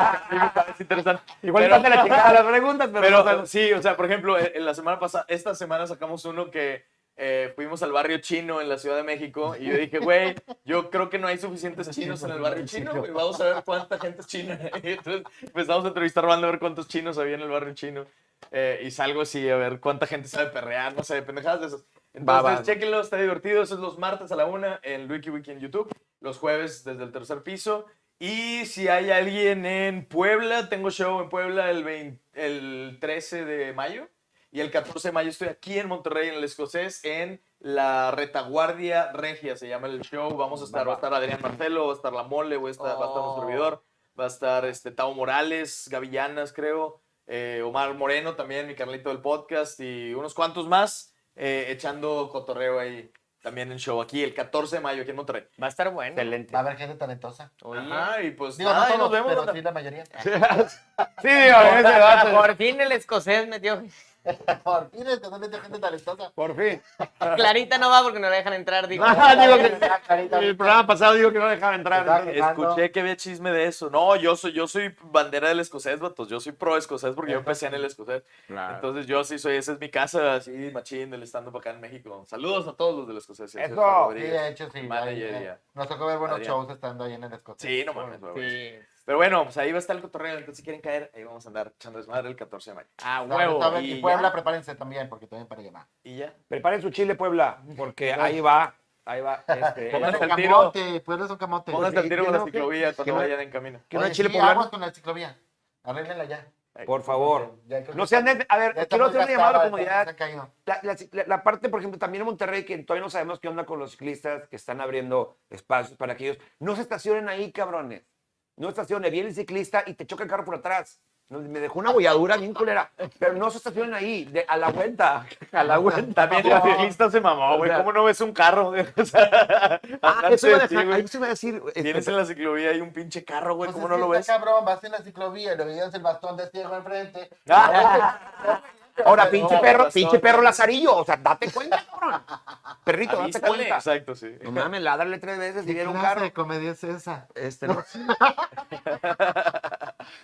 E: es interesante.
F: Igual
E: Pero-
F: estás de la chingada las preguntas, pero.
E: pero
F: no sabes.
E: sí, o sea, por ejemplo, eh, en la semana pasada, esta semana sacamos uno que eh, fuimos al barrio chino en la Ciudad de México y yo dije, güey, yo creo que no hay suficientes chinos en el barrio chino, güey, vamos a ver cuánta gente es china. Y entonces empezamos a entrevistar banda a ver cuántos chinos había en el barrio chino eh, y salgo así a ver cuánta gente sabe perrear, no sé, pendejadas de esas.
F: Va,
E: Entonces,
F: va.
E: chequenlo, está divertido. Eso es los martes a la una en Wiki Wiki en YouTube, los jueves desde el tercer piso. Y si hay alguien en Puebla, tengo show en Puebla el, 20 el 13 de mayo. Y el 14 de mayo estoy aquí en Monterrey, en el Escocés, en la Retaguardia Regia, se llama el show. Vamos a estar, va a estar Adrián Marcelo, va a estar La Mole, va a estar, va a estar un
C: Oh.
E: servidor, va a estar este, Tao Morales, Gavillanas, creo, eh, Omar Moreno también, mi carlito del podcast, y unos cuantos más, eh, echando cotorreo ahí también en show aquí, el 14 de mayo aquí en Monterrey.
C: Va a estar bueno.
F: Excelente.
D: Va a haber gente talentosa.
C: Oye,
E: Ajá, y pues
D: Digo, no
E: nada, ahí
D: todos,
E: nos vemos.
D: pero
E: banda.
D: sí la mayoría.
F: Sí, digo, ese vato.
C: por fin el escocés metió.
D: Por fin, es totalmente gente talentosa.
F: Por fin.
C: Clarita no va porque no la dejan entrar, digo.
F: Ah, digo que-
D: Ah, carita,
F: el programa pasado digo que no dejaba entrar.
D: Estaba
F: entonces-
D: quejando.
E: Escuché que había chisme de eso. No, yo soy, yo soy bandera del escocés, vatos. Yo soy pro escocés porque yo empecé en el escocés. Entonces yo sí soy, esa es mi casa, así, machín, del stand-up acá en México. Saludos a todos los del escocés. y a
B: Eso,
E: César
D: Sí,
E: Rodríguez.
D: de hecho, sí. ahí,
E: Manager,
D: eh,
E: ya.
D: Nos tocó ver buenos
E: Adrián.
D: shows estando ahí en el escote.
E: Sí, no mames, güey.
C: Sí.
E: Pero bueno, pues ahí va a estar el cotorreo. Entonces, si quieren caer, ahí vamos a andar echando desmadre el 14 de mayo.
C: Ah,
D: No,
C: huevo.
D: está bien,
E: y
D: y Puebla,
E: ya.
D: prepárense también, porque también para llevar.
E: Y ya.
B: Preparen su chile, Puebla, porque ahí va. Ahí va. Este,
E: Pónganse
D: Puebla
E: al
D: es un
E: tiro.
D: camote, Puebla es un camote.
E: Pónganse al tiro
B: que
E: con la
B: no, que-
E: ciclovía
B: que
E: cuando
B: no-
E: vayan en camino.
B: que no hay
D: Oye,
B: chile
D: sí,
B: poblano.
D: aguas con la ciclovía. Arréglenla ya.
B: Por favor.
D: Ya creo que
B: No sean. de- A ver,
D: ya está
B: quiero
D: muy
B: hacer un
D: gastada,
B: llamado a la
D: está-
B: comunidad.
D: se han caído.
B: La, la- la- la parte, por ejemplo, también en Monterrey, que todavía no sabemos qué onda con los ciclistas que están abriendo espacios para que ellos no se estacionen ahí, cabrones. No estacionen. Viene el ciclista y te choca el carro por atrás. No, Me dejó una bolladura bien culera. Pero no se estacionen ahí, de- a la vuelta. Ah, A la vuelta.
E: También el ciclista se mamó, güey. ¿Cómo no ves un carro? O sea,
B: Ah,
E: adelante
B: eso iba a
E: de ti,
B: dejar-
E: güey.
B: eso iba a decir. este,
E: Vienes en la ciclovía y un pinche carro, güey.
D: Pues
E: ¿Cómo
D: es
E: no
D: que
E: lo ves?
D: está cabrón, vas en la ciclovía y lo veías el bastón de ciego enfrente.
B: Ahora, pinche
E: No,
B: perro,
E: razón.
B: pinche perro lazarillo. O sea, date cuenta, cabrón. Perrito, date
C: Avísale.
B: cuenta.
E: Exacto, sí.
B: No mames, ládrale tres veces y
D: ¿Qué
B: viene un
D: clase
B: carro.
D: de comedia es esa?
B: Este, no.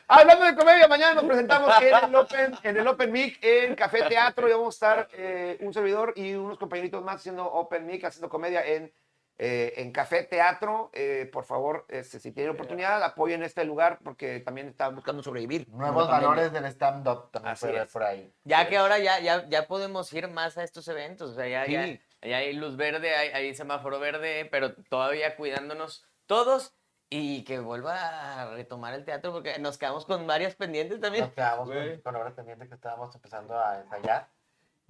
F: Hablando de comedia, mañana nos presentamos en el Open, en el open Mic en Café Teatro y vamos a estar
B: eh, un servidor y unos compañeritos más haciendo open mic, haciendo comedia en, eh, en Café Teatro. Eh, por favor, este, si tienen oportunidad, apoyen este lugar porque también están buscando sobrevivir.
D: Nuevos
B: También.
D: valores del stand-up también
B: Así
D: puede haber
B: es.
D: por ahí.
C: Ya que ahora ya, ya, ya podemos ir más a estos eventos. O sea, ya, ya-
B: Sí.
C: ya hay luz verde, hay, hay semáforo verde, pero todavía cuidándonos todos y que vuelva a retomar el teatro porque nos quedamos con varias pendientes también.
D: Nos quedamos con, con la hora pendiente que estábamos empezando a ensayar.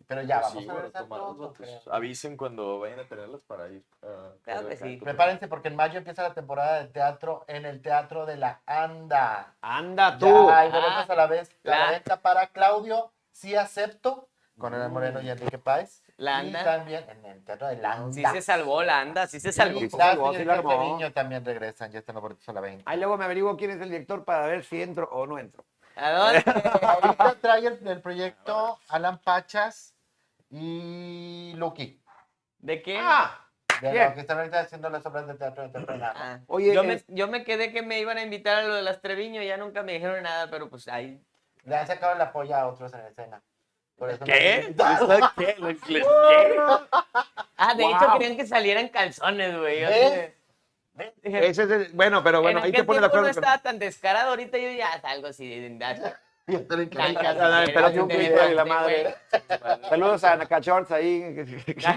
D: Pero ya
E: Pues
D: vamos
E: sí,
D: a
E: bueno,
D: regresar
E: tomar los
D: todos,
E: votos.
D: creo.
E: Avisen cuando vayan a tenerlas para ir. ah,
C: Claro que
E: acá.
C: sí.
D: Prepárense porque en mayo empieza la temporada de teatro en el Teatro de la Anda.
B: Anda tú.
D: Ya hay boletos
C: Ah,
D: a la vez, a la
C: la-
D: venta para Claudio, sí acepto, con Ana Moreno y Enrique Páez.
C: La
D: Y
C: Anda.
D: también en el Teatro de la Anda.
C: Sí se salvó la anda, sí se
D: Y
C: salvó.
B: Sí, se
D: la
B: salvó, sí la
D: señorita
B: armó.
D: Treviño también regresan, ya están los boletos a la venta.
B: Ahí luego me averiguo quién es el director para ver si entro o no entro.
C: ¿A dónde?
D: Ahorita trae el, el proyecto Alan Pachas y Lucky.
C: ¿De qué?
B: Ah,
D: De
B: Bien.
D: los que están ahorita haciendo las obras de teatro de teatro de la Anda.
C: Ah,
B: oye,
C: yo, me,
B: es-
C: yo me quedé que me iban a invitar a lo de las Treviño, ya nunca me dijeron nada, pero pues ahí.
D: Le han sacado la polla a otros en escena. Por eso
E: ¿Qué?
D: no-
E: ¿Qué? ¿Les- les- qué?
C: Ah, de hecho
B: Wow.
C: querían que salieran calzones, güey. Yo
D: ¿Ves?
C: dije,
B: ese es el- bueno, pero ¿Eh? bueno,
C: en
B: ahí
C: aquel
B: te pone de
C: tiempo
B: acuerdo.
C: no estaba tan descarado, ahorita yo ya salgo así de- de- de-
D: Ya está bien
C: Ay,
D: carica.
C: cabrón,
B: dale, espérate un
C: de-
B: grito y la
C: de-
B: madre.
C: güey.
B: Saludos a Nacachorts ahí,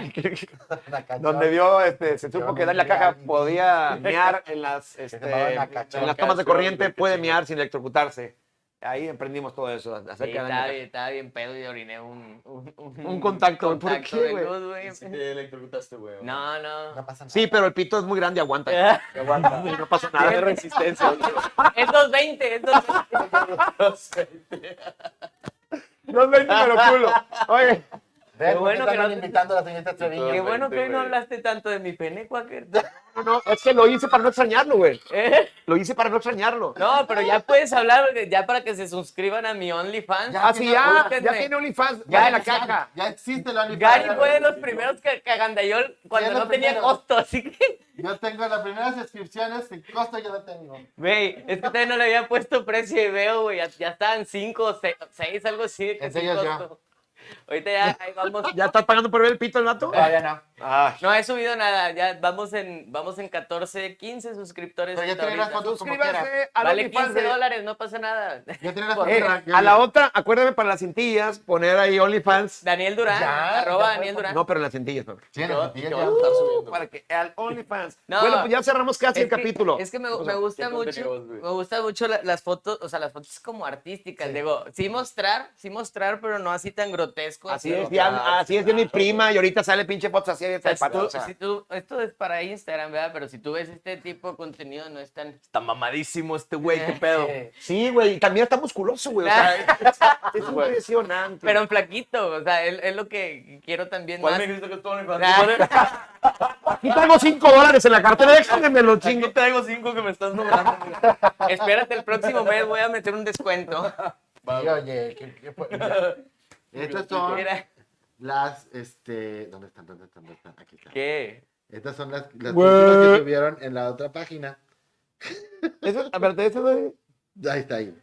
D: Una canción.
B: donde vio, este, se supo que Dani la caja podía mear en las,
D: se
B: este,
D: llamaba
B: en
D: Nacachorts.
B: las tomas de corriente, puede mear sin electrocutarse.
H: Ahí emprendimos todo eso.
C: Sí,
H: Acerca de
C: estaba,
H: anécdotas.
C: bien, estaba bien pedo y oriné un, un,
B: Un contacto, ¿por
C: contacto
B: qué,
C: de
B: güey?
C: luz, güey.
E: Sí, te electrocutaste, güey.
C: No, no.
D: No pasa nada.
B: Sí, pero el pito es muy grande, aguanta.
E: Te aguanta.
B: No pasa
E: Nada
B: nada.
E: de resistencia. güey.
C: Es 220, es 220.
E: No sé.
B: No me pero culo. Oye,
D: Ve,
C: Qué
D: ¿por
C: bueno
D: qué
C: que
D: andan
C: no-
D: invitando a la señorita Treviño.
C: Qué
E: Dos
C: bueno que hoy no
E: güey.
C: hablaste tanto de mi pene, Quaker.
B: no, no, es que lo hice para no extrañarlo, güey.
C: ¿Eh?
B: Lo hice para no extrañarlo.
C: No, pero ya puedes hablar, porque ya para que se suscriban a mi OnlyFans.
D: Ya,
B: Así Ah, ya, ya
C: Búsquenme.
B: tiene OnlyFans,
D: Ya
B: ya en la
D: existe-
B: caja.
D: Ya existe la
C: Gary
D: OnlyFans.
C: fue de los primeros que cagandayol cuando
D: Sí, es lo
C: no tenía
D: primero.
C: costo, así que,
D: Yo tengo las primeras suscripciones sin costo, yo la tengo.
C: güey, es que todavía no le había puesto precio y veo, güey, ya, ya estaban cinco, o se- seis, algo así. de que
D: Ese
C: sin
D: ya, ya.
C: costo. Ahorita ya, ahí vamos.
B: ¿Ya estás pagando por ver el pito el vato?
E: Ah,
D: Todavía no.
C: No he subido nada, ya vamos en, vamos en 14, 15 suscriptores.
D: Pero ya
C: hasta
D: tiene las
C: ahorita.
D: fotos como quiera.
B: Suscríbase al
C: Vale
B: OnlyFans
C: 15
B: de-
C: dólares, no pasa nada.
D: Ya tiene las
B: Eh,
D: fotos.
B: a la otra, acuérdame para las cintillas, poner ahí OnlyFans.
C: Daniel Durán,
D: Ya,
C: arroba
D: ya
C: Daniel
D: fue-
C: Durán.
B: No, pero en las cintillas, papá.
D: Sí,
E: Yo-
D: la tía
E: yo
D: ya.
E: voy a estar subiendo.
B: Para que al OnlyFans.
C: No.
B: Bueno, pues ya cerramos casi el
C: que-
B: capítulo.
C: Es que me,
B: O sea,
C: me gusta
E: ¿qué contenido
C: mucho,
E: vas, güey?
C: me gusta mucho la- las fotos, o sea, las fotos como artísticas, digo, sí mostrar, sí mostrar, pero no así tan grotesco.
H: Así
C: pero-
H: es, ya, así es de mi prima y ahorita sale pinche fotos así
C: o
H: abierta
C: sea,
H: de patas.
C: tú-
H: o sea.
C: si tú- esto es para Instagram, ¿verdad? Pero si tú ves este tipo de contenido, no es tan...
E: Está mamadísimo este güey, qué pedo.
H: Sí, güey, y también está musculoso, güey. O sea, es impresionante.
C: Pero en flaquito, o sea, es, es lo que quiero también
E: ¿Cuál
C: más.
E: me dijiste que es tu OnlyFans?
C: Ah,
B: Aquí tengo 5 dólares en la cartera, déjame me lo
E: Aquí
B: chingo.
E: traigo cinco que me estás nombrando.
C: Espérate, el próximo mes voy a meter un descuento.
D: Sí, oye, ¿qué, qué fue? Mira. Estas son
C: Mira,
D: las, este, ¿dónde están? ¿Dónde están? ¿Dónde están? Aquí están.
C: ¿qué?
D: Estas son las, las
B: Güey.
D: últimas que subieron en la otra página.
B: Eso, a ver, de eso, güey.
D: Ahí está, ahí.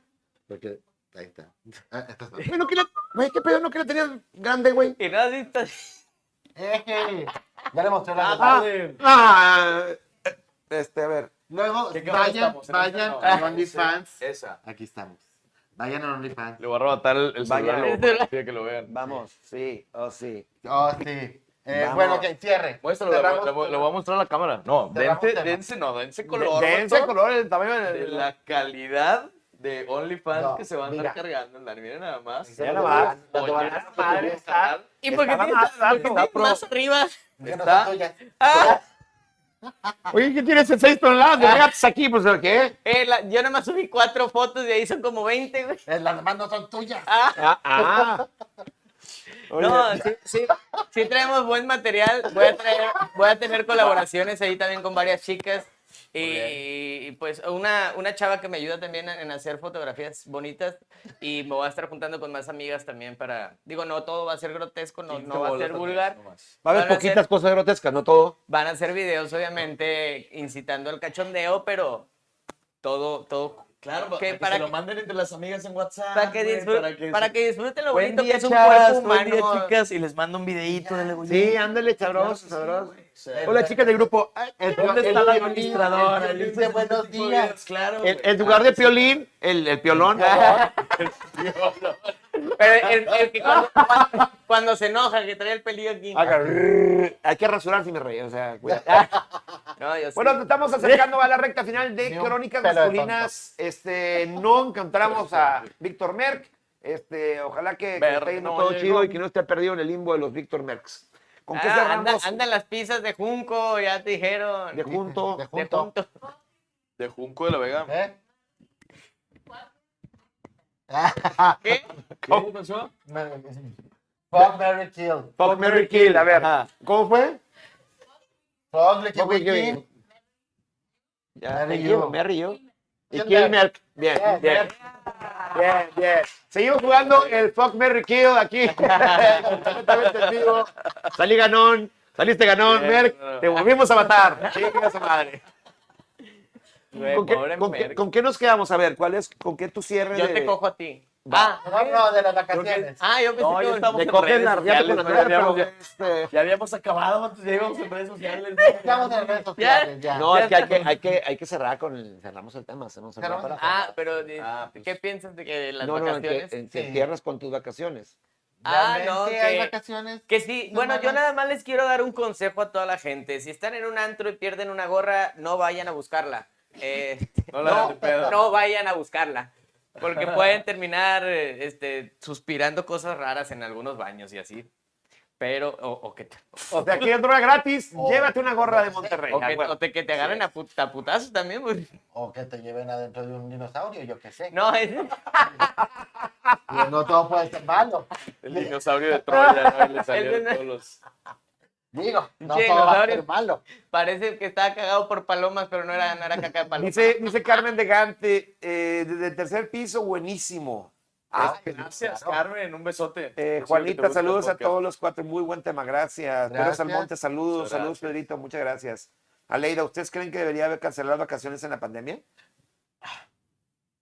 D: Porque, ahí está. Ah, estas son.
B: Güey, no que la- güey, qué pedo, no que la tenías grande, güey.
C: Y no has visto...
D: Eje. Ya le mostré la
B: Ah, ah, este, a ver.
D: Luego,
E: ¿Qué cámara
D: vayan,
E: estamos? Ah, ¿En
D: vayan
E: esta?
D: a
E: No.
D: OnlyFans.
E: Esa.
D: Aquí estamos. Vayan a OnlyFans.
E: Le voy a arrebatar el, el
H: Vaya.
E: celular luego para que lo vean.
H: Vamos, sí, oh sí.
D: Oh, sí. Eh,
H: Vamos.
D: bueno, ok, cierre.
E: Muéstralo, le voy- le voy, le voy a mostrar a la cámara. No,
D: Cerramos
E: dense,
D: tema.
E: dense, no, dense color.
B: De- de ese
E: vato,
B: color, el tamaño del-
E: de la calidad de OnlyFans
D: No,
E: que se van a
D: mira.
E: andar cargando. Dani, Miren nada más.
H: Mira nada más,
E: Oye,
H: tanto van a
E: esta
H: madre
E: madre
H: está-
E: está-
C: ¿Y por qué
H: Estaba
C: tienes
H: más
C: por qué
H: alto.
C: tienes más arriba?
D: Que no
E: Está-
D: son tuyas.
C: Ah,
B: Oye, ¿qué tienes en 6 toneladas de gatos aquí? Pues, ¿qué?
C: eh, la- yo nada más subí cuatro fotos y ahí son como 20, güey.
D: Eh, Las demás no son tuyas.
B: Ah, ah.
C: No, sí, sí, sí traemos buen material. Voy a, traer- voy a tener colaboraciones ahí también con varias chicas. Y, y, pues una, una chava que me ayuda también en hacer fotografías bonitas y me voy a estar juntando con más amigas también para, digo, no todo va a ser grotesco, no, no va a ser vulgar.
B: Va a haber
C: Van a
B: poquitas
C: hacer-
B: cosas grotescas, no todo.
C: Van a ser videos obviamente incitando al cachondeo, pero todo, todo,
E: Claro, para
C: que
E: que,
C: para
E: se lo
C: que-
E: manden entre las amigas en
G: Ah,
E: WhatsApp.
C: para que,
E: güey,
C: disfruten, para que, disfruten lo bonito que es un cuerpo
E: chavas, buen
C: humano.
E: día, chicas, y les mando un videíto de la
B: Sí, ándale, sabroso, sabroso. Hola, chicas del grupo.
H: "Ah,
B: Ay,
D: El-
E: ¿Dónde
D: el
E: está la
D: violín,
E: administradora?
D: el violín de buenos días.
E: Claro,
B: En en lugar de piolín, el, el piolón.
C: Pero el, el que cuando, cuando- cuando se enoja, que trae el pelillo aquí.
B: Haga rrr. Hay que rasurarse, mi rey. O sea, cuidado.
C: No, yo sí.
H: Bueno, nos estamos acercando a la recta final de
D: Ni un
H: Crónicas
D: pelo de
H: Masculinas. Este, no encontramos a Víctor Merck. Este, ojalá que, que
E: Merck
H: esté yendo
E: no
H: todo
E: llegó.
H: chido y que no esté perdido en el limbo de los Víctor Mercks. ¿Con qué
C: Ah, anda,
H: cerramos?
C: andan las pizzas de Junco, ya te dijeron.
H: De junto.
D: De
C: De
D: junto.
C: Junto.
E: De Junco de la Vega.
D: ¿Eh?
C: ¿Qué?
E: ¿Cómo pasó?
D: Fuck, Mary Kill.
B: Fuck, Mary Kill. A ver, ¿cómo fue?
D: Fuck, Licky
B: Fuck, Licky
D: Wicky.
B: Ya,
D: Mary
B: me
D: you.
B: río, me río. Y
D: Kill
B: Kill
D: Merck.
B: Merck. Bien,
D: Yes,
B: bien. Bien, bien. Seguimos jugando el Fuck, Mary Kill aquí. Completamente en vivo. Salí ganón. Saliste ganón,
E: Bien,
B: Merck.
E: claro.
B: Te volvimos a matar. Chinga su madre.
E: Güey,
B: ¿Con qué,
E: pobre
B: con qué-
E: Merck.
B: con qué nos quedamos? A ver, ¿cuál es, ¿con qué tu cierre?
C: Yo
B: de-
C: te cojo a ti.
D: No,
C: Ah,
D: no, de las vacaciones.
C: ah, yo pensé
E: No,
C: que...
E: ya estamos
B: Me
E: en
B: coges
E: redes
B: la riata con
E: sociales,
B: la
E: güey,
B: cara,
E: ya
B: pero,
E: habíamos-
B: este,
E: Ya habíamos acabado, antes ya íbamos en redes sociales.
D: Estamos en redes sociales, ya.
B: No, es que hay que, hay que, hay que cerrar con el, cerramos el tema. hacemos el
D: Cerramos
B: tema
D: el
B: para-
C: Ah, pero de-
E: Ah, pues.
C: ¿qué piensas de que las
B: no, no, en que, eh,
C: vacaciones?
B: en que
D: Sí.
B: cierras con tus vacaciones.
C: Ah,
D: Realmente
C: no,
D: hay
C: que-
D: vacaciones.
C: Que sí,
D: Son
C: bueno, yo
D: malas.
C: nada más les quiero dar un consejo a toda la gente. Si están en un antro y pierden una gorra, no vayan a buscarla. Eh,
E: No la hagan de pedo.
C: no vayan a buscarla. Porque pueden terminar eh, este, suspirando cosas raras en algunos baños y así. Pero, o, o que, te,
F: O sea, quieres droga gratis,
D: Oh.
F: llévate una gorra de Monterrey.
C: o
F: a
C: que-
F: huevo.
C: o te- que te agarren a, put- a putazos también. güey.
D: O que te lleven adentro de un dinosaurio, yo qué sé. No,
C: No, es,
D: no todo puede ser malo.
E: El dinosaurio de Troya, ¿no? Y Le
C: Ese
E: salieron
C: no-
E: todos los...
D: Digo, no
C: Pinche
D: todo va a
C: dinosaurio.
D: ser malo.
C: parece que estaba cagado por palomas, pero no era, no era caca de palomas.
B: Dice, dice Carmen de Gante, eh, desde el tercer piso, buenísimo.
E: Ah,
D: Este,
E: gracias,
D: claro.
E: Carmen. Un besote.
B: Eh,
E: Yo sé que te
B: Juanita,
E: gusta
B: saludos
E: el
B: a
E: podcast.
B: todos los cuatro. Muy buen tema, gracias. Pedro
D: Gracias.
B: Salmonte, saludos.
E: Muchas
B: Saludos,
E: gracias.
B: Pedrito, muchas gracias. Aleida, ¿ustedes creen que debería haber cancelado vacaciones en la pandemia?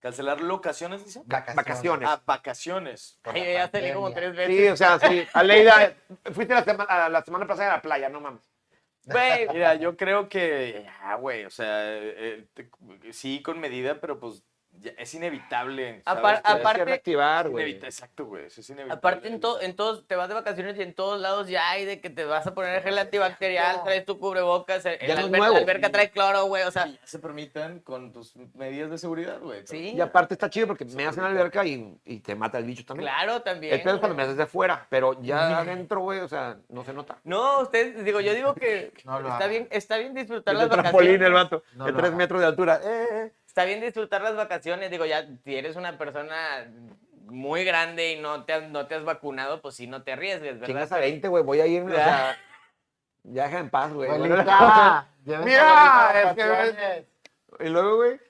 E: ¿Cancelar locaciones, dice?
D: Vacaciones.
B: Vacaciones.
E: Ah, vacaciones.
D: Con
C: Ay,
D: la
C: ya salí como
D: pandemia.
C: tres veces.
B: Sí, o sea, sí. Aleida, fuiste la semana, la semana pasada a la playa, no mames.
C: Güey,
E: Mira, yo creo que, ya, güey, o sea, eh, te- sí con medida, pero pues ya, es inevitable. ¿sabes?
C: Apar-
E: O sea, es
C: aparte-
F: reactivar,
E: inevita- Exacto, güey, eso es inevitable.
C: Aparte, en, to- en todos, te vas de vacaciones y en todos lados ya hay de que te vas a poner gel antibacterial, traes tu cubrebocas, el,
F: Ya no es
C: alber-
F: nuevo.
C: la alberca trae cloro, güey, o sea,
E: Ya se permitan con tus medidas de seguridad, güey. pero-
C: sí,
B: Y aparte está chido porque me hacen alberca y, y te mata el bicho también.
C: claro, también.
B: el pedo es cuando me
C: güey.
B: haces de fuera, pero ya adentro, güey, o sea, no se nota.
C: No, ustedes, digo, yo digo que
D: No lo
C: está,
D: hagan.
C: bien, está bien disfrutar
B: Es
C: las
B: el trampolín el
C: vacaciones.
B: vato,
D: No
B: de
D: lo
B: tres
D: hagas.
B: metros de altura. Eh, eh.
C: Está bien disfrutar las vacaciones, digo, ya si eres una persona muy grande y no te, no te has vacunado, pues sí, no te arriesgues, ¿verdad?
B: Chingas a 20, güey, voy a irme, o sea, ya deja en paz, güey.
D: Abuelita, llévense
B: Mira,
D: abuelita de
B: es que ves-
D: vacaciones.
B: Y luego, güey,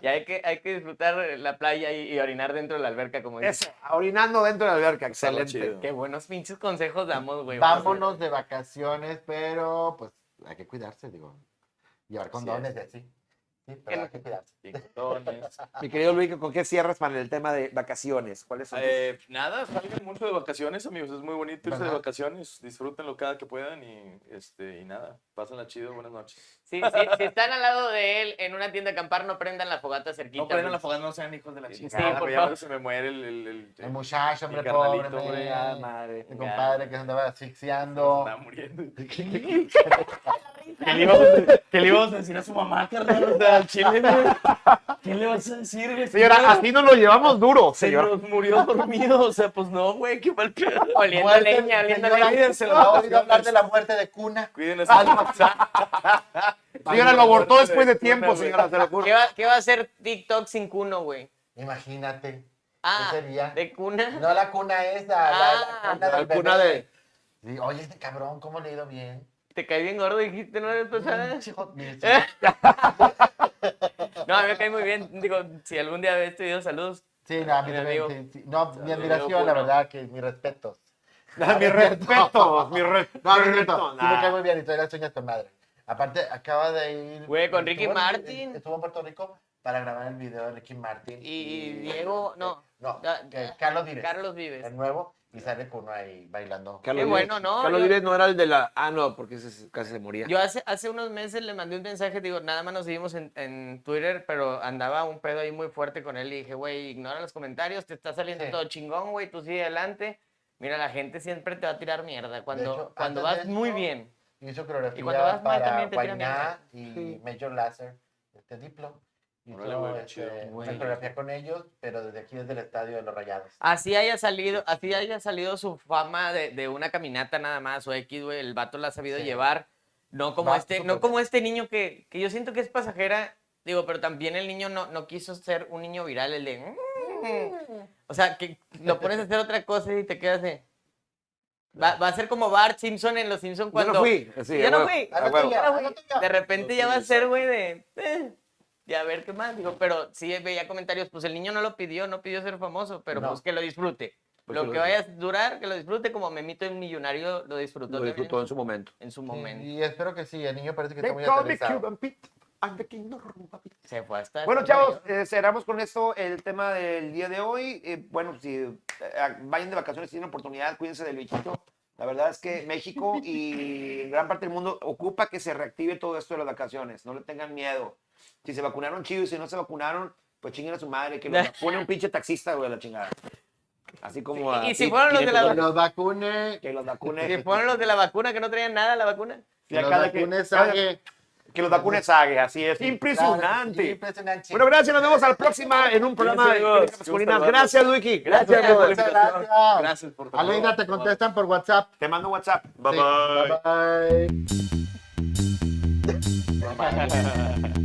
C: Y hay que, hay que disfrutar la playa y, y orinar dentro de la alberca, como dices.
B: eso, orinando dentro de la alberca,
E: Estaba
B: excelente.
E: chido.
C: Qué buenos pinches consejos damos, güey.
D: Vámonos de vacaciones, pero pues hay que cuidarse, digo. Llevar condones y así. Sí, pero hay que cuidarse.
E: Picotones.
B: Mi querido Luis, ¿con qué cierras para el tema de vacaciones? ¿Cuáles son? tus-
E: Eh, nada, salgan mucho de vacaciones, amigos. Es muy bonito irse de
D: ¿Verdad?
E: vacaciones. Disfrútenlo cada que puedan y, este, y nada. Pásenla chido. Buenas noches.
C: Sí, sí, si están al lado de él en una tienda de acampar, no prendan la fogata cerquita.
E: No prendan
C: güey.
E: la fogata, no sean hijos de la
C: Sí,
E: chingada.
C: por
E: güey,
C: favor.
E: ya se me muere el... el, el-
D: El muchacho,
E: mi
D: hombre,
E: carnalito,
D: pobre,
E: güey,
D: hombre.
E: ah, madre,
D: Mi
E: ya.
D: compadre que se andaba asfixiando.
E: Está muriendo.
C: Que le íbamos-
E: ¿Qué le ibas a decir a su mamá, carnal? O sea, al chile, güey. ¿Qué le vas a decir, güey?
F: Señora, así nos lo llevamos duro,
E: Se
F: señora.
E: nos murió dormido. O sea, pues no, güey, qué mal pedo.
C: Oliendo
D: Muerte,
C: leña, oliendo
D: señora,
C: leña. pues.
E: Se lo
D: ¿Ha
E: va a
D: oído hablar de la muerte de cuna?
E: Cuiden a
C: Ah,
E: su
F: Señora, lo abortó después de tiempo, señora, se lo juro.
C: ¿Qué va, ¿Qué va a hacer TikTok sin cuno, güey?
D: Imagínate.
C: Ah,
D: Ese día.
C: de cuna.
D: No la cuna esa, la, la
C: Ah,
D: cuna del
F: la cuna
D: bebé.
F: de-
D: Sí, oye, este cabrón, ¿cómo le ha ido bien?
C: Te caí bien gordo, dijiste, ¿no eres pasada?
D: Pinche hot- mire, sí.
C: No, a mí me cae muy bien. Digo, si algún día ves este video, saludos.
D: Sí, no, a mí
C: Mi
D: también,
C: amigo.
D: sí, sí. No, mi admiración,
E: amigo
D: la
E: Cuno.
D: verdad, que mis respetos.
F: Mi respeto, mi respeto.
D: No, no, no, no, sí me cae muy bien y todavía sueñas con madre. Aparte, acaba de ir.
C: Güey, con Ricky
D: estuvo en-
C: Martin.
D: Estuvo en Puerto Rico para grabar el video de Ricky Martin.
C: Y- y Diego, no.
D: No,
C: Da-
D: que Carlos Vives.
C: Carlos Vives.
D: El nuevo. Y sale Cuno ahí bailando.
C: Qué bueno, ¿no?
B: Carlos
C: Yo-
B: Vives no era el de la. Ah, no, porque ese se- casi se moría.
C: Yo hace, hace unos meses le mandé un mensaje, digo, nada más nos seguimos en, en Twitter, pero andaba un pedo ahí muy fuerte con él y dije, güey, ignora los comentarios, te está saliendo
D: Sí.
C: todo chingón, güey, tú sigue adelante. Mira, la gente siempre te va a tirar mierda cuando,
D: hecho,
C: cuando
D: antes
C: vas
D: de
C: muy
D: esto-
C: bien.
D: Hizo
C: Y cuando vas
D: coreografía
C: mal
D: para
C: también te tiran
D: Guainá
C: mierda.
D: y
B: Sí.
D: Major Lazer, este diplo.
E: Órale,
D: Hizo
E: güey, qué
D: este,
E: chido.
D: una coreografía con ellos, pero desde aquí, desde el estadio de los Rayados.
C: Así haya salido, así haya salido su fama de, de una caminata nada más, o X, güey, el vato la ha sabido
D: Sí.
C: llevar. No como
D: Va
C: este,
D: súper
C: no como este niño que, que yo siento que es pasajera, digo, pero también el niño no, no quiso ser un niño viral, el de. "Mm". O sea, que lo pones a hacer otra cosa y te quedas de. Va, va a ser como Bart Simpson en Los Simpson cuando.
B: Yo no fui. Sí,
C: Ya
B: a
C: no
B: huevo,
C: fui.
E: Ah,
B: a
D: Ahora
B: huevo.
D: tú ya,
C: Ahora,
D: ahora
C: güey,
D: tú ya.
C: De repente ya va a
E: Los
C: ser, güey, de. "Eh, ya a ver qué más. Digo, pero sí veía comentarios, pues el niño no lo pidió, no pidió ser famoso, pero
D: No.
C: pues que lo disfrute.
B: Pues que
C: lo
B: lo
C: que vaya a durar, que lo disfrute, como Memito el Millonario lo disfrutó,
B: Lo
C: también
B: disfrutó en su momento.
C: en su
D: Sí,
C: momento.
D: Y espero que sí, el niño parece que
B: They
D: está muy
B: call me
D: aterrizado.
B: Cuban Pete. I'm the king of Rumba Pete.
C: Se fue hasta.
B: Bueno, chavos, eh, cerramos con esto el tema del día de hoy. Eh, bueno, si eh, a- vayan de vacaciones, si tienen oportunidad, cuídense del bichito. La verdad es que México y gran parte del mundo ocupa que se reactive todo esto de las vacaciones. No le tengan miedo. Si se vacunaron, chido. y Si no se vacunaron, pues chinguen a su madre. Que los vacune un pinche taxista, güey, a la chingada. Así como a
C: Y- y si
B: ti,
C: fueron los
B: Tine
C: de la-
D: Que
B: Colón,
D: los vacune,
B: Que los vacune.
C: Que fueron los de la vacuna que no traían nada la vacuna.
D: que los
B: cada que-
D: vacune,
B: cada-
D: Sage.
B: que los vacunes Sage, así es.
D: Claro,
B: Impresionante.
D: Impresionante.
B: Bueno, gracias, nos vemos a la próxima en un programa de
E: amigos.
B: Crónicas
E: Gusto
B: Masculinas.
E: verlos.
B: Gracias, Luigi.
E: Gracias por la
D: Muchas
E: invitación.
D: gracias.
E: Gracias por
D: Aleida, te contestan por WhatsApp.
B: Te mando un WhatsApp.
D: Sí, bye. bye.
E: contestan.